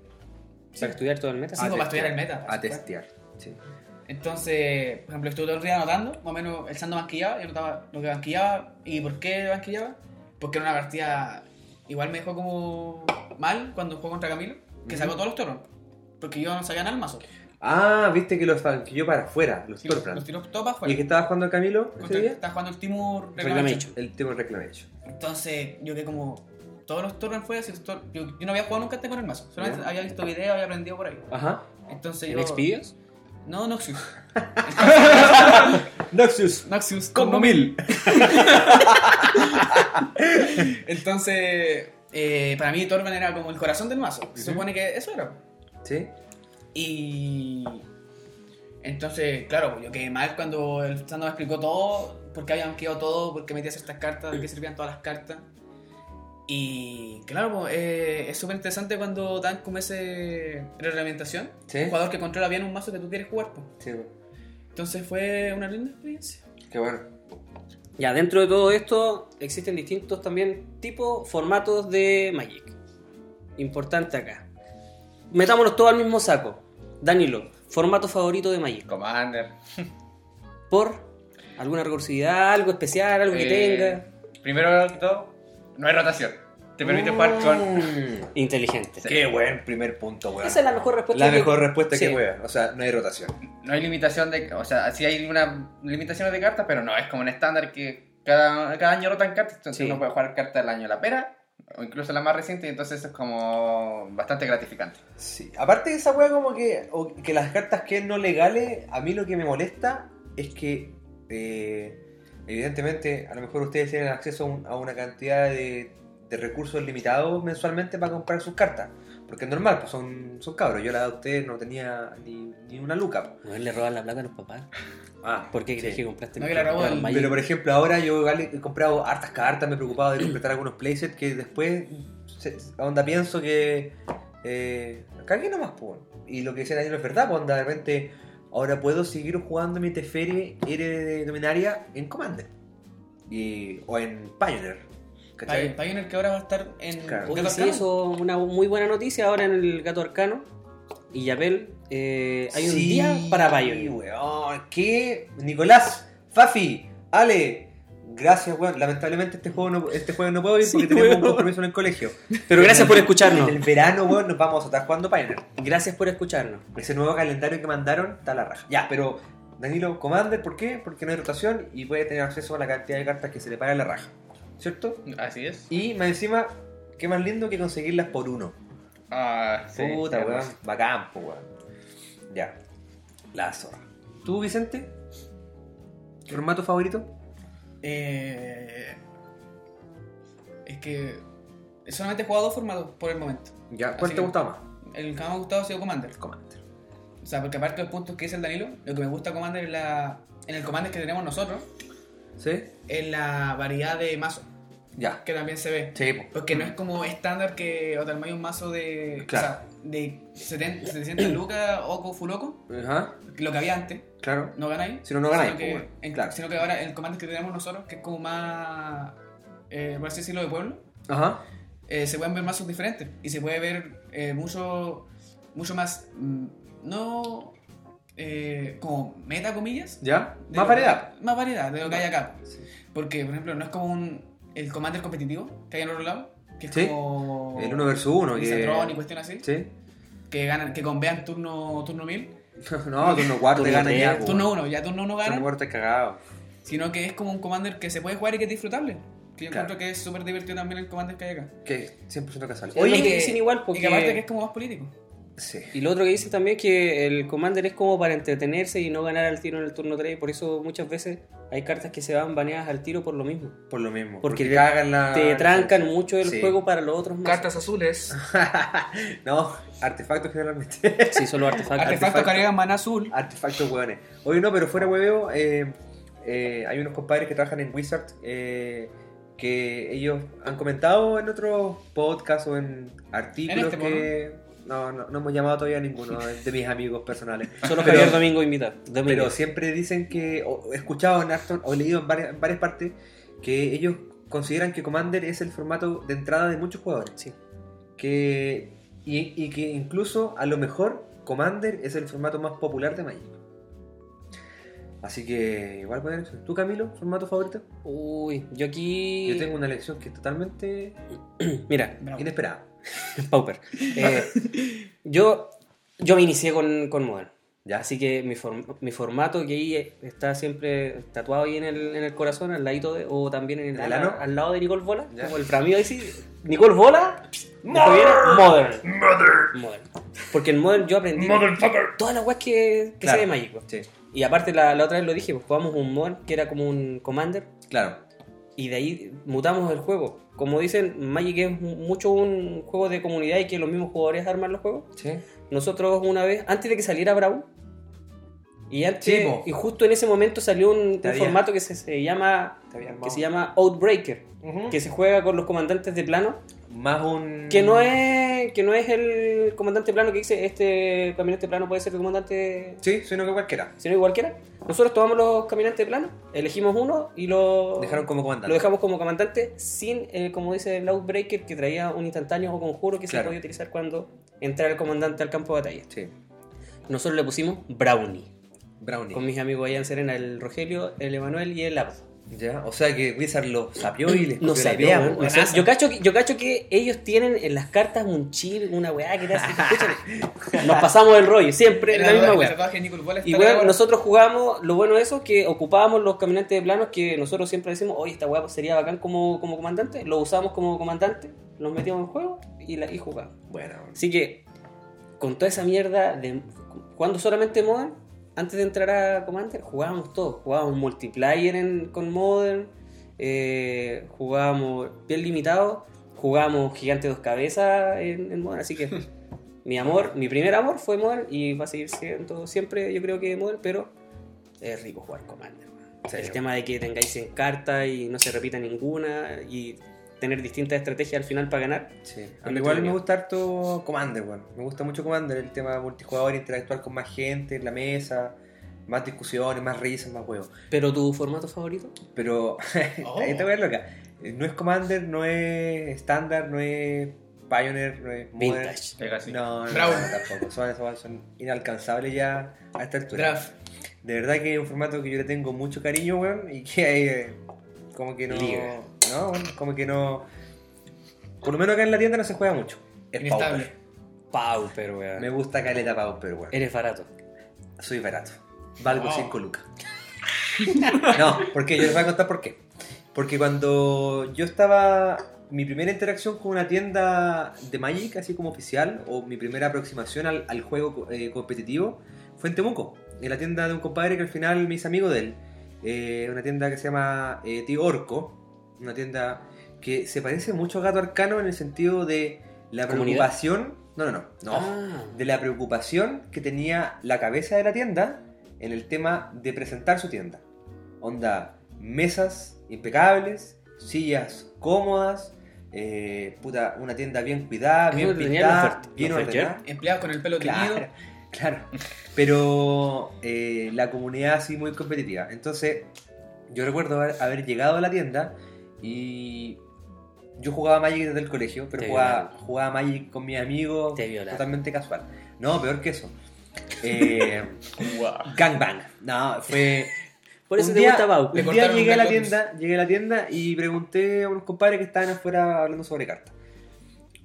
S1: Para estudiar todo el meta.
S2: Ah,
S3: Sí, pues, para estudiar el meta.
S2: A testear. Sí.
S3: Entonces, por ejemplo, estuve todo el día anotando, más o menos echando banquillaba, y anotaba lo que banquillaba y por qué banquillaba. Porque era una partida. Igual me dejó como mal cuando jugó contra Camilo, que sacó todos los toros. Porque yo no sabía nada el mazo.
S2: Ah, viste que los banquilló para afuera, los
S3: Y
S2: Torplan.
S3: los tiró todos para
S2: ¿Y el que
S3: afuera.
S2: estaba jugando el Camilo ese
S3: Contra- este.
S2: día?
S3: Estaba jugando el Timur
S1: Reclamation.
S2: El tema Reclamation.
S3: Entonces, yo que como todos los toros fuera, si los toros- yo, yo no había jugado nunca antes con el mazo. Solamente
S2: Ya.
S3: había visto videos, había aprendido por ahí.
S2: Ajá.
S3: Entonces
S1: ¿En
S3: yo.
S1: Xvideos?
S3: No, Noxus.
S5: Noxus.
S3: Noxus.
S5: Combo mil.
S3: Entonces, eh, para mí Torben era como el corazón del mazo. Se supone que eso era.
S2: ¿Sí?
S3: Y. Entonces, claro, yo quedé mal cuando el Sando me explicó todo, por qué habían quedado todo, por qué metía ciertas cartas, de qué servían todas las cartas. Y claro, pues, eh, es súper interesante cuando dan como ese reglamentación.
S2: Sí.
S3: Un jugador que controla bien un mazo que tú quieres jugar. pues.
S2: Sí.
S3: Entonces fue una linda experiencia.
S2: Qué bueno.
S1: Ya, dentro de todo esto existen distintos también tipos, formatos de Magic. Importante acá. Metámonos todos al mismo saco. Danilo, formato favorito de Magic.
S4: Commander.
S1: ¿Por alguna recursividad, algo especial, algo que
S4: Eh,
S1: tenga?
S4: Primero que todo, no hay rotación. Te permite
S2: Oh.
S4: jugar con.
S2: Mm.
S1: Inteligente.
S2: Qué buen primer punto, weón.
S1: Esa es la mejor respuesta.
S2: La
S1: que-
S2: mejor respuesta
S1: Sí.
S2: que weón. O sea, no hay rotación.
S4: No hay limitación de. O sea, sí hay una limitación de cartas, pero no es como un estándar que cada, cada año rotan cartas,
S1: Sí.
S4: entonces uno puede jugar cartas del año a la pera, o incluso la más reciente, y entonces eso es como bastante gratificante.
S2: Sí. Aparte de esa weá como que, o que las cartas que no legales, a mí lo que me molesta es que eh, evidentemente a lo mejor ustedes tienen acceso a, un- a una cantidad de, de recursos limitados mensualmente para comprar sus cartas. Porque es normal, pues son, son cabros. Yo la de ustedes no tenía ni, ni una luca.
S1: Bueno, le roban la plata a los papás.
S2: Ah,
S1: ¿Por qué crees
S2: sí.
S1: que compraste
S3: No, que la robó el-
S1: Magic?
S2: Pero por ejemplo, ahora yo igual he comprado hartas cartas, me he preocupado de completar algunos playsets que después, se- onda, pienso que. Eh, cagué nomás, pues. Y lo que dice Daniel es verdad, pues, onda, de repente, ahora puedo seguir jugando mi Teferi Ere de Dominaria en Commander. Y, o en Pioneer. ¿Cachai?
S3: Pay- Pioneer que ahora va a estar en.
S2: Claro.
S1: Oye,
S3: Gato
S1: sí,
S3: Arcano.
S1: eso es una muy buena noticia ahora en el Gato Arcano. Y Yapel, eh, hay un
S2: Sí,
S1: día para Pioneer.
S2: weón, ¿Qué? Nicolás, Fafi, Ale. Gracias, weón. Lamentablemente este juego no, este juego no puedo ir
S1: Sí,
S2: porque tenemos
S1: weón.
S2: un compromiso en el colegio.
S1: Pero gracias por escucharnos.
S2: En el verano, weón, nos vamos a estar jugando Pioneer.
S1: Gracias por escucharnos.
S2: Ese nuevo calendario que mandaron está a la raja. Ya, pero Danilo Commander, ¿por qué? Porque no hay rotación y puede tener acceso a la cantidad de cartas que se le paga a la raja. ¿Cierto?
S4: Así es.
S2: Y más encima, qué más lindo que conseguirlas por uno.
S4: Ah, sí.
S2: Puta,
S4: hermoso.
S2: weón. Bacán, po, weón. Ya. La zorra. ¿Tú, Vicente? ¿Formato favorito?
S3: Eh, es que solamente he jugado dos formatos por el momento.
S2: Ya.
S3: Así
S2: ¿Cuál te
S3: que-
S2: gustaba más?
S3: El que más me ha gustado ha sido Commander.
S2: Commander.
S3: O sea, porque aparte de los puntos que dice el Danilo, lo que me gusta Commander es la, en el Commander que tenemos nosotros
S2: ¿Sí?
S3: es la variedad de mazos
S2: Ya.
S3: que también se ve.
S2: Sí, po.
S3: Porque no es como estándar que o tal vez hay un mazo de,
S2: Claro.
S3: o sea, de 70, 700 lucas, Oco, Fuloco,
S2: Ajá.
S3: lo que había antes,
S2: Claro.
S3: no ganáis.
S2: Si no, no ganáis,
S3: Sino
S2: po,
S3: que,
S2: weón.
S3: en-
S2: Claro.
S3: sino que ahora el Commander que tenemos nosotros, que es como más, eh, por así decirlo, de pueblo,
S2: Ajá.
S3: eh, se pueden ver mazos diferentes y se puede ver eh, mucho, mucho más, mm, no eh, como meta comillas.
S2: ¿Ya?
S3: de
S2: Más
S3: lo-
S2: variedad.
S3: Más variedad de lo que hay acá.
S2: Sí.
S3: Porque, por ejemplo, no es como un, el Commander competitivo que hay en otro lado, que es
S2: Sí.
S3: como
S2: El 1 versus 1.
S3: Lizatron y cuestión así,
S2: ¿Sí?
S3: que, ganan, que convean turno, turno 1000,
S2: No, turno 4 te
S1: Turno
S2: gana
S1: tres,
S2: ya. po,
S3: turno
S2: weón.
S3: 1, ya turno 1
S2: Turno
S3: gana,
S2: 4 es cagado.
S3: sino que es como un Commander que se puede jugar y que es disfrutable. Que yo
S2: Claro.
S3: encuentro que es súper divertido también el Commander que hay acá.
S2: Que 100% casal.
S1: Oye,
S3: Y
S1: lo que
S3: que-
S1: dicen igual, porque-
S3: Y que aparte que es como más político.
S2: Sí.
S1: Y lo otro que dicen también es que el Commander es como para entretenerse y no ganar al tiro en el turno 3. Por eso muchas veces hay cartas que se van baneadas al tiro por lo mismo.
S2: Por lo mismo.
S1: Porque te-
S2: cagan la.
S1: Te trancan mucho el
S2: Ah, Sí.
S1: juego para los otros mazos.
S3: azules.
S2: no, artefactos generalmente.
S1: Sí, solo artefactos.
S3: Artefactos cargan maná azul.
S2: artefactos hueones. Oye, no, pero fuera hueveo, eh, eh, hay unos compadres que trabajan en Wizard eh, que ellos han comentado en otros podcasts o en artículos
S3: En este,
S2: que. No, no, no hemos llamado todavía a ninguno de mis amigos personales.
S1: Solo
S2: Pero-
S1: Javier Domingo invita. Domingo.
S2: Pero siempre dicen que, o he escuchado en Aston, o he leído en varias, en varias partes, que ellos consideran que Commander es el formato de entrada de muchos jugadores.
S1: Sí.
S2: Que, y, y que incluso a lo mejor Commander es el formato más popular de Magic. Así que igual pueden eso. ¿Tú Camilo, formato favorito?
S1: Uy, yo aquí.
S2: Yo tengo una elección que es totalmente
S1: Mira,
S3: Bravo.
S2: inesperada.
S1: Pauper. Eh, yo, yo me inicié con, con Modern.
S2: Ya.
S1: Así que mi, form- mi formato que ahí está siempre tatuado ahí en el, en el corazón, al ladito de, o también en el,
S2: ¿En el ano?
S1: al lado de Nicole Bola,
S2: Ya.
S1: como el premio dice, Nicole Bola, después viene Modern. Modern. Porque en Modern yo aprendí todas las weas que, que
S2: Claro.
S1: sé de Magic. weón.
S2: Sí,
S1: Y aparte la, la otra vez lo dije, pues jugamos un Modern que era como un Commander
S2: claro.
S1: y de ahí mutamos el juego. Como dicen, Magic es mu- mucho un juego de comunidad y que los mismos jugadores arman los juegos.
S2: Sí.
S1: Nosotros una vez, antes de que saliera Brawl, y, antes,
S2: Sí, po.
S1: y justo en ese momento salió un, un
S2: Te había-
S1: formato que se, se llama
S2: Está bien,
S1: que
S2: vamos.
S1: se llama Outbreaker,
S2: Ujú.
S1: que se juega con los comandantes de plano,
S2: Más un.
S1: que no es que no es el comandante de plano que dice este caminante de plano puede ser el comandante,
S2: Sí, sino que cualquiera.
S1: sino que cualquiera. Nosotros tomamos los caminantes de plano, elegimos uno y lo
S2: Dejaron como comandante.
S1: lo dejamos como comandante sin, eh, como dice el Outbreaker, que traía un instantáneo o conjuro que se
S2: Claro.
S1: podía utilizar cuando entrara el comandante al campo de batalla.
S2: Sí.
S1: Nosotros le pusimos Brownie,
S2: Brownie.
S1: con mis amigos allá en Serena, el Rogelio, el Emanuel y el Apo.
S2: Ya. O sea que Wizard lo sapió y le
S1: No
S2: escupió la
S1: sé,
S2: pea,
S1: weón,
S2: po.
S1: no sé. yo, cacho, que- yo cacho que ellos tienen en las cartas un chip, una weá que te hace. escúchame, nos pasamos el rollo, siempre la misma
S3: El
S1: weá.
S3: tatuaje de Nicole Bola está
S1: Y bueno,
S3: la-
S1: nosotros jugamos, lo bueno de eso es que ocupábamos los caminantes de planos que nosotros siempre decimos, oye, esta weá sería bacán como, como comandante, lo usábamos como comandante, los metíamos en juego y, la, y jugábamos.
S2: Bueno,
S1: Así que, con toda esa mierda de jugando solamente Modern, antes de entrar a Commander, jugábamos todo, jugábamos multiplayer en- con Modern, eh, jugábamos bien limitado, jugábamos Gigante Dos Cabezas en, en Modern, así que mi amor, mi primer amor fue Modern y va a seguir siendo siempre, yo creo que Modern, pero es rico jugar Commander. weón.
S2: Sí.
S1: El tema de que tengáis en cartas y no se repita ninguna y tener distintas estrategias al final para ganar.
S2: sí. A
S1: Al
S2: mí igual me
S1: entretenido.
S2: gusta harto Commander, bueno. Me gusta mucho Commander, el tema multijugador, interactuar con más gente en la mesa, más discusiones, más risas, más juegos.
S1: Pero tu formato favorito?
S2: Pero
S3: Oh.
S2: esta weá es loca. Eh, No es Commander, no es estándar, no es Pioneer, no es Modern.
S1: Vintage.
S4: Legacy.
S2: No, no,
S3: Bravo.
S2: no, tampoco. Son, esas weas son inalcanzables ya a esta altura.
S3: Draft.
S2: De verdad que es un formato que yo le tengo mucho cariño, weón, y que eh, como que no.
S1: Liga.
S2: No, weón, como que no. Por lo menos acá en la tienda no se juega mucho. Es
S3: Inestable.
S2: pauper.
S1: Pauper, weón.
S2: Me gusta caleta pauper, weón.
S1: Eres barato.
S2: Soy barato. Valgo
S3: Wow.
S2: 5 lucas. no, porque yo les voy a contar por qué. Porque cuando yo estaba. Mi primera interacción con una tienda de Magic, así como oficial, o mi primera aproximación al, al juego eh, competitivo, fue en Temuco, en la tienda de un compadre que al final me hice amigo de él. Eh, una tienda que se llama eh, Tío Orco, una tienda que se parece mucho a Gato Arcano en el sentido de la
S1: ¿Comunidad?
S2: preocupación. No, no, no, no
S1: Ah.
S2: de la preocupación que tenía la cabeza de la tienda en el tema de presentar su tienda. Onda, mesas impecables, sillas cómodas, eh, puta, una tienda bien cuidada,
S1: Es
S2: bien
S1: donde tenían los
S2: pintada,
S1: fer-
S2: bien
S1: los fair
S2: ordenada.
S3: Empleados con el pelo
S2: Claro,
S3: teñido.
S2: claro. Pero eh, la comunidad sí muy competitiva. Entonces, yo recuerdo haber, haber llegado a la tienda y yo jugaba Magic desde el colegio, pero
S1: Te
S2: jugaba,
S1: violaron.
S2: jugaba Magic con mis amigos
S1: Te violaron.
S2: totalmente casual. No, peor que eso. Eh, Gangbang. No, fue...
S1: Por eso
S2: Un
S1: te
S2: día-
S1: gusta Bau.
S3: Le
S2: Un día
S3: cortaron
S2: llegué a la
S3: un galón.
S2: tienda, llegué a la tienda y pregunté a unos compadres que estaban afuera hablando sobre cartas.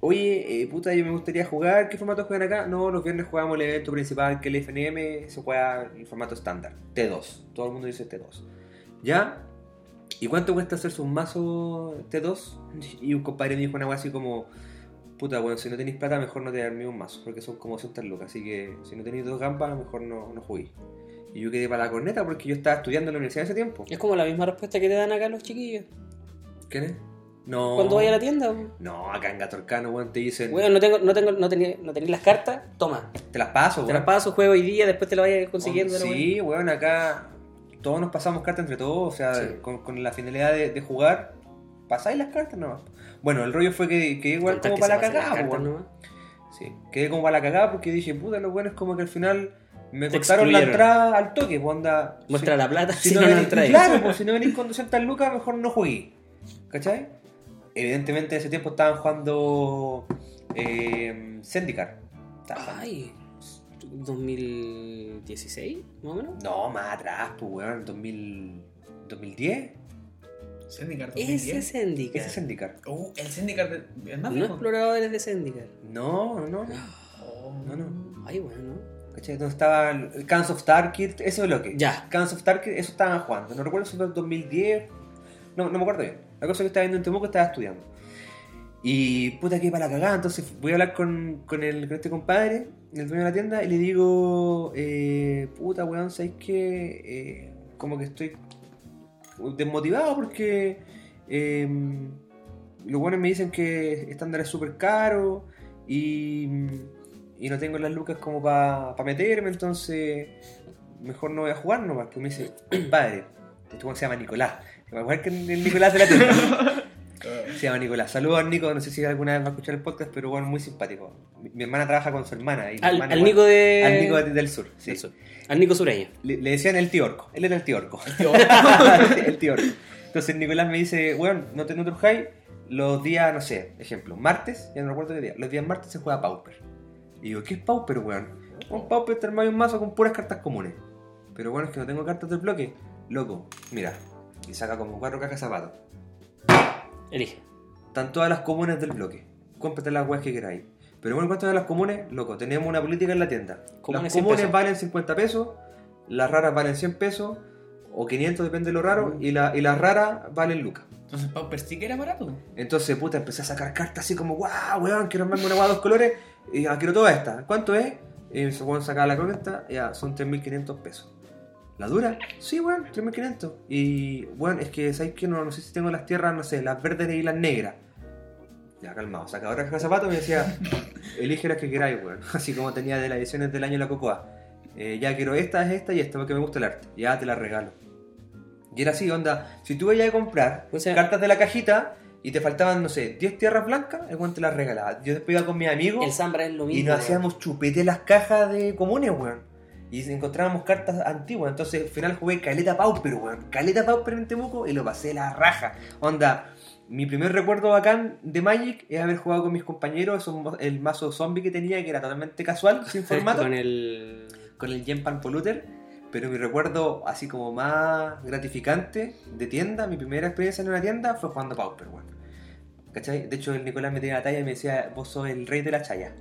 S2: Oye, eh, puta, yo me gustaría jugar, ¿qué formato juegan acá? No, los viernes jugamos el evento principal, que es el FNM, se juega en formato estándar, T2, todo el mundo dice T2. ¿Ya? ¿Y cuánto cuesta hacerse un mazo T2? Y un compadre me dijo una cosa así como, puta, bueno, si no tenéis plata, mejor no te arméis un mazo, porque son como 100 lucas, así que si no tenéis dos gambas, mejor no, no juguéis. Y yo quedé para la corneta porque yo estaba estudiando en la universidad en ese tiempo.
S1: Es como la misma respuesta que te dan acá los chiquillos.
S2: ¿Quién es? No.
S1: Cuando vayas a la tienda,
S2: No, acá en Gatorcano, weón, te dicen.
S1: weón, no tengo, no tengo, no tenía, no tenía las cartas, toma.
S2: te las paso,
S1: Te
S2: weón.
S1: las paso, juego hoy día, después te las vayas consiguiendo. la weón.
S2: Oh, Sí, weón, acá todos nos pasamos cartas entre todos, o sea,
S1: Sí.
S2: con, con la finalidad de, de jugar, pasáis las cartas nomás. Bueno, el rollo fue que quedé igual
S1: Contar
S2: como
S1: que
S2: para la
S1: se pasen las
S2: cagada,
S1: cartas
S2: weón.
S1: nomás.
S2: Sí, quedé como para la cagada porque dije, puta, lo bueno es como que al final me
S1: Te
S2: cortaron la
S1: excluyeron.
S2: entrada al toque, pues onda.
S1: Muestra
S2: si-
S1: la plata,
S2: Si
S1: si
S2: no
S1: no, la
S2: venís-
S1: traes.
S2: claro, pues si no venís con 200 lucas, mejor no jugué. ¿Cachai? Evidentemente en ese tiempo estaban jugando eh, Zendikar. Estaban jugando-
S1: Ay, 2016, más o menos.
S2: No, más atrás, pues weón, 2000, 2010.
S3: Syndicate
S1: Ese
S3: 2010.
S1: es Zendikar.
S2: Ese es Zendikar.
S3: Uh, el Syndicate. de- ¿El más
S1: No
S3: viejo?
S1: exploradores de Zendikar.
S2: No, no, no.
S3: Oh.
S2: No, no.
S1: Ay, bueno, ¿no?
S2: ¿Cachai? Donde estaba el Cans of Tarkit, ese bloque.
S1: Ya.
S2: Cans of Tarkit, eso estaban jugando. No recuerdo si fue el 2010. No, no me acuerdo bien. La cosa es que estaba viendo en Temuco estaba estudiando. Y puta que para la cagada, entonces voy a hablar con, con, el, con este compadre, el dueño de la tienda, y le digo, eh, puta weón, ¿sabes qué? Eh, como que estoy desmotivado porque eh, los buenos me dicen que estándar es súper caro y, y no tengo las lucas como para meterme, entonces mejor no voy a jugar nomás. Pues me dice, padre, este weón se llama Nicolás. Se va a jugar que el Nicolás de la tienda. Se llama Nicolás. Saludos al Nico, no sé si alguna vez va a escuchar el podcast, pero bueno, muy simpático. Mi, mi hermana trabaja con su hermana. Y mi
S1: Al,
S2: hermana,
S1: al
S2: bueno,
S1: Nico de.
S2: al Nico de- del sur. sí.
S1: del sur. Al Nico Sureña.
S2: Le, le decían el tío orco. Él era el tío orco. el tío orco. Entonces Nicolás me dice, weón, no te no trujáis. Los días, no sé, ejemplo, martes, ya no recuerdo qué día, los días martes se juega Pauper. Y digo, ¿qué es Pauper, weón? Un Pauper te armáis un mazo con puras cartas comunes. Pero bueno, es que no tengo cartas del bloque. Loco, mira. Y saca como cuatro cajas de zapatos.
S1: Elige.
S2: Están todas las comunes del bloque. Cómprate las weas que queráis. Pero bueno, ¿cuánto de las comunes? Loco, tenemos una política en la tienda.
S1: Comunes
S2: las
S1: 100
S2: comunes
S1: pesos.
S2: valen 50 pesos, las raras valen 100 pesos, o 500, depende de lo raro, y, la, y las raras valen lucas.
S3: Entonces, Pauper sí que era barato.
S2: Entonces, puta, empecé a sacar cartas así como, guau, weón, quiero armarme una wea de dos colores, y ah, quiero toda esta. ¿Cuánto es? Y se pueden sacar la croneta, ya, son 3.500 pesos. ¿La dura? Sí, weón, 3.500. Y, weón, es que, ¿sabes qué? No, no sé si tengo las tierras, no sé, las verdes y las negras. Ya, calmado, sacaba otra caja de zapatos y me decía, elige las que queráis, weón. Así como tenía de las ediciones del año de la Cocoa. Eh, ya quiero esta, esta y esta porque me gusta el arte. Ya te la regalo. Y era así, onda, si tú vayas a comprar
S1: O sea-
S2: cartas de la cajita y te faltaban, no sé, 10 tierras blancas, el weón te las regalaba. Yo después iba con mis amigos
S1: El Zambra es lo mismo.
S2: y nos
S1: weón.
S2: hacíamos chupete las cajas de comunes, weón. Y encontrábamos cartas antiguas. Entonces al final jugué Caleta Pauper, weón. Caleta Pauper en Temuco y lo pasé la raja. Onda, mi primer recuerdo bacán de Magic es haber jugado con mis compañeros. esos mo- el mazo zombie que tenía, que era totalmente casual, sin formato.
S1: Con el.
S2: con el Gempan Polluter, pero mi recuerdo así como más gratificante de tienda, mi primera experiencia en una tienda fue jugando Pauper, weón. ¿Cachai? De hecho, el Nicolás me tenía la talla y me decía, vos sos el rey de la chaya.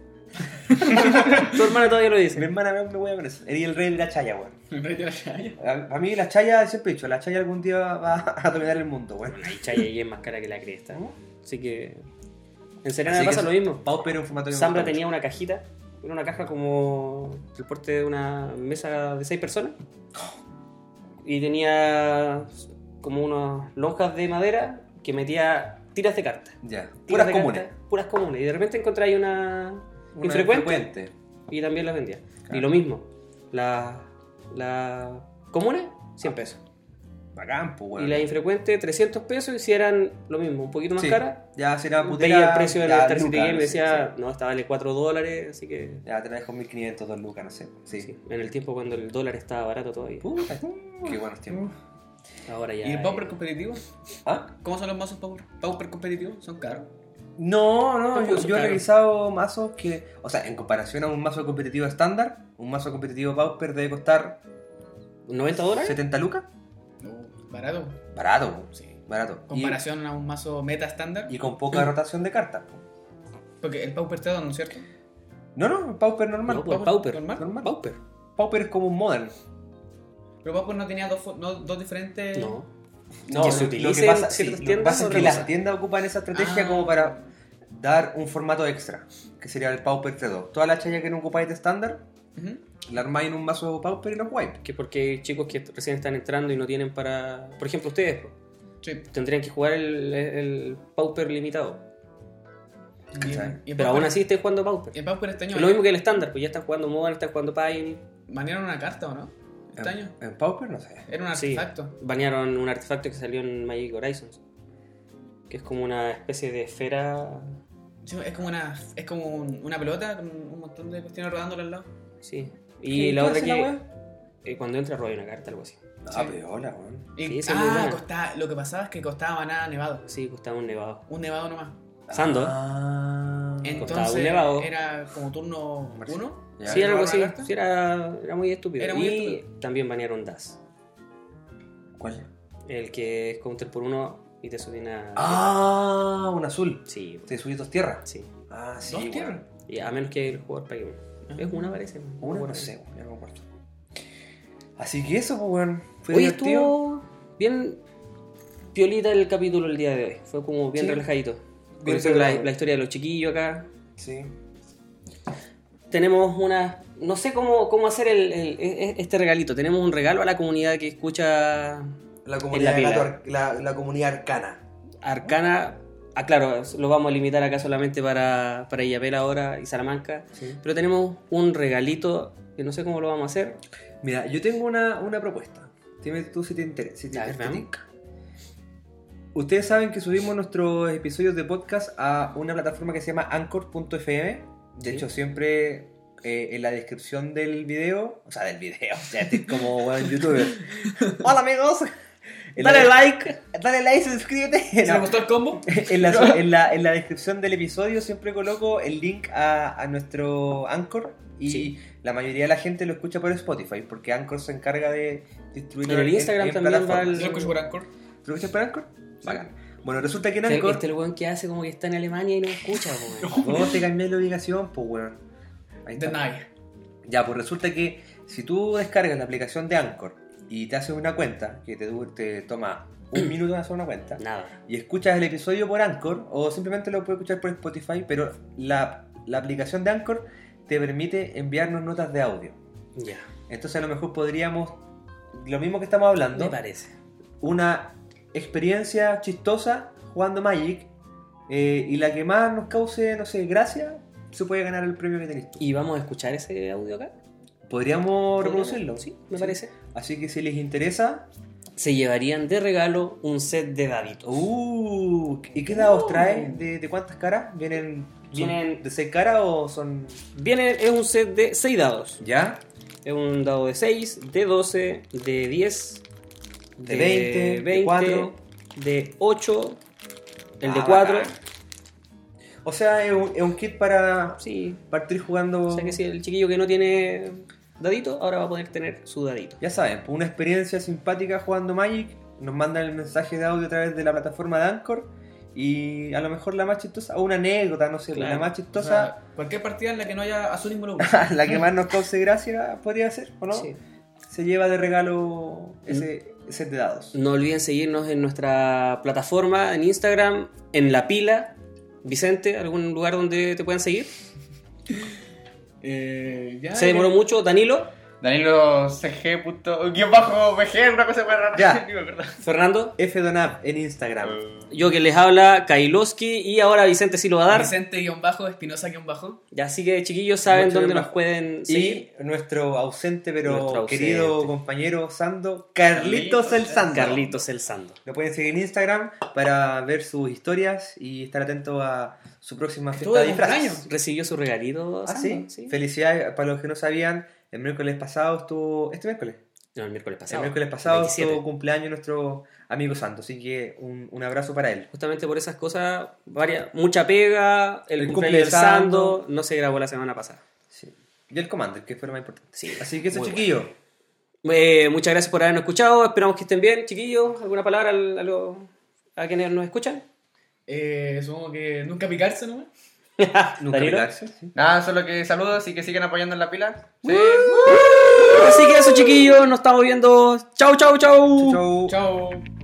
S1: Tu hermana todavía lo
S2: Mi
S1: dice.
S2: hermana me voy a ver eso. Era el rey de la chaya, weón.
S3: Me rey de la Shaya.
S2: A a mí la chaya, siempre he dicho, la chaya algún día va a dominar el mundo, weón.
S1: La Chaya ahí es más cara que la cresta. Así que. En Serena
S2: Así
S1: me
S2: que
S1: pasa
S2: eso-
S1: lo mismo.
S2: Pauper era un formato que me
S1: Zambra
S2: gusta
S1: tenía
S2: mucho.
S1: una cajita, era una caja como el porte de una mesa de seis personas. Y tenía como unas lonjas de madera que metía tiras de cartas.
S2: Ya,
S1: Tiras
S2: puras
S1: de
S2: comunes.
S1: cartas, puras comunes. Y de repente encontráis una,
S2: Una
S1: infrecuente
S2: frecuente.
S1: y también las vendía.
S2: Claro.
S1: Y lo mismo, las las comunes, 100 pesos.
S2: Ah, Bacán, pues, weón.
S1: Y las infrecuentes, 300 pesos. Y si eran lo mismo, un poquito más
S2: Sí,
S1: cara.
S2: Ya será putera.
S1: Veía el precio de la
S2: ya,
S1: Star City
S2: lucas,
S1: Game y
S2: no sé,
S1: decía, no, esta vale 4 dólares, así que
S2: sí. Ya te la dejo 1500, 2 lucas, no sé. Sí.
S1: Sí, en el tiempo cuando el dólar estaba barato todavía.
S2: Puta, qué buenos tiempos.
S1: Ahora ya.
S3: ¿Y el Pauper
S1: eh,
S3: competitivo?
S2: ¿Ah?
S3: ¿Cómo son los mazos Pauper, pauper competitivos? Son caros.
S2: No, no,
S1: Tampoco
S2: yo,
S1: son
S2: yo he
S1: caros.
S2: revisado mazos que, o sea, en comparación a un mazo competitivo estándar, un mazo competitivo Pauper debe costar
S1: ¿90 dólares?
S2: 70 lucas.
S3: No, barato.
S2: Barato,
S3: Sí.
S2: barato. Y,
S3: Comparación a un mazo meta estándar.
S2: y con poca rotación de cartas.
S3: Porque el Pauper te da, ¿no es cierto?
S2: No, no, Pauper normal.
S1: No, pues
S3: Pauper,
S1: Pauper.
S3: normal,
S2: normal.
S1: Pauper.
S2: Pauper es como un modern.
S3: Pero Pauper no tenía dos, fo- no, dos
S2: Eh.
S3: diferentes.
S1: No.
S2: No,
S1: que se
S2: lo- lo
S1: utilice
S2: que pasa,
S1: en
S2: sí,
S1: ciertas
S2: lo que
S1: tiendas
S2: pasa es
S1: otra
S2: que
S1: cosa.
S2: las tiendas ocupan esa estrategia
S3: Ah.
S2: como para dar un formato extra, que sería el Pauper 3-2. Toda la chaya que no ocupáis de estándar,
S3: Ujú.
S2: la armáis en un mazo Pauper y los wipe.
S1: Que porque hay chicos que recién están entrando y no tienen para. Por ejemplo, ustedes po,
S3: Sí.
S1: tendrían que jugar el, el Pauper limitado.
S3: Y-
S2: ¿Cachai?
S3: y el
S1: Pero aún
S3: Pauper-
S1: así estáis jugando Pauper.
S3: El Pauper este año.
S1: Es lo mismo que el estándar, pues ya están jugando Modern, están jugando Pioneer.
S3: ¿Banearon una carta o no? Este
S2: En,
S3: año.
S2: en Pauper no sé.
S3: Era un
S1: Ah. Sí.
S3: artefacto.
S1: Banearon un artefacto que salió en Magic Horizons. Que es como una especie de esfera.
S3: Sí, es como una, es como un- una pelota con un montón de cuestiones rodando al lado.
S1: Sí.
S2: ¿Qué-
S1: Y la
S2: qué
S1: otra
S2: hace
S1: que.
S2: wea?
S1: eh, cuando entra roba una carta, algo así.
S2: Ah, pero hola, weón.
S3: Y-
S1: Sí, esa es
S3: ah,
S1: buena.
S3: costaba- lo que pasaba es que costaba nada nevado.
S1: Sí, costaba pues, un nevado.
S3: Un nevado nomás.
S1: Sando. Costaba
S2: Ah.
S1: un
S3: Entonces
S1: nevado.
S3: era como turno
S4: Marcial.
S3: uno.
S2: Ya.
S1: Sí, algo
S3: ¿Robar
S1: así.
S3: una carta?
S1: Sí, era, era muy estúpido.
S3: Era muy
S1: y
S3: estúpido.
S1: también banearon Das.
S2: ¿Cuál?
S1: El que es counter por uno y te sube una.
S2: Ah, un azul.
S1: Sí, pues,
S2: Te subí dos tierras.
S1: sí.
S2: Ah, sí.
S3: Dos
S2: weón.
S3: tierras.
S1: Y a menos que el jugador pague uno. Es una, parece. no
S2: Una,
S1: recuerdo.
S2: no sé, weón, ya no me acuerdo. Así que eso, pues, weón. Fue
S1: Hoy
S2: divertido.
S1: estuvo bien piolita el capítulo el día de hoy. Fue como bien
S2: Sí.
S1: relajadito.
S2: Bien
S1: Conociendo la,
S2: relajado.
S1: la historia de los chiquillos acá.
S2: Sí.
S1: Tenemos una... No sé cómo, cómo hacer el- el- e- e- este regalito. Tenemos un regalo a la comunidad que escucha
S2: La comunidad,
S1: pila.
S2: gato ar- la, la comunidad arcana.
S1: Arcana. Ah, claro, lo vamos a limitar acá solamente para, para Illapel ahora y Salamanca.
S2: Sí.
S1: Pero tenemos un regalito que no sé cómo lo vamos a hacer.
S2: Mira, yo tengo una, una propuesta. Dime tú si te interesa. Si te
S1: A ver,
S2: interesa.
S1: veamos.
S2: Ustedes saben que subimos nuestros episodios de podcast a una plataforma que se llama Anchor.fm. De
S1: Sí.
S2: hecho, siempre eh, en la descripción del video, o sea, del video, o sea, estoy como buen youtuber. Hola amigos, En la-
S1: Dale like.
S2: dale like, suscríbete.
S3: ¿Se
S2: No.
S3: le gustó el combo?
S2: en, la, en, la, en la descripción del episodio siempre coloco el link a, a nuestro Anchor y
S1: Sí.
S2: la mayoría de la gente lo escucha por Spotify porque Anchor se encarga de distribuirlo
S1: En el Instagram también va el-
S2: plataformas.
S3: Yo lo escucho por Anchor.
S2: ¿Lo escuchas por Anchor? Bacán. Bueno, resulta que en
S1: Este,
S2: Anchor
S1: este el weón que hace como que está en Alemania y no escucha. po, weón.
S2: vos te cambiás la ubicación, pues weón. Ahí está.
S3: Deny.
S2: Ya, pues resulta que si tú descargas la aplicación de Anchor y te haces una cuenta, que te, du- te toma un minuto en hacer una cuenta,
S1: Nada.
S2: y escuchas el episodio por Anchor o simplemente lo puedes escuchar por Spotify, pero la, la aplicación de Anchor te permite enviarnos notas de audio.
S1: Ya.
S2: Entonces a lo mejor podríamos, lo mismo que estamos hablando,
S1: Me parece.
S2: una experiencia chistosa jugando Magic eh, y la que más nos cause, no sé, gracia, se puede ganar el premio que tenés tú.
S1: ¿Y vamos a escuchar ese audio acá?
S2: Podríamos reproducirlo.
S1: Sí, me parece.
S2: Así que si les interesa,
S1: Se llevarían de regalo un set de daditos.
S2: uh, ¿y qué dados trae? ¿De, de cuántas caras? ¿Vienen, son
S1: Vienen-
S2: de seis caras o son...?
S1: Viene, es un set de 6 dados.
S2: ¿Ya?
S1: Es un dado de 6, de 12, de 10,
S2: De 20, de 4.
S1: de 8, el de
S2: Ah,
S1: 4.
S2: bacán. O sea, es un, es un kit para
S1: Sí.
S2: partir jugando.
S1: O sea que si el chiquillo que no tiene dadito, ahora va a poder tener su dadito.
S2: Ya saben, pues, una experiencia simpática jugando Magic. Nos mandan el mensaje de audio a través de la plataforma de Anchor. Y a lo mejor la más chistosa, o una anécdota, no sé,
S1: Claro.
S2: la más
S3: O
S2: chistosa,
S3: sea, cualquier partida en la que no haya azul involucrado.
S2: la que más nos cause gracia, podría ser, ¿o no?
S1: Sí. Mm.
S2: Se lleva de regalo ese set de dados.
S1: No olviden seguirnos en nuestra plataforma, en Instagram, en La Pila. Vicente, ¿algún lugar donde te puedan seguir?
S3: Eh, ya,
S1: Se demoró
S3: ya.
S1: mucho. Danilo,
S4: Danilo CG. Punto, guión bajo VG, una cosa muy rara.
S2: Ya.
S4: Digo, ¿verdad?
S1: Fernando,
S2: F Donap en Instagram.
S1: yo que les habla, Kailoski y ahora Vicente sí lo va a dar.
S3: Vicente-bajo, Espinosa-bajo.
S1: Y Así que chiquillos saben
S2: Mucho
S1: dónde
S2: bien.
S1: nos pueden
S2: Y
S1: seguir.
S2: nuestro ausente pero
S1: Nuestro ausente.
S2: querido compañero Sando, Carlitos,
S4: Carlitos
S2: el Sando.
S1: Carlitos el Sando.
S2: Lo pueden seguir en Instagram para ver sus historias y estar atento a su próxima
S3: Estuvo
S2: fiesta
S3: de
S2: de disfraces.
S3: cumpleaños.
S1: ¿Recibió su regalito?
S2: Ah, sí.
S1: Sando?
S2: Felicidades para los que no sabían. El miércoles pasado estuvo. Este miércoles.
S1: No, el miércoles pasado.
S2: El miércoles pasado
S1: 27.
S2: estuvo cumpleaños nuestro amigo Santo. Así que un, un abrazo para él.
S1: Justamente por esas cosas, varias, mucha pega, el,
S2: El
S1: cumpleaños
S2: cumple
S1: del
S2: del Sando.
S1: Sando, no se grabó la semana pasada.
S2: Sí. Y el Commander, que fue lo más importante.
S1: Sí,
S2: Así que eso,
S1: muy
S2: chiquillo.
S1: Eh, muchas gracias por habernos escuchado. Esperamos que estén bien, chiquillos. ¿Alguna palabra al- a, los- a quienes nos escuchan?
S3: Eh, supongo que nunca picarse nomás.
S2: Nunca
S1: Danilo.
S2: pegarse, sí.
S4: Nada, solo que saludos y que sigan apoyando en la pila. Sí.
S1: Así que eso, chiquillos. Nos estamos viendo. Chau, chau, chau.
S2: Chau.
S3: Chao.